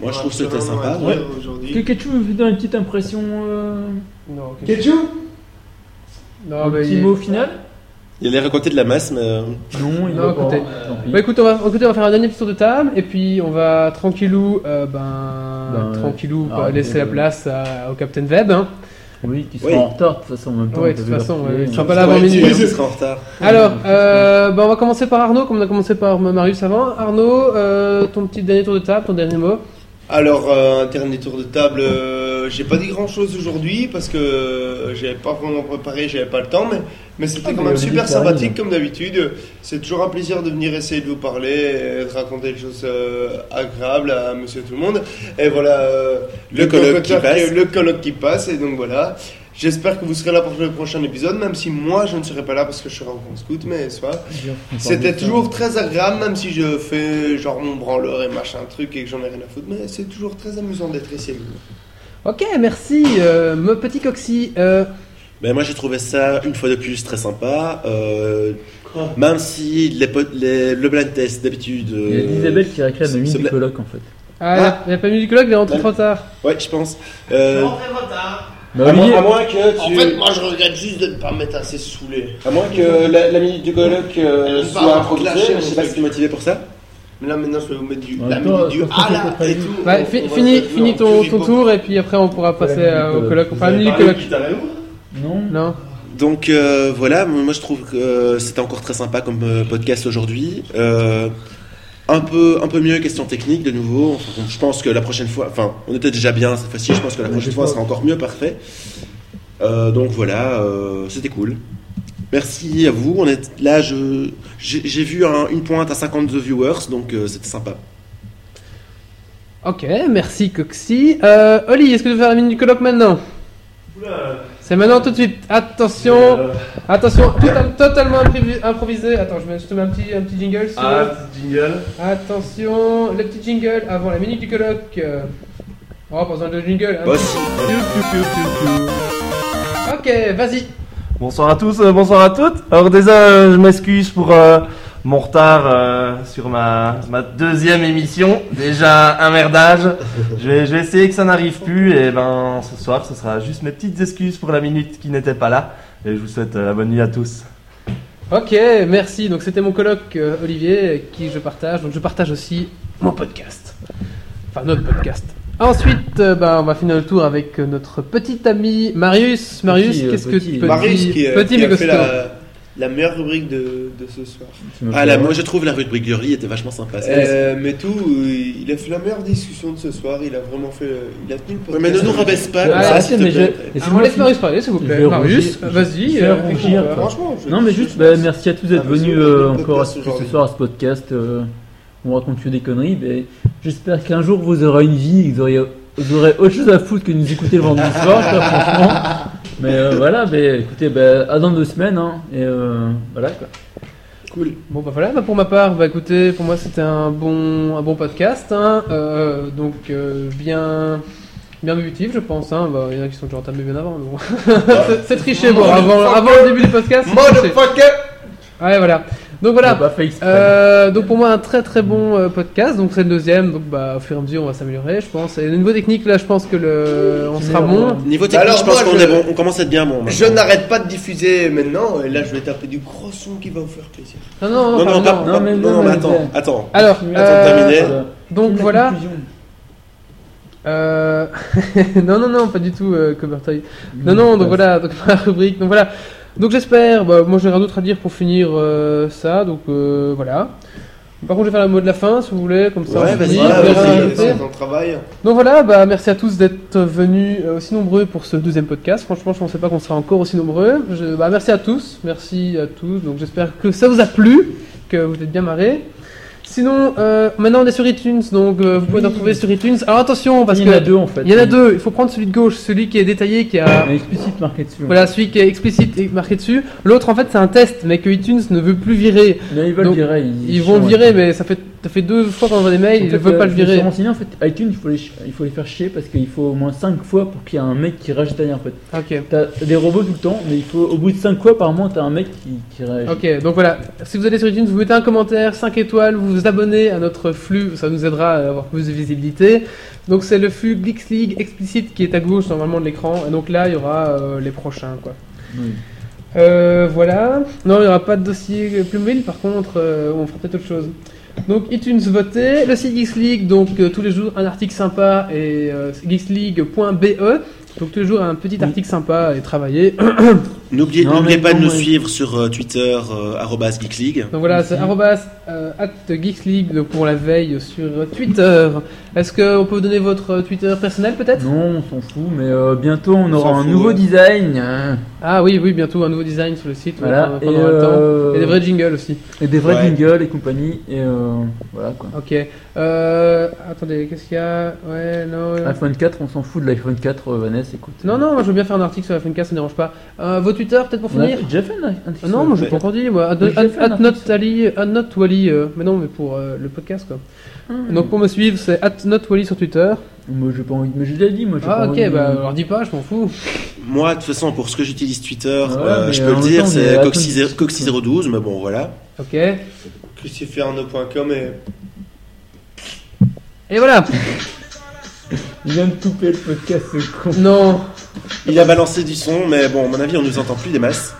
Moi, je trouve que c'était
Vraiment à
sympa.
dire
Ouais.
aujourd'hui.
Que- Quelque chose vous donne une petite impression, euh,
Non, ok.
Ketchou
Non,
un
bah,
petit
il-
mot final
Il allait raconter de la masse, mais. euh,
Non, il
Non,
va pas.
écoutez.
Tant pis.
Bah écoute on, va, écoutez, on va faire un dernier petit tour de table et puis on va tranquillou, euh, ben,
Ben, ouais.
tranquillou,
Ah,
bah, laisser
euh,
la place à- au Captain Web. Hein.
Oui, qui sera
Oui.
en retard de toute façon en même temps.
Ouais,
t'as
de
vu
toute
la
façon,
foulée,
ouais,
hein.
il sera pas là avant
ouais,
minuit.
tu seras en retard.
Alors, euh, bah, on va commencer par Arnaud, comme on a commencé par Marius avant. Arnaud, euh, ton petit dernier tour de table, ton dernier mot.
Alors, euh, un dernier tour de table. euh, j'ai pas dit grand chose aujourd'hui parce que euh, j'avais pas vraiment préparé, j'avais pas le temps, mais, mais c'était
Ah,
quand
mais
même
Olivier
super
qui arrive.
sympathique comme d'habitude. C'est toujours un plaisir de venir essayer de vous parler et de raconter des choses euh, agréables à monsieur tout le monde. Et voilà, euh,
Le colloque qui
colloqueur
passe.
le colloque qui passe, et donc voilà. J'espère que vous serez là pour le prochain épisode, même si moi je ne serai pas là parce que je serai en scout, mais soit. C'était toujours très agréable, même si je fais genre mon branleur et machin truc et que j'en ai rien à foutre, mais c'est toujours très amusant d'être ici.
Ok, merci, euh, me- petit coxy. Euh,
Ben, moi, j'ai trouvé ça, une fois de plus, très sympa. Euh,
Quoi
même si les, pot- les- le blind test, d'habitude.
Il y a
euh,
Isabelle qui réclame le
c'est
mini
bla-
colloque en fait.
ah, la- la famille du colloque, il est rentré
Ouais.
trop tard.
Ouais, je pense. Euh,
Bah,
à, moins,
Olivier,
à moins que
En
tu.
fait, moi je regrette juste de ne pas m'être assez saoulé.
À moins que la, la minute du colloque euh,
Elle me
soit
parle,
improvisée,
lâchez,
je sais pas si t'es motivé pour ça.
Mais là maintenant je vais vous mettre du,
En
la
même temps,
minute du
je pense
ah
que c'est
là,
pas
et
prévu.
tout.
Bah,
On
fi-
va
fini
se-
fini
non,
ton,
plus
ton
rigoureux.
tour et puis après on pourra passer
Famille du
euh, au
colloque.
colloque. Enfin,
Vous avez
famille du
parlé
colloque.
non.
Non.
Donc euh, voilà, moi je trouve que euh, c'était encore très sympa comme euh, podcast aujourd'hui. Euh, un peu, un peu mieux question technique de nouveau. Enfin, je pense que la prochaine fois, enfin, on était déjà bien cette fois-ci. Je pense que la prochaine fois sera encore mieux, parfait. Euh, donc voilà, euh, c'était cool. Merci à vous. On est là. Je, j'ai j'ai vu un- une pointe à 52 viewers, donc euh, c'était sympa.
Ok, merci Coxy. Euh, Oli, est-ce que tu veux faire la mine du colloque maintenant C'est maintenant tout de suite. Attention,
Euh,
attention, total- totalement imprivi- improvisé. Attends, je, mets, je te mets un petit, un petit jingle. sur-
Ah, petit jingle.
Attention, le petit jingle avant la minute du colloque. Euh, Oh, pas besoin de jingle. hein.
Bah, si.
Ok, vas-y.
Bonsoir à tous, euh, bonsoir à toutes. Alors déjà, euh, je m'excuse pour euh, mon retard euh, sur ma, ma deuxième émission. Déjà un merdage. Je vais, je vais essayer que ça n'arrive plus. Et ben ce soir, ce sera juste mes petites excuses pour la minute qui n'était pas là. Et je vous souhaite euh, la bonne nuit à tous.
Ok, merci. Donc c'était mon colloque euh, Olivier avec qui je partage. Donc je partage aussi mon podcast. Enfin notre podcast. Ensuite, euh, ben, on va finir le tour avec euh, notre petit ami Marius. Marius,
Petit, euh,
qu'est-ce que
petit.
petit,
Marius qui, euh,
petit
qui
mais
a fait
costaud.
la, la meilleure rubrique de, de ce soir.
Ah là, moi je trouve la rubrique de Riz était vachement sympa. c'est-
Euh, mais tout, il a fait la meilleure discussion de ce soir. Il a vraiment fait. euh, Il a tenu le
Ouais,
podcast.
mais ne nous rabaisse pas.
Ah,
comme ça,
la
s'il
mais
te plaît.
je-
Ah, on
laissez-moi
laisse
finir.
Marius parler, s'il vous
Je
plaît.
vais
Marius,
rougir.
vas-y.
Je vais
euh,
rougir,
fais-moi.
quoi.
Franchement, je-
Non, mais
je-
juste,
je-
bah, merci à tous
Ah,
d'être
mais c'est
venus
le
euh,
podcast
encore à- ce
aujourd'hui.
soir à ce podcast. euh, on raconte que des conneries. Mais j'espère qu'un jour vous aurez une vie, et que vous aurez, vous aurez autre chose à foutre que de nous écouter le vendredi soir, quoi, franchement. Mais euh, voilà, mais, écoutez, bah, à dans deux semaines. hein, et euh, voilà, quoi.
Bon bah voilà, bah, pour ma part, bah écoutez, pour moi c'était un bon, un bon podcast, hein, euh, donc euh, bien, bien évolutif je pense, hein, bah, il y en a qui sont déjà entamés bien avant, mais bon. C'est- c'est triché, bon, avant, avant le début du podcast, c'est triché.
Motherfucker!
Ouais voilà, donc
On
voilà,
n'a pas fait exprès.
euh, donc pour moi un très très bon euh, podcast, donc c'est le deuxième, donc bah au fur et à mesure on va s'améliorer je pense, et au niveau technique là je pense que le, on sera bon.
Niveau technique,
Alors,
je pense
moi,
qu'on
je-
est bon, on commence à être bien bon. maintenant.
Je n'arrête pas de diffuser maintenant. Et là, je vais taper du gros son qui va vous faire plaisir.
Non non non,
Non, non,
pardon.
pas- pas- non,
mais-
non,
non,
mais
mais-
attends, attends.
Alors,
Attends,
euh,
terminé.
Voilà.
donc
La
voilà.
conclusion.
Euh... non, non, non, pas du tout, euh, Cobertoy. Non, non, donc voilà, donc ma rubrique. Donc voilà. Donc j'espère, bah, moi j'ai rien d'autre à dire pour finir euh, ça, donc euh, voilà. Par contre, je vais faire le mot de la fin si vous voulez, comme ça.
Ouais,
on
vas-y,
finit,
voilà,
on verra
vas-y,
le
vas-y.
faire.
C'est ton travail.
Donc voilà, bah, merci à tous d'être venus euh, aussi nombreux pour ce deuxième podcast. Franchement, je ne pensais pas qu'on sera encore aussi nombreux. Je- bah, merci à tous, merci à tous. Donc j'espère que ça vous a plu, que vous êtes bien marrés. Sinon, euh, maintenant on est sur iTunes, donc euh, vous pouvez nous retrouver sur iTunes. Alors attention, parce
il y
que
en a deux en fait.
il y en a deux, il faut prendre celui de gauche, celui qui est détaillé, qui a.
Mais explicite marqué dessus.
Voilà, celui qui est explicite et marqué dessus. L'autre, en fait, c'est un test, mais que iTunes ne veut plus virer.
Mais ils veulent
Donc,
virer.
Ils vont le virer, mais ça fait, ça fait deux fois qu'on envoie des mails, ils ne
euh,
veulent pas le virer.
En fait, iTunes, il faut, les, ch- il faut les faire chier parce qu'il faut au moins 5 fois pour qu'il y ait un mec qui réagisse derrière. En fait.
Ok.
T'as t'as des robots tout le temps, mais il faut au bout de 5 fois par mois, t'as un mec qui, qui réagit.
Ok, donc voilà. Si vous allez sur iTunes, vous mettez un commentaire, 5 étoiles, vous vous abonnez à notre flux, ça nous aidera à avoir plus de visibilité. Donc c'est le flux Geeks League explicite qui est à gauche normalement de l'écran, et donc là il y aura euh, les prochains quoi.
Oui.
Euh, voilà. Non, il n'y aura pas de dossier plumile, par contre, euh, on fera peut-être autre chose. Donc, iTunes voté, le site Geeks League, donc euh, tous les jours un article sympa et euh, geeksleague.be. Donc, tous les jours un petit article sympa et travaillé.
N'oubliez
Non,
n'oubliez
mais
pas de
non,
nous
ouais.
suivre sur euh, Twitter, euh, arobase Geeks League.
Donc voilà, c'est
Merci.
arrobas, euh, at geeksleague donc, pour la veille sur Twitter. Est-ce qu'on peut vous donner votre euh, Twitter personnel peut-être
Non, on s'en fout, mais euh, bientôt on,
On
aura
s'en
un
fout,
nouveau
ouais.
design. hein.
Ah oui, oui, bientôt un nouveau design sur le site.
Voilà,
on va
et,
prendre le temps.
euh,
Et des vrais jingles aussi.
et des vrais
Ouais.
jingles et compagnie. Et euh, voilà quoi.
Ok. Euh, attendez, qu'est-ce qu'il y a Ouais, non. ouais.
iPhone 4, on s'en fout de l'iPhone 4, euh, Vanessa, écoute.
Non, non, moi je veux bien faire un article sur la Funka, ça ne dérange pas. Euh, vos Twitter, peut-être pour
On a
finir
déjà fait un, un
Ah Non, moi je l'ai pas encore dit, moi.
Mais j'ai fait un article.
Adnotwally, mais non, mais pour euh, le podcast quoi. Donc pour me suivre, c'est Adnotwally sur Twitter.
Moi j'ai pas envie, mais j'ai déjà dit. Moi, j'ai
Ah
pas
ok,
envie de-
bah alors dis pas, je m'en fous.
Moi, de toute façon, pour ce que j'utilise Twitter,
Ah Ouais,
euh,
mais
je peux
en
le
même
dire,
temps, on est
c'est
à
Coxy0-
Coxy-
Coxy012, mais bon, voilà.
Ok. Et
Cruciferno.com et.
voilà
Il vient de couper le podcast, ce con.
Non
Il a balancé du son, mais bon, à mon avis, on nous entend plus des masses.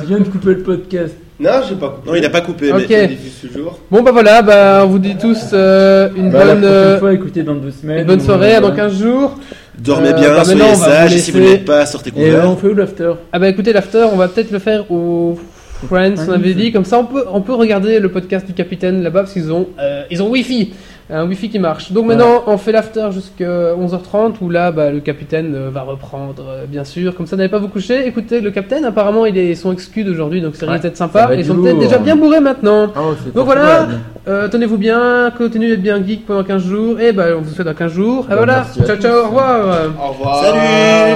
Il vient de couper le podcast.
Non, j'ai pas coupé.
Non, il a pas coupé,
Ok.
mais
Il diffuse toujours.
Bon bah voilà, bah on vous dit tous euh, une
Bah, la
bonne.
prochaine
euh,
fois, écoutez dans deux semaines.
Une bonne
on-
soirée, à dans
voilà.
15 jours.
dormez
Euh,
bien,
bah, maintenant,
soyez
on va vous
sages, et si vous
laisser.
n'êtes pas, sortez
Et euh, on
couvert.
fait où l'after
Ah bah écoutez, l'after, on va peut-être le faire au Friends, on avait dit. Comme ça, on peut, on peut regarder le podcast du capitaine là-bas parce qu'ils ont, euh, ils ont Wi-Fi. Un Wi-Fi qui marche. Donc maintenant, on fait l'after jusqu'à 11h30 où là, bah, le capitaine euh, va reprendre, euh, bien sûr. Comme ça, n'allez pas vous coucher. Écoutez, le capitaine, apparemment, il est son excuse aujourd'hui, donc c'est
Ouais,
peut-être
ça
sympa.
va
Ils
être
sont peut-être
lourd. hein.
déjà bien bourrés maintenant.
Ah, ouais, c'est
Donc
pas
voilà.
probable.
Euh, Tenez-vous bien, continuez d'être bien geek pendant 15 jours. Et bah, on vous souhaite dans 15 jours. Et
Bah,
voilà,
merci à
ciao,
tous.
ciao, au revoir.
Au revoir.
Salut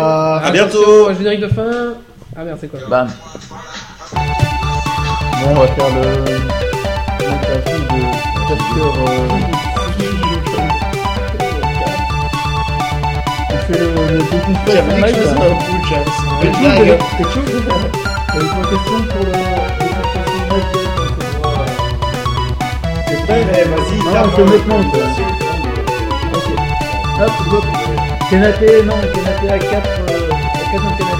Ah.
À bientôt
Attention, Générique de fin. Ah merde, c'est quoi
Bam. Bon, on va faire le. l'interview de capteur. euh, On fait le, le petit
Il y avait
Mike,
quelque chose
là.
dans le bouche, hein.
T'as toujours des- euh, t'as toujours des- t'as
Une blague.
des questions pour le- les questions pour le-
Eh, vas-y, ça
Non,
prend.
c'est nettement. Ok. Hop, hop. Canapé, non, canapé euh, à 4. À 4 dans le canapé. euh,